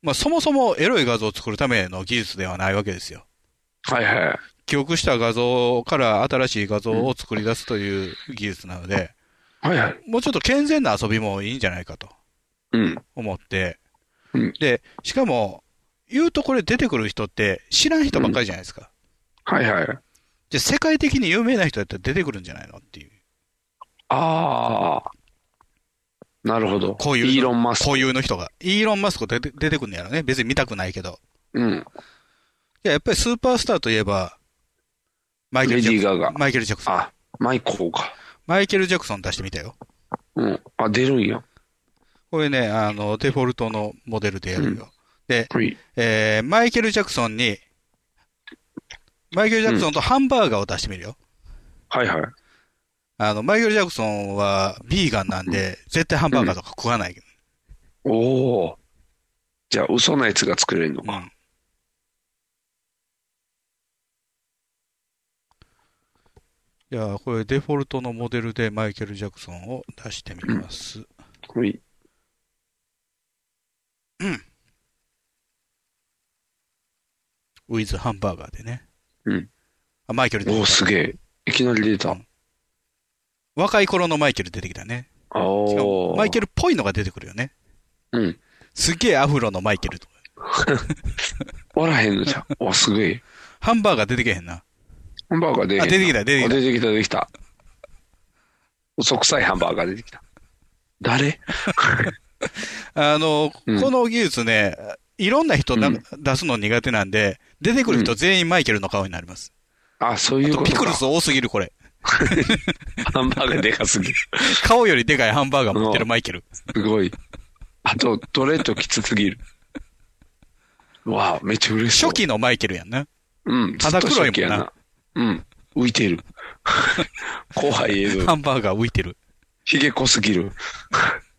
Speaker 2: まあそもそもエロい画像を作るための技術ではないわけですよ。
Speaker 3: はいはい。
Speaker 2: 記憶した画像から新しい画像を作り出すという技術なので、
Speaker 3: はいはい。
Speaker 2: もうちょっと健全な遊びもいいんじゃないかと
Speaker 3: うん。
Speaker 2: 思って
Speaker 3: うん、
Speaker 2: で、しかも、言うとこれ出てくる人って知らん人ばっかりじゃないですか。
Speaker 3: はいはい。
Speaker 2: じゃあ世界的に有名な人だったら出てくるんじゃないのっていう。
Speaker 3: あー。なるほど。
Speaker 2: こういう
Speaker 3: イーロン・マスク。
Speaker 2: 固有の人が。イーロン・マスク出て出てくるんのやろね。別に見たくないけど。
Speaker 3: うん。
Speaker 2: いや、やっぱりスーパースターといえば、マイケル・
Speaker 3: レ
Speaker 2: ジ
Speaker 3: ディ
Speaker 2: ャ
Speaker 3: ー
Speaker 2: クソ
Speaker 3: ガ
Speaker 2: ン。
Speaker 3: ガ
Speaker 2: マイケル・ジャクソン。
Speaker 3: あ、マイコーか。
Speaker 2: マイケル・ジャクソン出してみたよ。
Speaker 3: うん。あ、出るんや。
Speaker 2: これね、あの、デフォルトのモデルでやるよ。で、
Speaker 3: はい
Speaker 2: えーマイケル・ジャクソンに、マイケル・ジャクソンとハンバーガーを出してみるよ。
Speaker 3: はいはい。
Speaker 2: あの、マイケル・ジャクソンはビーガンなんで、絶対ハンバーガーとか食わない。
Speaker 3: おお。じゃあ、嘘のやつが作れるの
Speaker 2: う
Speaker 3: か。
Speaker 2: ん。じゃあ、これデフォルトのモデルでマイケル・ジャクソンを出してみます。
Speaker 3: はい。
Speaker 2: ウィズ・ハンバーガーでね。
Speaker 3: うん
Speaker 2: あ、マイケル出てき
Speaker 3: お
Speaker 2: た
Speaker 3: お、すげえ。いきなり出た。
Speaker 2: 若い頃のマイケル出てきたね。しか
Speaker 3: お
Speaker 2: も
Speaker 3: お。
Speaker 2: マイケルっぽいのが出てくるよね。
Speaker 3: うん。
Speaker 2: すげえアフロのマイケルとか。
Speaker 3: おらへんのじゃん。お、すげえ。
Speaker 2: ハンバーガー出てけへんな。
Speaker 3: ハンバーガー出
Speaker 2: あ、出てき
Speaker 3: た。
Speaker 2: た、出てき
Speaker 3: あ
Speaker 2: た。
Speaker 3: 出てきた、出てきた。嘘くさいハンバーガー出てきた。誰
Speaker 2: あの、
Speaker 3: うん
Speaker 2: この技術ね、いろんな人な
Speaker 3: うん
Speaker 2: 出すの苦手なんで、出てくる人全員マイケルの顔になります。
Speaker 3: あ、そう
Speaker 2: あ
Speaker 3: いう
Speaker 2: と、
Speaker 3: こと
Speaker 2: ピ
Speaker 3: か。
Speaker 2: クルス多すぎる、これ。
Speaker 3: ハンバーガーでかすぎる。
Speaker 2: 顔よりでかいハンバーガー持ってるマイケル。
Speaker 3: すごい。あと、どれときつすぎる。わあ、めっちゃ嬉しい。
Speaker 2: 初。期のマイケルやんな。
Speaker 3: うん、ずっ
Speaker 2: 肌
Speaker 3: と
Speaker 2: 黒い
Speaker 3: 初期
Speaker 2: もん
Speaker 3: や
Speaker 2: な
Speaker 3: な。うん、浮い てる。後輩映像
Speaker 2: ハ。ンバーガー浮いてる。
Speaker 3: ひげ濃すぎる。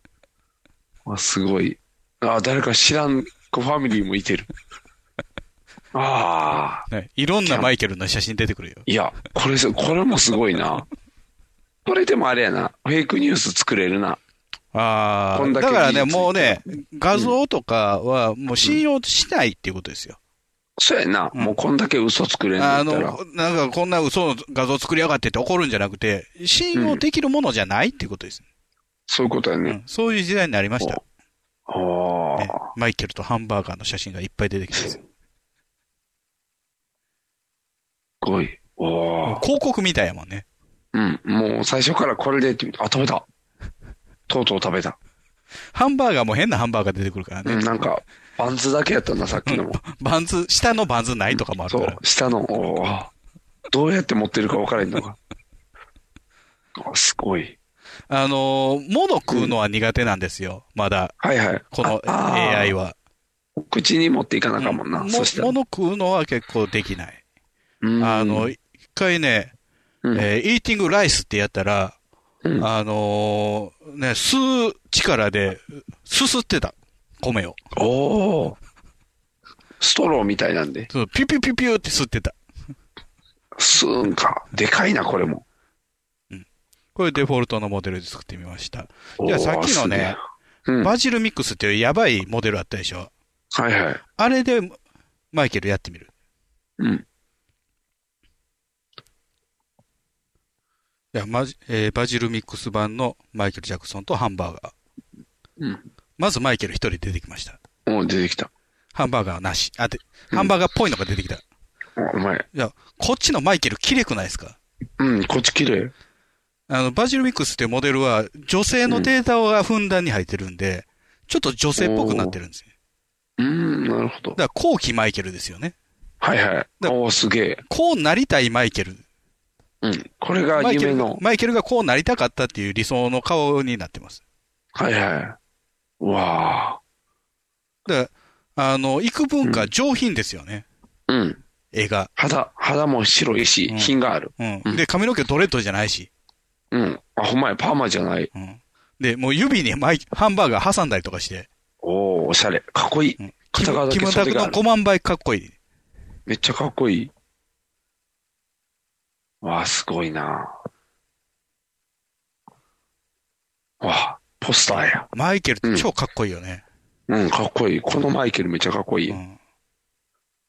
Speaker 3: あ、すごい。あ、誰か知らん子ファミリーもいてる。 ああ、
Speaker 2: ね、いろんなマイケルの写真出てくるよ。
Speaker 3: いや、これす、これもすごいな。これでもあれやな。フェイクニュース作れるな。
Speaker 2: あ
Speaker 3: こ
Speaker 2: あ、
Speaker 3: ん
Speaker 2: だ
Speaker 3: だけ
Speaker 2: からね、
Speaker 3: 技術
Speaker 2: もうね、画像とかはもう信用しないっていうことですよ。
Speaker 3: そうやな。
Speaker 2: うん
Speaker 3: もうこんだけ嘘作れんのや
Speaker 2: あ
Speaker 3: ったら
Speaker 2: の、、なんかこんな嘘の画像作りやがってって怒るんじゃなくて、信用できるものじゃないっていうことです。
Speaker 3: そういうことや
Speaker 2: う
Speaker 3: ね。
Speaker 2: ん、そういう時代になりました。
Speaker 3: ああ、
Speaker 2: ねマイケルとハンバーガーの写真がいっぱい出てきてます、
Speaker 3: すごい。おー
Speaker 2: 広告みたいやもんね。
Speaker 3: うん。もう最初からこれでって、あ、食べた。とうとう食べた。
Speaker 2: ハンバーガーも変なハンバーガー出てくるから
Speaker 3: うん、
Speaker 2: ね。
Speaker 3: なんか、バンズだけやったな、さっきのも。
Speaker 2: バンズ、下のバンズないとかもある
Speaker 3: そ
Speaker 2: か
Speaker 3: う
Speaker 2: ら、。
Speaker 3: 下の、おーどうやって持ってるか分からへんのか。 あすごい。
Speaker 2: あのー、物食うのは苦手なんですよ。まだ、
Speaker 3: はいはい。
Speaker 2: この
Speaker 3: ああー
Speaker 2: AI は。
Speaker 3: 口に持っていかなあかんもんな。
Speaker 2: も
Speaker 3: そしたら。
Speaker 2: 物食うのは結構できない。
Speaker 3: うん
Speaker 2: あの、、一回ね、
Speaker 3: うん
Speaker 2: えーイーティングライスってやったら、
Speaker 3: うん
Speaker 2: あのーね、吸う力で、すすってた。米を。
Speaker 3: おお。ストローみたいなんで。
Speaker 2: そうピュピュピュピュって吸ってた。
Speaker 3: すーんか。でかいな、これも。
Speaker 2: これデフォルトのモデルで作ってみました。じゃあさっきのね
Speaker 3: おー。すげえうん、
Speaker 2: バジルミックスっていうやばいモデルあったでしょ。
Speaker 3: はいはい。
Speaker 2: あれで、マイケルやってみる。
Speaker 3: うん。
Speaker 2: いや、マジ、えーバジルミックス版のマイケル・ジャクソンとハンバーガー。
Speaker 3: うん。
Speaker 2: まずマイケル一人出てきました。
Speaker 3: おー出てきた。
Speaker 2: ハンバーガーはなし。あ、で、
Speaker 3: うん
Speaker 2: ハンバーガーっぽいのが出てきた。い
Speaker 3: おお前。
Speaker 2: や、こっちのマイケル綺麗くないですか
Speaker 3: うん、こっち綺麗。
Speaker 2: あの、バジルミックスっていうモデルは女性のデータがふんだんに入ってるんで、ちょっと女性っぽくなってるんですよ。
Speaker 3: うーん、なるほど。
Speaker 2: だから後期マイケルですよね。
Speaker 3: はいはい。
Speaker 2: だ
Speaker 3: おおすげえ。
Speaker 2: こうなりたいマイケル。
Speaker 3: うん。これ
Speaker 2: マ
Speaker 3: が
Speaker 2: イケ
Speaker 3: 夢
Speaker 2: ル
Speaker 3: の。
Speaker 2: マイケルがこうなりたかったっていう理想の顔になってます。
Speaker 3: はいはい。うわあ。
Speaker 2: だから、あの、幾分
Speaker 3: う
Speaker 2: か
Speaker 3: ん
Speaker 2: 上品ですよね。
Speaker 3: うん。
Speaker 2: 絵が。
Speaker 3: 肌、肌も白いし
Speaker 2: う、ん
Speaker 3: 品がある。
Speaker 2: うん
Speaker 3: う。ん
Speaker 2: で、髪の毛ドレッドじゃないし。
Speaker 3: うん。あ、ほんまや、パーマじゃない。
Speaker 2: うん。で、もう指にマイハンバーガー挟んだりとかして。
Speaker 3: おー、おしゃれ。かっこいい。
Speaker 2: うん
Speaker 3: 片側だ
Speaker 2: キ
Speaker 3: け
Speaker 2: ムタク
Speaker 3: 袖があ
Speaker 2: の
Speaker 3: る
Speaker 2: 5万倍かっこいい。
Speaker 3: めっちゃかっこいい。わあ、すごいなわあ、ポスターや。
Speaker 2: マイケルって超かっこいいよね。
Speaker 3: うん、かっこいい。このマイケルめっちゃかっこいい。
Speaker 2: うん。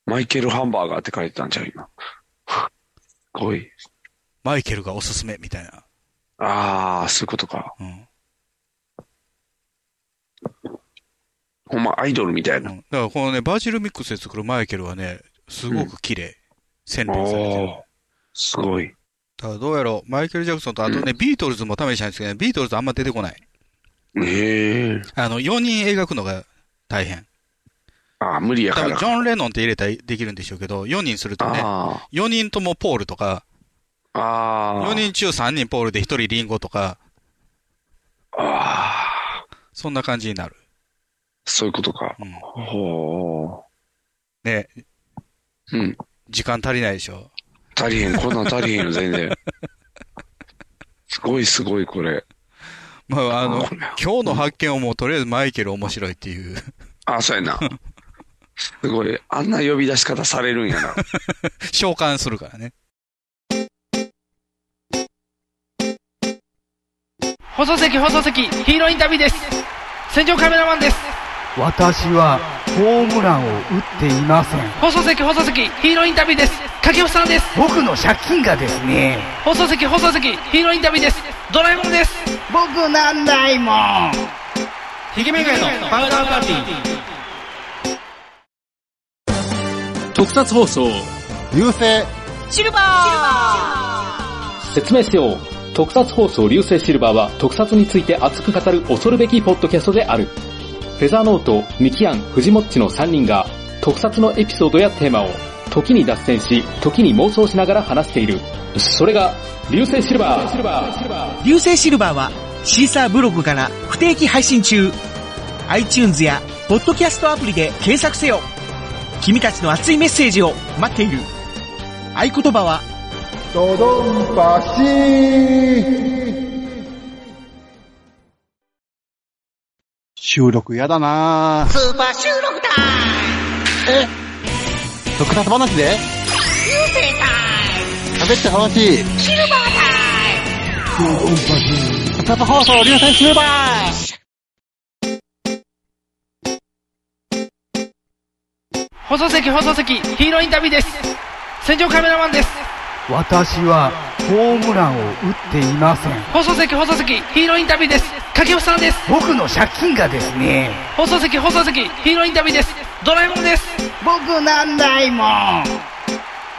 Speaker 3: マイケルハンバーガーって書いてたんちゃう今。かっこいい。
Speaker 2: マイケルがおすすめみたいな。
Speaker 3: ああ、そういうことか。
Speaker 2: うん。
Speaker 3: ほんまアイドルみたい
Speaker 2: うん
Speaker 3: な。
Speaker 2: だからこのね、バジルミックスで作るマイケルはね、すごく綺麗。洗
Speaker 3: お
Speaker 2: 練されてる。
Speaker 3: ー、すごい。
Speaker 2: ただどうやろう、マイケル・ジャクソンと、あとね、ビートルズも試したんですけどね、ビートルズあんま出てこない。
Speaker 3: ええ
Speaker 2: あの、4人描くのが大変。
Speaker 3: ああ、無理や
Speaker 2: 多
Speaker 3: か
Speaker 2: 分
Speaker 3: ら。
Speaker 2: ジョン・レノンって入れたらできるんでしょうけど、4人するとね、
Speaker 3: あ
Speaker 2: 4人ともポールとか、
Speaker 3: あ、ああ。
Speaker 2: 4人中3人ポールで1人リンゴとか、
Speaker 3: ああ、
Speaker 2: そんな感じになる。
Speaker 3: そういうことか。
Speaker 2: うん
Speaker 3: ほ
Speaker 2: ね、
Speaker 3: う。うん。
Speaker 2: 時間足りないでしょ。
Speaker 3: 足りへん。こんなん足りへんよ、全然。 すごいすごい、これ。
Speaker 2: まあ、あの、
Speaker 3: これ
Speaker 2: 今日の発見をもうとりあえずマイケル面白いっていう。
Speaker 3: あ、そうやな。すごい。あんな呼び出し方されるんやな。
Speaker 2: 召喚するからね。
Speaker 8: 放送席放送席ヒーローインタビューです戦場カメラマンです
Speaker 9: 私はホームランを打っていません
Speaker 8: 放送席放送席ヒーローインタビューです掛布さんです
Speaker 9: 僕の借金がですね
Speaker 8: 放送席放送席ヒーローインタビューですドラえもんです
Speaker 9: 僕なんないもん
Speaker 8: ひげめがえのパウダーパーティー
Speaker 10: 特撮放送
Speaker 6: 流星
Speaker 11: シルバー
Speaker 10: 説明しよう特撮放送流星シルバーは特撮について熱く語る恐るべきポッドキャストであるフェザーノート、ミキアン、フジモッチの3人が特撮のエピソードやテーマを時に脱線し、時に妄想しながら話しているそれが流星シルバー
Speaker 12: 流星シルバーはシーサーブログから不定期配信中 iTunes やポッドキャストアプリで検索せよ君たちの熱いメッセージを待っている合言葉は
Speaker 13: ドドンパシ
Speaker 14: 収録やだなぁ
Speaker 11: スーパー収録だ
Speaker 14: え特撮話で
Speaker 11: 流星タ
Speaker 14: 喋って楽しい。
Speaker 11: イムシルバー
Speaker 14: ドドンパシー。特撮放送流星シルバー
Speaker 8: 放送席放送席ヒーローインタビューです戦場カメラマンです
Speaker 9: 私はホームランを打っていません
Speaker 8: 放送席放送席ヒーローインタビューです掛布さんです
Speaker 9: 僕の借金がですね
Speaker 8: 放送席放送席ヒーローインタビューですドラえもんです
Speaker 9: 僕なんないもん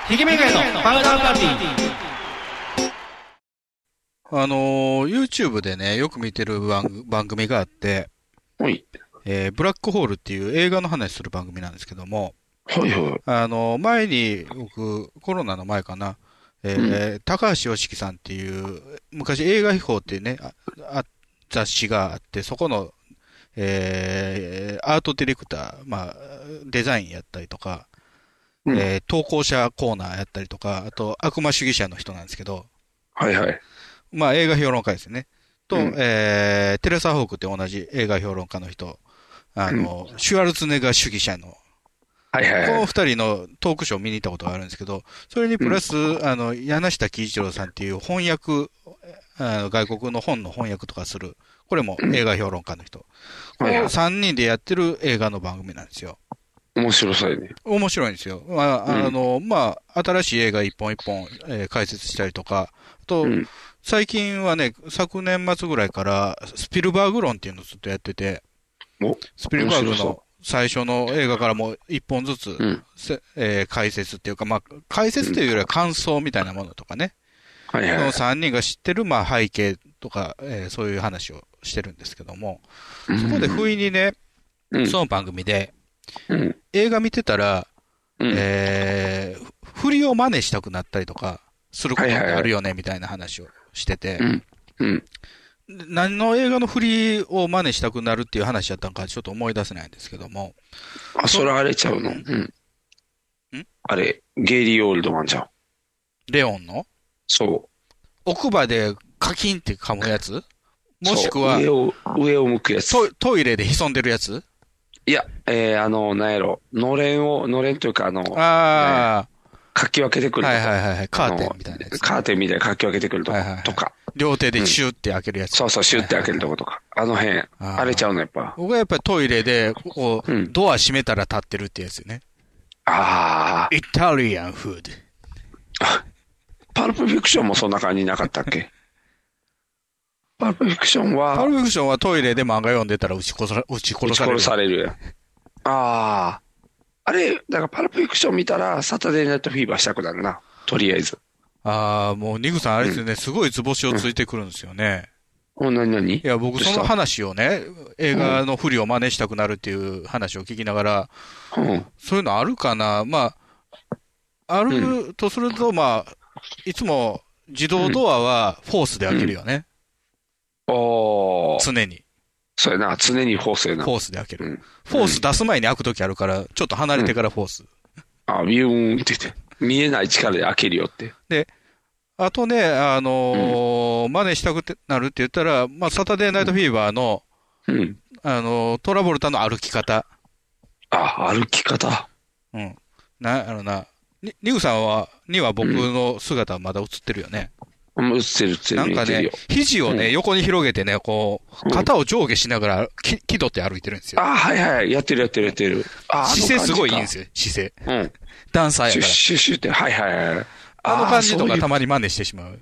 Speaker 8: ひげめがえのパウダーパーティー
Speaker 2: あのー YouTube でね、よく見てる番番組があって、
Speaker 3: はい。
Speaker 2: えーブラックホールっていう映画の話する番組なんですけども、
Speaker 3: はいはい。
Speaker 2: あのー前に、僕、コロナの前かな、えー高橋良樹さんっていう、昔映画秘宝っていうね、ああ雑誌があって、そこの、えーアートディレクター、まあ、デザインやったりとか、
Speaker 3: うん
Speaker 2: えー投稿者コーナーやったりとか、あと、悪魔主義者の人なんですけど、
Speaker 3: はいはい。
Speaker 2: まあ、映画評論家ですね。と、
Speaker 3: うん
Speaker 2: えー、テレサ・ホークって同じ映画評論家の人、あの、シュワルツェネッガー主義者の、
Speaker 3: はいはい
Speaker 2: こ
Speaker 3: は
Speaker 2: の
Speaker 3: い。
Speaker 2: 二人のトークショーを見に行ったことがあるんですけど、それにプラス、あの、柳下喜一郎さんっていう翻訳、あの外国の本の翻訳とかする、これも映画評論家の人。こ
Speaker 3: はいは
Speaker 2: の
Speaker 3: い
Speaker 2: 三人でやってる映画の番組なんですよ。
Speaker 3: 面白そうやね。
Speaker 2: 面白いんですよ。ま
Speaker 3: うん
Speaker 2: あ、あの、まあ、新しい映画一本一本、えー解説したりとか、あと、
Speaker 3: うん。
Speaker 2: 最近はね、昨年末ぐらいから、スピルバーグ論っていうのをずっとやってて、
Speaker 3: お
Speaker 2: スピルバーグ
Speaker 3: 面白
Speaker 2: の
Speaker 3: そ
Speaker 2: 最初の映画からもう一本ずつ、
Speaker 3: うん。
Speaker 2: せえー解説っていうか、まあ、解説というよりは感想みたいなものとかね、
Speaker 3: はい
Speaker 2: そ
Speaker 3: は
Speaker 2: の
Speaker 3: い。
Speaker 2: 3人が知ってる、まあ、背景とか、えーそういう話をしてるんですけども、そこで不意にね、
Speaker 3: うん。
Speaker 2: その番組で、
Speaker 3: うん。
Speaker 2: 映画見てたら、
Speaker 3: うん。
Speaker 2: えー振りを真似したくなったりとか、することってあるよね、みたいな話をしてて、
Speaker 3: うん。うん。
Speaker 2: 何の映画の振りを真似したくなるっていう話やったんかちょっと思い出せないんですけども、
Speaker 3: あ、それあれちゃうのうん。あれ、ゲイリー・オールドマンじゃん。
Speaker 2: レオンの
Speaker 3: そ
Speaker 2: 奥歯でカキンって噛むやつ
Speaker 3: う。
Speaker 2: もしくは
Speaker 3: そう上を、上を向くやつ。
Speaker 2: トイトイレで潜んでるやつ
Speaker 3: いや、えー、あの、なんやろ。のれんを、のれんというか、あの、
Speaker 2: あ
Speaker 3: かき分けて
Speaker 2: あ、
Speaker 3: くると
Speaker 2: は
Speaker 3: か。
Speaker 2: いはいはいはい、カーテンみたいなや
Speaker 3: あの
Speaker 2: つ。
Speaker 3: カーテンみたいなかき分けてくると
Speaker 2: はいはいは
Speaker 3: か
Speaker 2: い。
Speaker 3: とか。
Speaker 2: 両手でシューって開けるやつ。
Speaker 3: そうそう、シュって開けるとことか。あの辺、
Speaker 2: ー
Speaker 3: あれちゃうの、やっぱ。
Speaker 2: 僕はやっぱりトイレで、ここ、
Speaker 3: うん
Speaker 2: ドア閉めたら立ってるってやつよね。
Speaker 3: ああ。
Speaker 2: イタリアンフード。
Speaker 3: パルプフィクションもそんな感じなかったっ けパルプフィクション
Speaker 2: パ
Speaker 3: は
Speaker 2: ル、プフィクションはトイレで漫画読んでたら撃ち殺さ撃ち殺
Speaker 3: 撃ち
Speaker 2: される
Speaker 3: 殺。されるやん。ああ。あれ、だからパルプフィクション見たら、サタデーナイトフィーバーしたくなるな。とりあえず。
Speaker 2: ああ、もうニグさんあれですよね、すごい図星をついてくるんですよね。
Speaker 3: お、なになに
Speaker 2: いや、僕、
Speaker 3: どうし
Speaker 2: そ
Speaker 3: た
Speaker 2: の話をね、映画の不利を真似したくなるっていう話を聞きながら、
Speaker 3: うん。
Speaker 2: そういうのあるかな、まあ、あるとすると、まあ、いつも自動ドアはフォースで開けるよね、
Speaker 3: おー。
Speaker 2: 常に。
Speaker 3: そうやな、常にフォースやな。
Speaker 2: フォースで開ける。フォース出す前に開くときあるから、ちょっと離れてからフォース。
Speaker 3: あ、ビューンって言って、見えない力で開けるよって。
Speaker 2: で、あとね、あのー真似したくてなるって言ったら、まあ、サタデーナイトフィーバーの、あのートラボルタの歩き方。
Speaker 3: あ、歩き方。
Speaker 2: うん。な、あのな、にニグさんは、には僕の姿はまだ映ってるよね。
Speaker 3: うん、映ってる、映ってる。
Speaker 2: なんか
Speaker 3: 見えてる
Speaker 2: ね
Speaker 3: よ、
Speaker 2: 肘をね、
Speaker 3: うん
Speaker 2: 横に広げてね、こう、肩を上下しながら、き、気取って歩いてるんですよ。
Speaker 3: あ、はいはい、やってるやってるやってる。ああの
Speaker 2: 姿勢すごいいいんです
Speaker 3: 感
Speaker 2: よ、姿勢。
Speaker 3: じかうん。
Speaker 2: ダンサーやか
Speaker 3: シュッ
Speaker 2: ら。
Speaker 3: シュッシュッって、はいはいはい。
Speaker 2: あの感じとかた
Speaker 3: ま
Speaker 2: まに真似してしまう。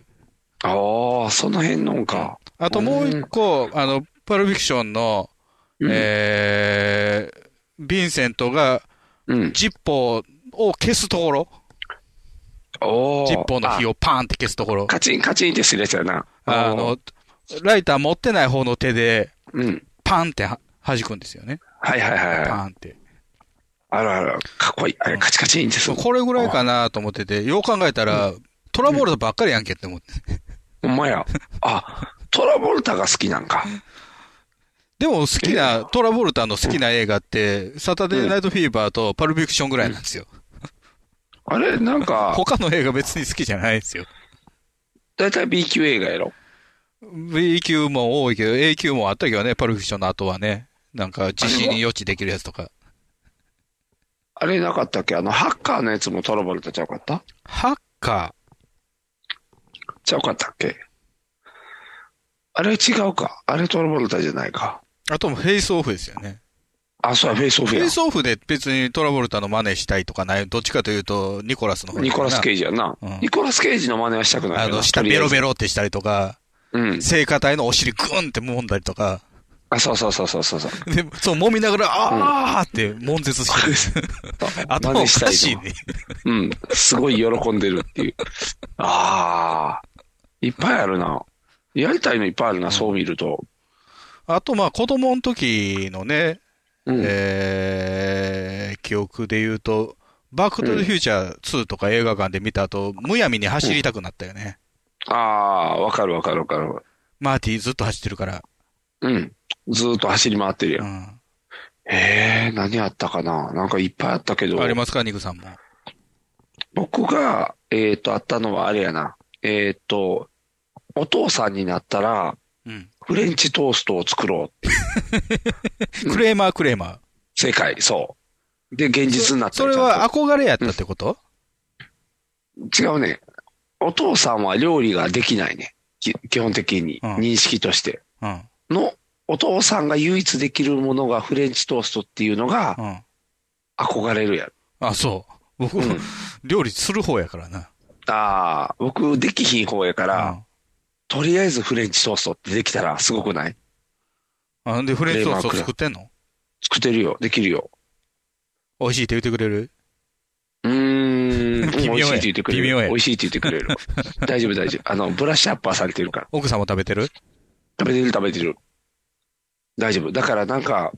Speaker 3: ああ、その辺のんか。
Speaker 2: あともう一個、あの、パルフィクションの、えー、ヴィンセントが、ジッポーを消すところ。ジッポーの火をパーンって消すところ。
Speaker 3: カチンカチンってするやつやな。
Speaker 2: あの、ライター持ってない方の手で、パンっては弾くんですよね。
Speaker 3: はいはいはい。
Speaker 2: パンって。
Speaker 3: あらあら、かっこいい。あれ、カチカチンってする。
Speaker 2: これぐらいかなと思ってて、よう考えたら、トラボルタばっかりやんけって思って。
Speaker 3: ほんまや。あ、トラボルタが好きなんか。
Speaker 2: でも好きな、トラボルタの好きな映画って、サタデーナイトフィーバーとパルフィクションぐらいなんですよ。
Speaker 3: あれ、なんか、
Speaker 2: 他の映画別に好きじゃないですよ。
Speaker 3: だいたい B 級映画やろ。
Speaker 2: B 級も多いけど、A 級もあったけどね、パルフィクションの後はね。なんか、自信に予知できるやつとか。
Speaker 3: あれなかったっけあの、ハッカーのやつもトラボルタちゃうかった
Speaker 2: ハッカ
Speaker 3: ーちゃうかったっけあれ違うか。あれトラボルタじゃないか。
Speaker 2: あともフェイスオフですよね。
Speaker 3: あ、そうや、フェイスオフ
Speaker 2: フ
Speaker 3: や
Speaker 2: ェイ。スオフで別にトラボルタの真似したいとかない。どっちかというと、ニコラスの方
Speaker 3: ニコラス・ケイジ
Speaker 2: や
Speaker 3: やな。ニコラス・ケイジの真似はしたくない
Speaker 2: あ
Speaker 3: よな
Speaker 2: の、下
Speaker 3: とり
Speaker 2: ベ
Speaker 3: あえ
Speaker 2: ロ
Speaker 3: ず
Speaker 2: ベロってしたりとか、
Speaker 3: うん。
Speaker 2: 聖火隊のお尻グンって揉んだりとか。
Speaker 3: あ、そうそうそうそうそ うそう。
Speaker 2: で、そう、揉みながら、あーって、悶絶して る。頭おかしいね。
Speaker 3: うん。すごい喜んでるっ ていう。ああ。いっぱいあるな。やりたいのいっぱいあるな、そう見ると。
Speaker 2: あと、まあ、子供の時のね、えー記憶で言うと、バックトゥーフューチャー2とか映画館で見た後、むやみに走りたくなったよね。
Speaker 3: ああー、わかるわかるわかる。
Speaker 2: マーティずっと走ってるから。
Speaker 3: うん。ずーっと走り回ってるやん。ええ何あったかななんかいっぱいあったけど。
Speaker 2: ありますか、ニグさんも。
Speaker 3: 僕が、えっ、と、あったのはあれやな。えっ、と、お父さんになったら、
Speaker 2: うん
Speaker 3: フレンチトーストを作ろうって。
Speaker 2: クレーマークレーマー。
Speaker 3: 世界、そう。で、現実になった
Speaker 2: それは憧れやったってこと、
Speaker 3: 違うね。お父さんは料理ができないね。き基本的に、認識として。
Speaker 2: うん。
Speaker 3: の、お父さんが唯一できるものがフレンチトーストっていうのが、憧れるやろ。
Speaker 2: あ、そう。僕、料理する方やからな。
Speaker 3: ああ、僕、できひん方やから、とりあえずフレンチトーストってできたらすごくない
Speaker 2: あんで、フレンチトースト
Speaker 3: レバークラ
Speaker 2: 作ってんの
Speaker 3: 作ってるよ、できるよ。
Speaker 2: 美味しいって言ってくれる
Speaker 3: うーん、
Speaker 2: 微妙や
Speaker 3: 美味しいって言ってくれ
Speaker 2: 微妙
Speaker 3: る。
Speaker 2: や
Speaker 3: 美味しいって言ってく れる。大丈夫、大丈夫。あの、ブラッシュアッパーされてるから。
Speaker 2: 奥さんも食べてる
Speaker 3: 食べてる、食べてる。大丈夫。だからなんか、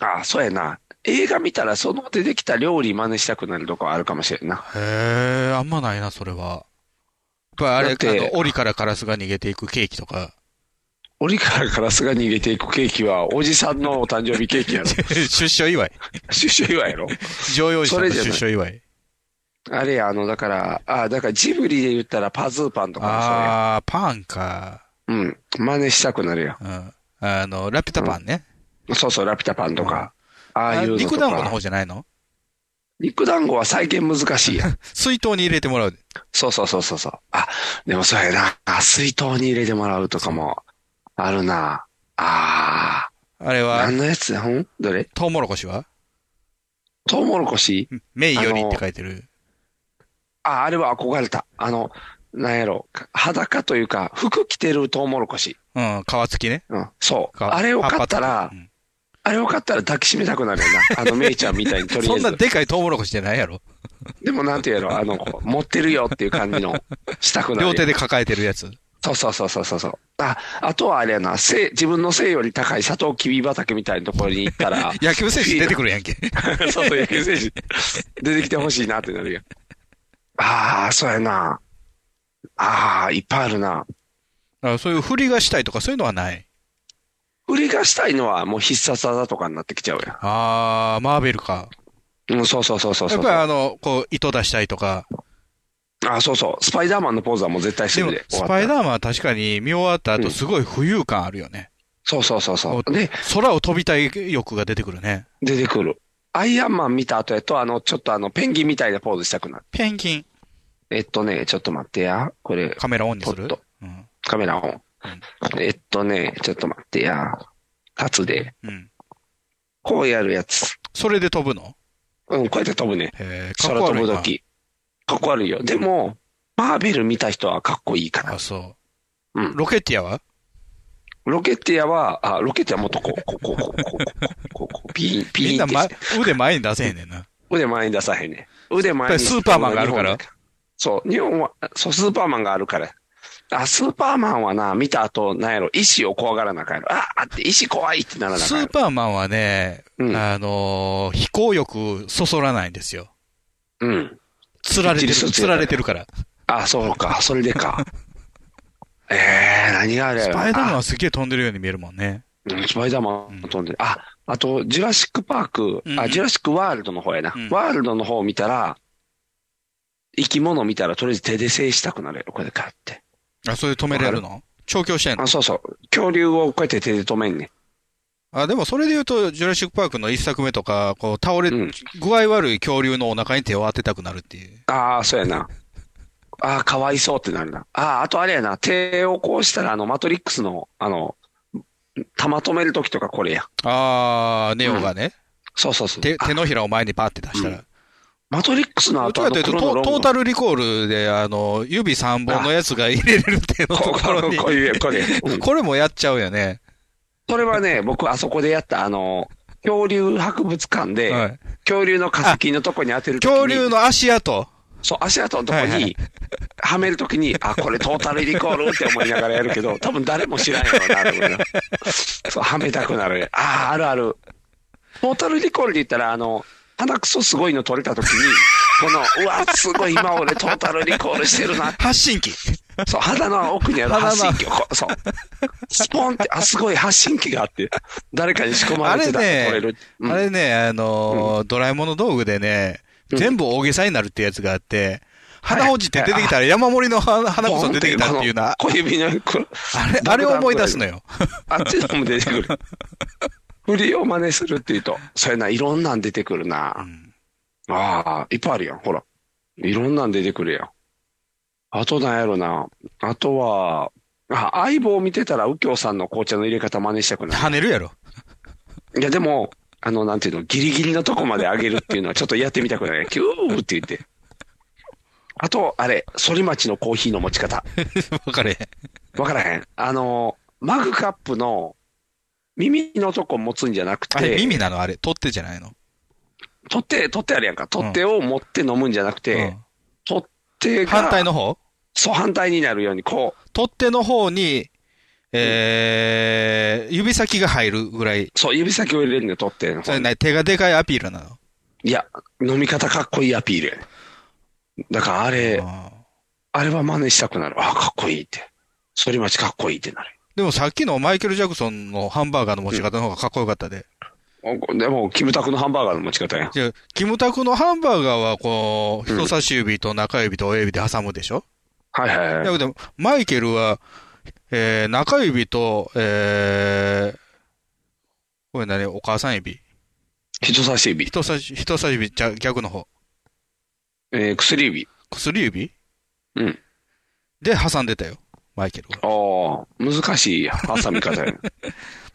Speaker 3: ああ、そうやな。映画見たらその出てきた料理真似したくなるとこあるかもしれんな。
Speaker 2: へえ、あんまないな、それは。やっぱり
Speaker 3: だ
Speaker 2: あ
Speaker 3: って
Speaker 2: れ、あの、檻からカラスが逃げていくケーキとか。
Speaker 3: 檻からカラスが逃げていくケーキは、おじさんのお誕生日ケー キやろ。
Speaker 2: 出所祝い。
Speaker 3: 出所祝いやろ。
Speaker 2: 常用
Speaker 3: そ
Speaker 2: 車
Speaker 3: れ
Speaker 2: の
Speaker 3: じゃない
Speaker 2: 出所祝い。
Speaker 3: あれや、あの、だから、ああ、だからジブリで言ったらパズーパンとかもそうや。
Speaker 2: あー、パンか。
Speaker 3: うん。真似したくなるや
Speaker 2: ん。うん。あの、ラピュタパンね。
Speaker 3: そうそう、ラピュタパンとか。ああ
Speaker 2: あ
Speaker 3: いうのとか。
Speaker 2: 肉団子の方じゃないの
Speaker 3: 肉団子は再現難しい やん。
Speaker 2: 水筒に入れてもらう。
Speaker 3: そうそうそうそうそう。あ、でもそうやな。あ、水筒に入れてもらうとかも、あるな。あ
Speaker 2: あ。あれは。
Speaker 3: 何のやつだほんどれ
Speaker 2: トウモロコシは
Speaker 3: トウモロコシ
Speaker 2: メイよりって書
Speaker 3: いて
Speaker 2: いてる。
Speaker 3: あ、あれは憧れた。あの、なんやろ。裸というか、服着てるトウモロコシ。
Speaker 2: うん、皮付きね。
Speaker 3: うん、そう。あれを買ったら、あれを買ったら抱きしめたくなるよな。あの、メイちゃんみたいにとりあえ
Speaker 2: そ
Speaker 3: ず。
Speaker 2: んなでかいトウモロコシじゃないやろ。
Speaker 3: でもなんていうやろ、あの、こう持ってるよっていう感じの、したくなる。
Speaker 2: 両手で抱えてるやつ。。
Speaker 3: そうそうそうそうそうそう。あ、あとはあれやな、背、自分の背より高いサトウキビ畑みたいなところに行ったら
Speaker 2: 野球選手出てくるや んけ。
Speaker 3: そうそう、野球選手。出てきてほしいなってなるやん。ああ、そうやな。ああ、いっぱいあるな。
Speaker 2: あそういう振りがしたいとかそういうのはない。
Speaker 3: 売りがしたいのはもう必殺技とかになってきちゃうや
Speaker 2: あー、マーベルか。
Speaker 3: ん。うん、そうそうそうそう
Speaker 2: や
Speaker 3: そ
Speaker 2: っ
Speaker 3: う。
Speaker 2: ぱりあの、こう、糸出したりとか。
Speaker 3: あ、そうそう。スパイダーマンのポーズはもう絶対して
Speaker 2: で
Speaker 3: る
Speaker 2: も
Speaker 3: で。、
Speaker 2: スパイ
Speaker 3: ー
Speaker 2: ダーマンは確かに見終わった後、すごい浮遊感あるよね。
Speaker 3: そうそうそうそう。
Speaker 2: で、空を飛びたい欲が出てくるね。
Speaker 3: 出てくる。アイアンマン見た後やと、あの、ちょっとあの、ペンギンみたいなポーズしたくなる。
Speaker 2: ペンギン。
Speaker 3: えっとね、ちょっと待ってや。これ。
Speaker 2: カメラオンにする
Speaker 3: カメラオン。えっとね、ちょっと待ってや。立つで。
Speaker 2: うん
Speaker 3: こうやるやつ。
Speaker 2: それで飛ぶの
Speaker 3: うん、こうやって飛ぶね。
Speaker 2: かっこ
Speaker 3: 空飛
Speaker 2: 悪い
Speaker 3: ぶ
Speaker 2: な
Speaker 3: 時。かっこ悪いよ。でも、マーベル見た人はかっこいいから。あ、
Speaker 2: そう。ロケッティアは
Speaker 3: ロケッティアは、あ、ロケッティアもっとこう、こう、こう、こう、こう、こう、こう、こう、ピーン、ピーン
Speaker 2: みんな、
Speaker 3: って
Speaker 2: ま、腕前に出せへんねん な。
Speaker 3: 腕前に出さへんねん。腕前
Speaker 2: やっ
Speaker 3: に。
Speaker 2: ぱりスーパーマンがあるから
Speaker 3: そう、日本は、そう、スーパーマンがあるから。あ、スーパーマンはな、見た後、なんやろ、石を怖がらなあかんやろ。あ、あって、石怖いってならなあ
Speaker 2: ス
Speaker 3: かんや
Speaker 2: ー
Speaker 3: ろ。
Speaker 2: パーマンはね、あのー飛行欲そそらないんですよ。
Speaker 3: うん。
Speaker 2: 釣られてる、
Speaker 3: きっちりし
Speaker 2: 釣
Speaker 3: と
Speaker 2: られてるから。
Speaker 3: あ、そうか、それで か。えー、何があれや
Speaker 2: ス
Speaker 3: ろ
Speaker 2: パイダーマンはすげえ飛んでるように見えるもんね。
Speaker 3: うんスパイダーマン飛んでる。あ、あと、ジュラシックパーク、あ、ジュラシックワールドの方やな。ワールドの方を見たら、生き物見たら、とりあえず手で制したくなるやろ、これでかって。
Speaker 2: あ、それ止めれるの調教してんの
Speaker 3: あ、そうそう。恐竜をこうやって手で止めんねん。
Speaker 2: あ、でもそれで言うと、ジュラシックパークの一作目とか、こう、倒れ、具合悪い恐竜のお腹に手を当てたくなるっていう。
Speaker 3: ああ、そうやな。ああ、かわいそうってなるな。ああ、あとあれやな。手をこうしたら、あの、マトリックスの、あの、玉止めるときとかこれや。
Speaker 2: あー、ネオがね。
Speaker 3: そうそうそう。
Speaker 2: 手、手のひらを前にパーって出したら。
Speaker 3: マトリックスの
Speaker 2: ど
Speaker 3: 後
Speaker 2: っ
Speaker 3: あ
Speaker 2: ちかというと、トートータルリコールで、あの、指3本のやつが入れれる手のところに。
Speaker 3: こういう、これ。
Speaker 2: これもやっちゃうよね。
Speaker 3: それはね、僕、あそこでやった、あの、恐竜博物館で、恐竜の化石のとこに当てるときに。
Speaker 2: 恐竜の足跡。
Speaker 3: そう、足跡のとこに、はめるときに、あ、これトータルリコールって思いながらやる けど、多分誰も知らんやろうな、と思いながらそう、はめたくなる。ああ、あるある。トータルリコールで言ったら、あの、鼻くそすごいの取れたときに、この、うわ、すごい、今俺トータルリコールしてるな。
Speaker 2: 発信機。
Speaker 3: そう、鼻の奥にある
Speaker 2: 鼻の
Speaker 3: 発信機をこう、そう。スポンって、あ、すごい発信機があって、誰かに仕込ま
Speaker 2: あ
Speaker 3: れ
Speaker 2: れ
Speaker 3: てた取れ
Speaker 2: ね
Speaker 3: る。、
Speaker 2: あれね、あのー、ドラえもんの道具でね、全部大げさになるってやつがあって、鼻落ちて出てきたら山盛りの花花こそ出てきたっていうな。
Speaker 3: 小指の、これ
Speaker 2: あれ、あれを思い出すのよ。
Speaker 3: あっちのも出てくる。振りを真似するっていうと、そうやな、いろんなん出てくるな。ああ、いっぱいあるやん、ほら。いろんなん出てくるやん。あとなんやろな。あとは、あ、相棒見てたら右京さんの紅茶の入れ方真似したく なる。
Speaker 2: 跳ねるやろ。
Speaker 3: いや、でも、あの、なんていうの、ギリギリのとこまで上げるっていうのはちょっとやってみたく ない。キューって言って。あと、あれ、反町のコーヒーの持ち方。
Speaker 2: わかれへん。
Speaker 3: わからへん。あの、マグカップの耳のとこ持つんじゃなくて、
Speaker 2: あれ、耳なのあれ、取ってじゃないの
Speaker 3: 取って、取ってあるやんか。取っ手を持って飲むんじゃなくて、取っ手が、
Speaker 2: 反対の方
Speaker 3: そう、反対になるように、こう。
Speaker 2: 取っ手の方に、えー、指先が入るぐらい。
Speaker 3: そう、指先を入れるんだよ、取っ手の
Speaker 2: それね、手がでかいアピールなの。
Speaker 3: いや、飲み方かっこいいアピールやね。だからあれ、あれは真似したくなる。あ、かっこいいって。反町かっこいいってなる。
Speaker 2: でもさっきのマイケル・ジャクソンのハンバーガーの持ち方の方がかっこよかったで。
Speaker 3: おでも、キムタクのハンバーガーの持ち方やん。
Speaker 2: じゃあキムタクのハンバーガーは、こう、人差し指と中指と親指で挟むでしょ
Speaker 3: はいはいはい
Speaker 2: だけど、マイケルは、えー、中指と、えー、これ何お母さん指
Speaker 3: 人差し指。
Speaker 2: 人差し、人差し指、じゃ、逆の方。
Speaker 3: えー薬指。
Speaker 2: 薬指
Speaker 3: うん。
Speaker 2: で、挟んでたよ。マイケルは。
Speaker 3: ああ、難しい挟み方 やん。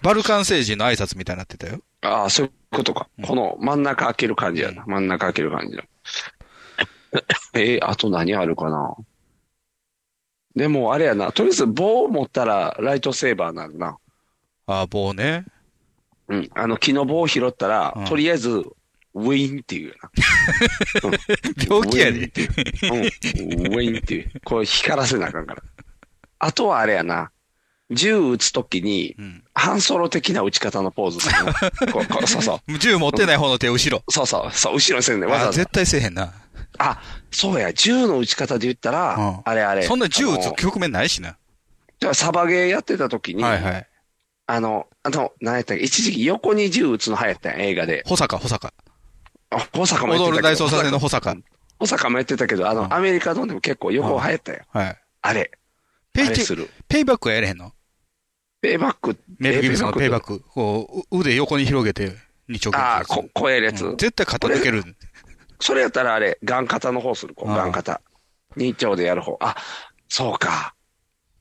Speaker 2: バルカン星人の挨拶みたいになってたよ。
Speaker 3: ああ、そういうことか。この真ん中開ける感じやな。真ん中開ける感じだ。 えーあと何あるかな。でも、あれやな。とりあえず棒を持ったらライトセーバーになるな。
Speaker 2: ああ、棒ね。
Speaker 3: うん。あの、木の棒を拾ったら、とりあえず、ウィーンっていうよ な。
Speaker 2: 病気やで
Speaker 3: ねうん。ウィーンっていう。これ光らせなあかんから。あとはあれやな。銃撃つときに、半ソロ的な撃ち方のポーズするこうこうそうそう。
Speaker 2: 銃持ってない方の手、後ろ。
Speaker 3: そうそう、そう、後ろにせんね、わざ
Speaker 2: あ
Speaker 3: わ
Speaker 2: あ、
Speaker 3: ざ。
Speaker 2: 絶対せえへんな。
Speaker 3: あ、そうや、銃の撃ち方で言ったら、あれあれ。
Speaker 2: そんな銃撃
Speaker 3: あの
Speaker 2: つ局面ないしな。
Speaker 3: じゃあサバゲーやってた時に、
Speaker 2: はいはい。
Speaker 3: あの、あの、何やったっけ、一時期横に銃撃つの流行ったやん、映画で。
Speaker 2: 保坂、保坂。
Speaker 3: あ、保坂もやって
Speaker 2: 踊
Speaker 3: たけ
Speaker 2: る
Speaker 3: ど。
Speaker 2: 大捜査線の保坂。
Speaker 3: 保坂もやってたけど、あの、アメリカのでも結構横流行ったやん。
Speaker 2: はい。
Speaker 3: あれ。
Speaker 2: ペイ
Speaker 3: あれ
Speaker 2: チ
Speaker 3: する
Speaker 2: ペイバックはやれへんの
Speaker 3: ペイバック。
Speaker 2: メルギブスのペイバック。こう、う腕横に広げて、二丁
Speaker 3: ああ、こ、超えるやつ。
Speaker 2: 絶対肩抜ける。
Speaker 3: それやったらあれ、ガン型の方する子、ガン型。二丁でやる方。あ、そうか。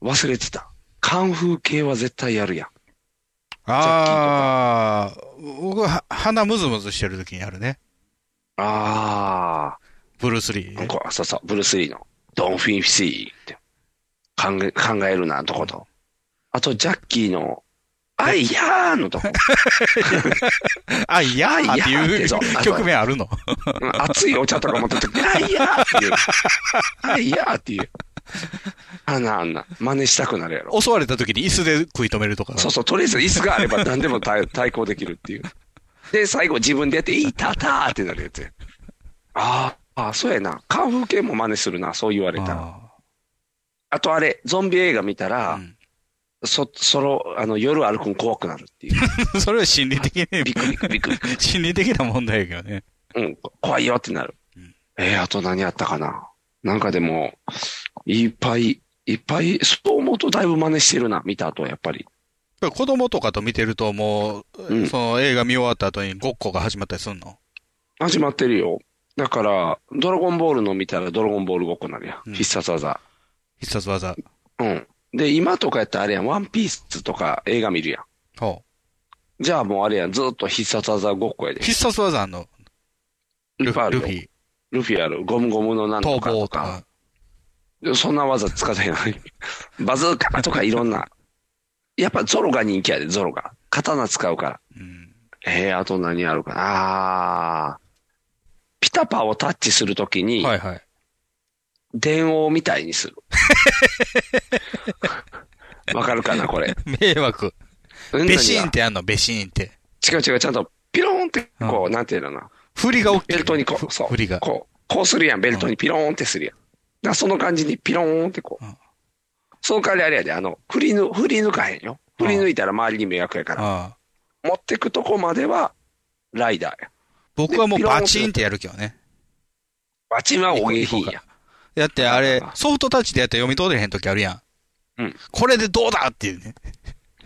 Speaker 3: 忘れてた。カンフー系は絶対やるやん。
Speaker 2: ああ、僕は鼻ムズムズしてる時にやるね。
Speaker 3: ああ。
Speaker 2: ブルース・リー。
Speaker 3: こうそうそう、ブルース・リーの。ドン・フィン・フィシーって。考え、考えるな、とこと。あと、ジャッキーの、あいやーのとこ。
Speaker 2: あいやーって
Speaker 3: あいやー
Speaker 2: い
Speaker 3: って
Speaker 2: う
Speaker 3: そうあそう
Speaker 2: 局面あるの
Speaker 3: うん熱いお茶とか持ってるとき、あいやーっていう。あいやーっていう。あんな、あんな。真似したくなるやろ。
Speaker 2: 襲われた時に椅子で食い止めるとか。
Speaker 3: そうそう、とりあえず椅子があれば何でも対 対抗できるっていう。で、最後自分でやって、いたたーってなるやつや。あーあー、そうやな。カンフー系も真似するな、そう言われたら。あとあれ、ゾンビ映画見たら、そ、その、あの、夜歩くん怖くなる ってい う。
Speaker 2: それは心理的に。ビ
Speaker 3: クビクビクビク。
Speaker 2: 心理的な問題やけどね。
Speaker 3: うん、怖いよってなる。えー、あと何あったかな。なんかでも、いっぱい、いっぱい、そう思うとだいぶ真似してるな、見た後はやっぱり。
Speaker 2: やっぱり子供とかと見てるともう、その映画見終わった後にごっこが始まったりすんの
Speaker 3: 始まってるよ。だから、ドラゴンボールの見たらドラゴンボールごっこになるやん。必殺技。
Speaker 2: 必殺技。
Speaker 3: うん。で、今とかやったらあれやん、ワンピースとか映画見るや
Speaker 2: ほ
Speaker 3: ん。じゃあもうあれやん、ずーっと必殺技ごっこやで
Speaker 2: う。。必殺技あんの
Speaker 3: ルフィ。
Speaker 2: ルフィ。
Speaker 3: ルフィある。ゴムゴムのなんとかと
Speaker 2: 逃亡とか
Speaker 3: か。そんな技使ってない。バズーカとかいろんな。やっぱゾロが人気やで、ゾロが。刀使うから。えー、あと何あるかな。あーピタパをタッチするときに、
Speaker 2: はいはい。
Speaker 3: 電王みたい にする。わかるかな、これ。
Speaker 2: 迷惑。
Speaker 3: うん
Speaker 2: ベシーンってやんのベシーンって。
Speaker 3: 違う違う、ちゃんとピローンって、こう、なんていうのかな。
Speaker 2: 振りが大きい。
Speaker 3: ベルトにこう、そう。
Speaker 2: 振りが
Speaker 3: こう、こうするやん、ベルトにピローンってするやん。だからその感じにピローンってこう。その代わりあれやで、あの、振りぬ、振り抜かへんよ。振り抜いたら周りに迷惑やから。持ってくとこまでは、ライダーや。
Speaker 2: 僕はもう
Speaker 3: でピローン
Speaker 2: バチンってやるけどね。
Speaker 3: バチンは大げひんや。
Speaker 2: だってあれ、ソフトタッチでやったら読み取れへん時あるやん。
Speaker 3: うん。
Speaker 2: これでどうだっていうね。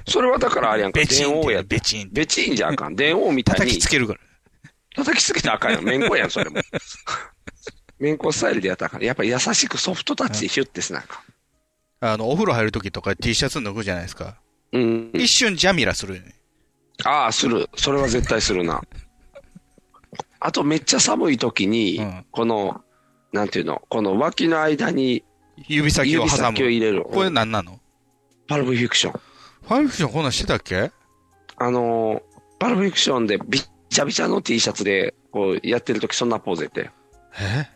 Speaker 3: それはだからあれやんか、
Speaker 2: ベチン
Speaker 3: 電王や。
Speaker 2: ベチン。
Speaker 3: ベチンじゃあかん。電王みたいに。
Speaker 2: 叩きつけるから。
Speaker 3: 叩きつけたらあかんよ。めんこやん、それ も。めんこスタイルでやったらあかん。やっぱ優しくソフトタッチでヒュッてしなあかん。
Speaker 2: あの、お風呂入る時とか T シャツ脱ぐじゃないですか。
Speaker 3: うん。
Speaker 2: 一瞬ジャミラするよね。
Speaker 3: ああ、する。それは絶対するな。あと、めっちゃ寒い時に、この、なんていうの、この脇の間に、
Speaker 2: 指先を挟む。
Speaker 3: 指先を入れる。
Speaker 2: これ何なの
Speaker 3: パルプフィクション。
Speaker 2: パルプフィクションこんなんしてたっけ
Speaker 3: あのー、パルプフィクションでびっちゃびちゃの T シャツで、こう、やってる時そんなポーズやって。
Speaker 2: え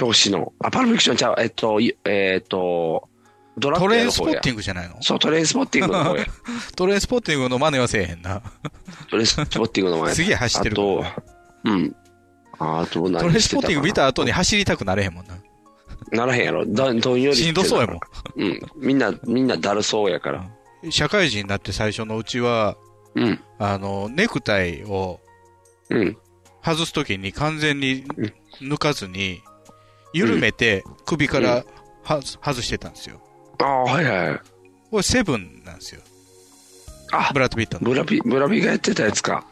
Speaker 3: 表紙の。あ、パルプフィクションちゃう。えっと、いえっと、ドラッ
Speaker 2: ト
Speaker 3: グ
Speaker 2: レイ
Speaker 3: や
Speaker 2: ン
Speaker 3: る
Speaker 2: ス
Speaker 3: 方
Speaker 2: ポ
Speaker 3: や
Speaker 2: ッティングじゃないの
Speaker 3: そう、トレインスポッティング の方や。
Speaker 2: トレインスポッティングの真似はせえへんな。
Speaker 3: トレインスポッティングの前や。
Speaker 2: すげえ走ってる
Speaker 3: あと、うん。ああと何してた
Speaker 2: トレインスポッティング見
Speaker 3: た
Speaker 2: た後に走りたくなれへんもんな。
Speaker 3: ならへんやろ。だどんより
Speaker 2: しんどそうやもん。
Speaker 3: うん。みんな、みんなだるそうやから。
Speaker 2: 社会人になって最初のうちは、
Speaker 3: うん
Speaker 2: あの、ネクタイを、外すときに完全に抜かずに、緩めて首からは外してたんですよ。
Speaker 3: ああ、はいはい。
Speaker 2: これセブンなんですよ。
Speaker 3: あ
Speaker 2: ブラッド・ピットの。
Speaker 3: ブラピ、ブラピがやってたやつか。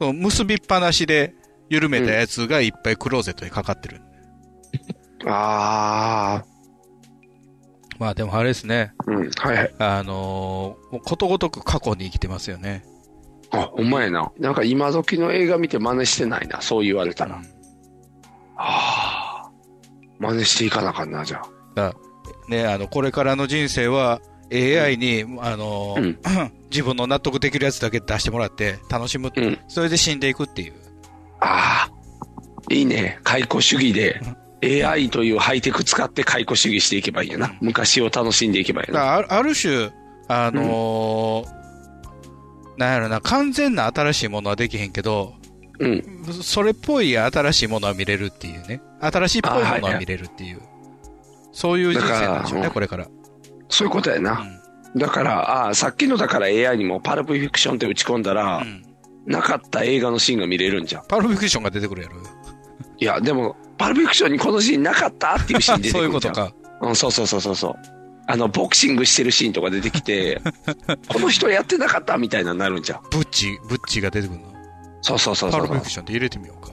Speaker 2: そう結びっぱなしで緩めたやつがいっぱいクローゼットにかかってる。
Speaker 3: ああ。
Speaker 2: まあでもあれですね。
Speaker 3: うん、はいはい。
Speaker 2: あのーもうことごとく過去に生きてますよね。
Speaker 3: あ、お前な。なんか今時の映画見て真似してないな。そう言われたら。ああ。真似していかなあかんな、じゃあ。
Speaker 2: だね、あの、これからの人生は AI に、あのー自分の納得できるやつだけ出してもらって楽しむ、それで死んでいくっていう。
Speaker 3: ああ。いいね。解雇主義で。AI というハイテク使って解雇主義していけばいいやな。昔を楽しんでいけばいい
Speaker 2: だか
Speaker 3: な。
Speaker 2: らあるある種、あのーなんやろな、完全な新しいものはできへんけど、
Speaker 3: うん。
Speaker 2: それっぽい新しいものは見れるっていうね。新しいっぽいものは見れるっていう。そういう人生なんでしょうね、
Speaker 3: だからうん
Speaker 2: これから。
Speaker 3: そういうことやな。だから、ああ、さっきのだから AI にもパルプフィクションって打ち込んだら、なかった映画のシーンが見れるんじゃん。
Speaker 2: パルプフィクションが出てくるやろ。
Speaker 3: いや、でも、パルプフィクションにこのシーンなかったっていうシーン出てくるじゃん。
Speaker 2: そういう
Speaker 3: ことか。うん、そうそうそうそうそう。あの、ボクシングしてるシーンとか出てきて、 この人やってなかったみたいなのになるんじゃん。
Speaker 2: ブッチ、ブッチが出てくるの。
Speaker 3: そうそうそうそう。
Speaker 2: パルプフィクションって入れてみようか。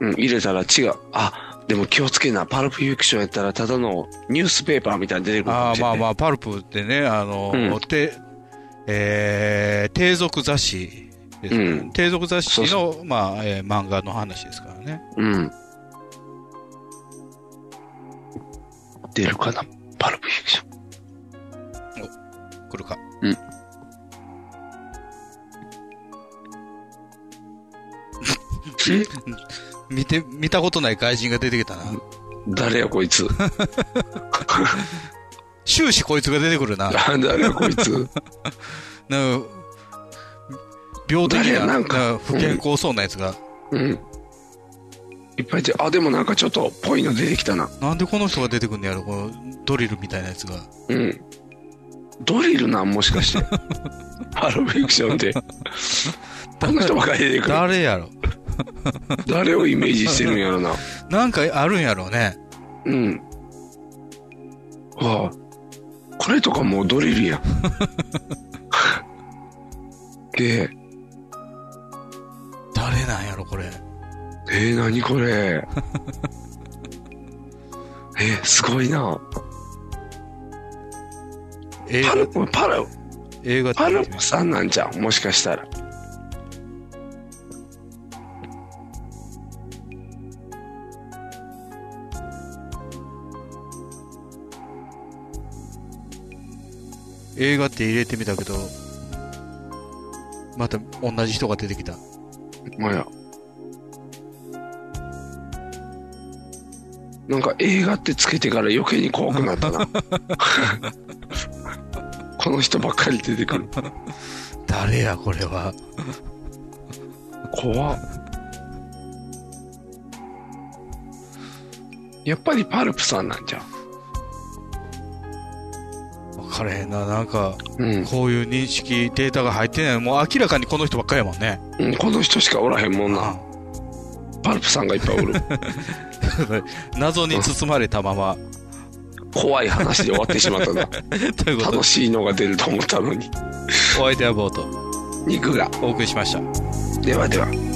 Speaker 3: うん、入れたら違う。あ、でも気をつけな。パルプフィクションやったら、ただのニュースペーパーみたいに出てくるか
Speaker 2: あ
Speaker 3: も
Speaker 2: あ、
Speaker 3: しれ
Speaker 2: ま
Speaker 3: な
Speaker 2: あ
Speaker 3: い。
Speaker 2: まあ、パルプってね、あの、
Speaker 3: うん
Speaker 2: てえー、低俗雑誌ですね、
Speaker 3: うん
Speaker 2: 低俗雑誌のまあえー漫画の話ですからね。
Speaker 3: うん。出るかなパルプフィクショ
Speaker 2: ン。来るか。
Speaker 3: うん。
Speaker 2: 見て、見たことない怪人が出てきたな。
Speaker 3: 誰やこいつ。
Speaker 2: 終始こいつが出てくるな。
Speaker 3: 誰やこいつ。
Speaker 2: なんか病的
Speaker 3: 誰
Speaker 2: な
Speaker 3: やなんか
Speaker 2: なんか不健康そうなやつが、
Speaker 3: うん。いっぱい出て、あ、でもなんかちょっと、ぽいの出てきたな。
Speaker 2: なんでこの人が出てくるんのやろ、このドリルみたいなやつが。
Speaker 3: うん。ドリルなんもしかして。パルプフィクションで。この人ばっかり出てくる。
Speaker 2: 誰やろ。
Speaker 3: 誰をイメージしてるんやろな。
Speaker 2: なんかあるんやろうね。
Speaker 3: うん。わあ、これとかもうドリルやん。で、
Speaker 2: 誰なんやろ、これ。
Speaker 3: えー、何これ。えー、すごいな。
Speaker 2: 映
Speaker 3: パルプ、パルプ、
Speaker 2: 映画
Speaker 3: パルプさんなんじゃん、もしかしたら。
Speaker 2: 映画って入れてみたけど、また同じ人が出てきた。
Speaker 3: まや。なんか映画ってつけてから余計に怖く なったな。この人ばっかり出てくる。
Speaker 2: 誰や、これは。
Speaker 3: 怖っやっぱりパルプさんなんじゃん。
Speaker 2: 分からへんな、なんか、
Speaker 3: うん
Speaker 2: こういう認識、データが入ってない。もう明らかにこの人ばっかりやもんね。
Speaker 3: うん、この人しかおらへんもんな。パルプさんがいっぱいおる。
Speaker 2: 謎に包まれたまま。
Speaker 3: 怖い話で終わってしまった な。
Speaker 2: ということで
Speaker 3: 楽しいのが出ると思ったのに。
Speaker 2: お相手はボート。
Speaker 3: 肉が。
Speaker 2: お送りしました。
Speaker 3: ではでは。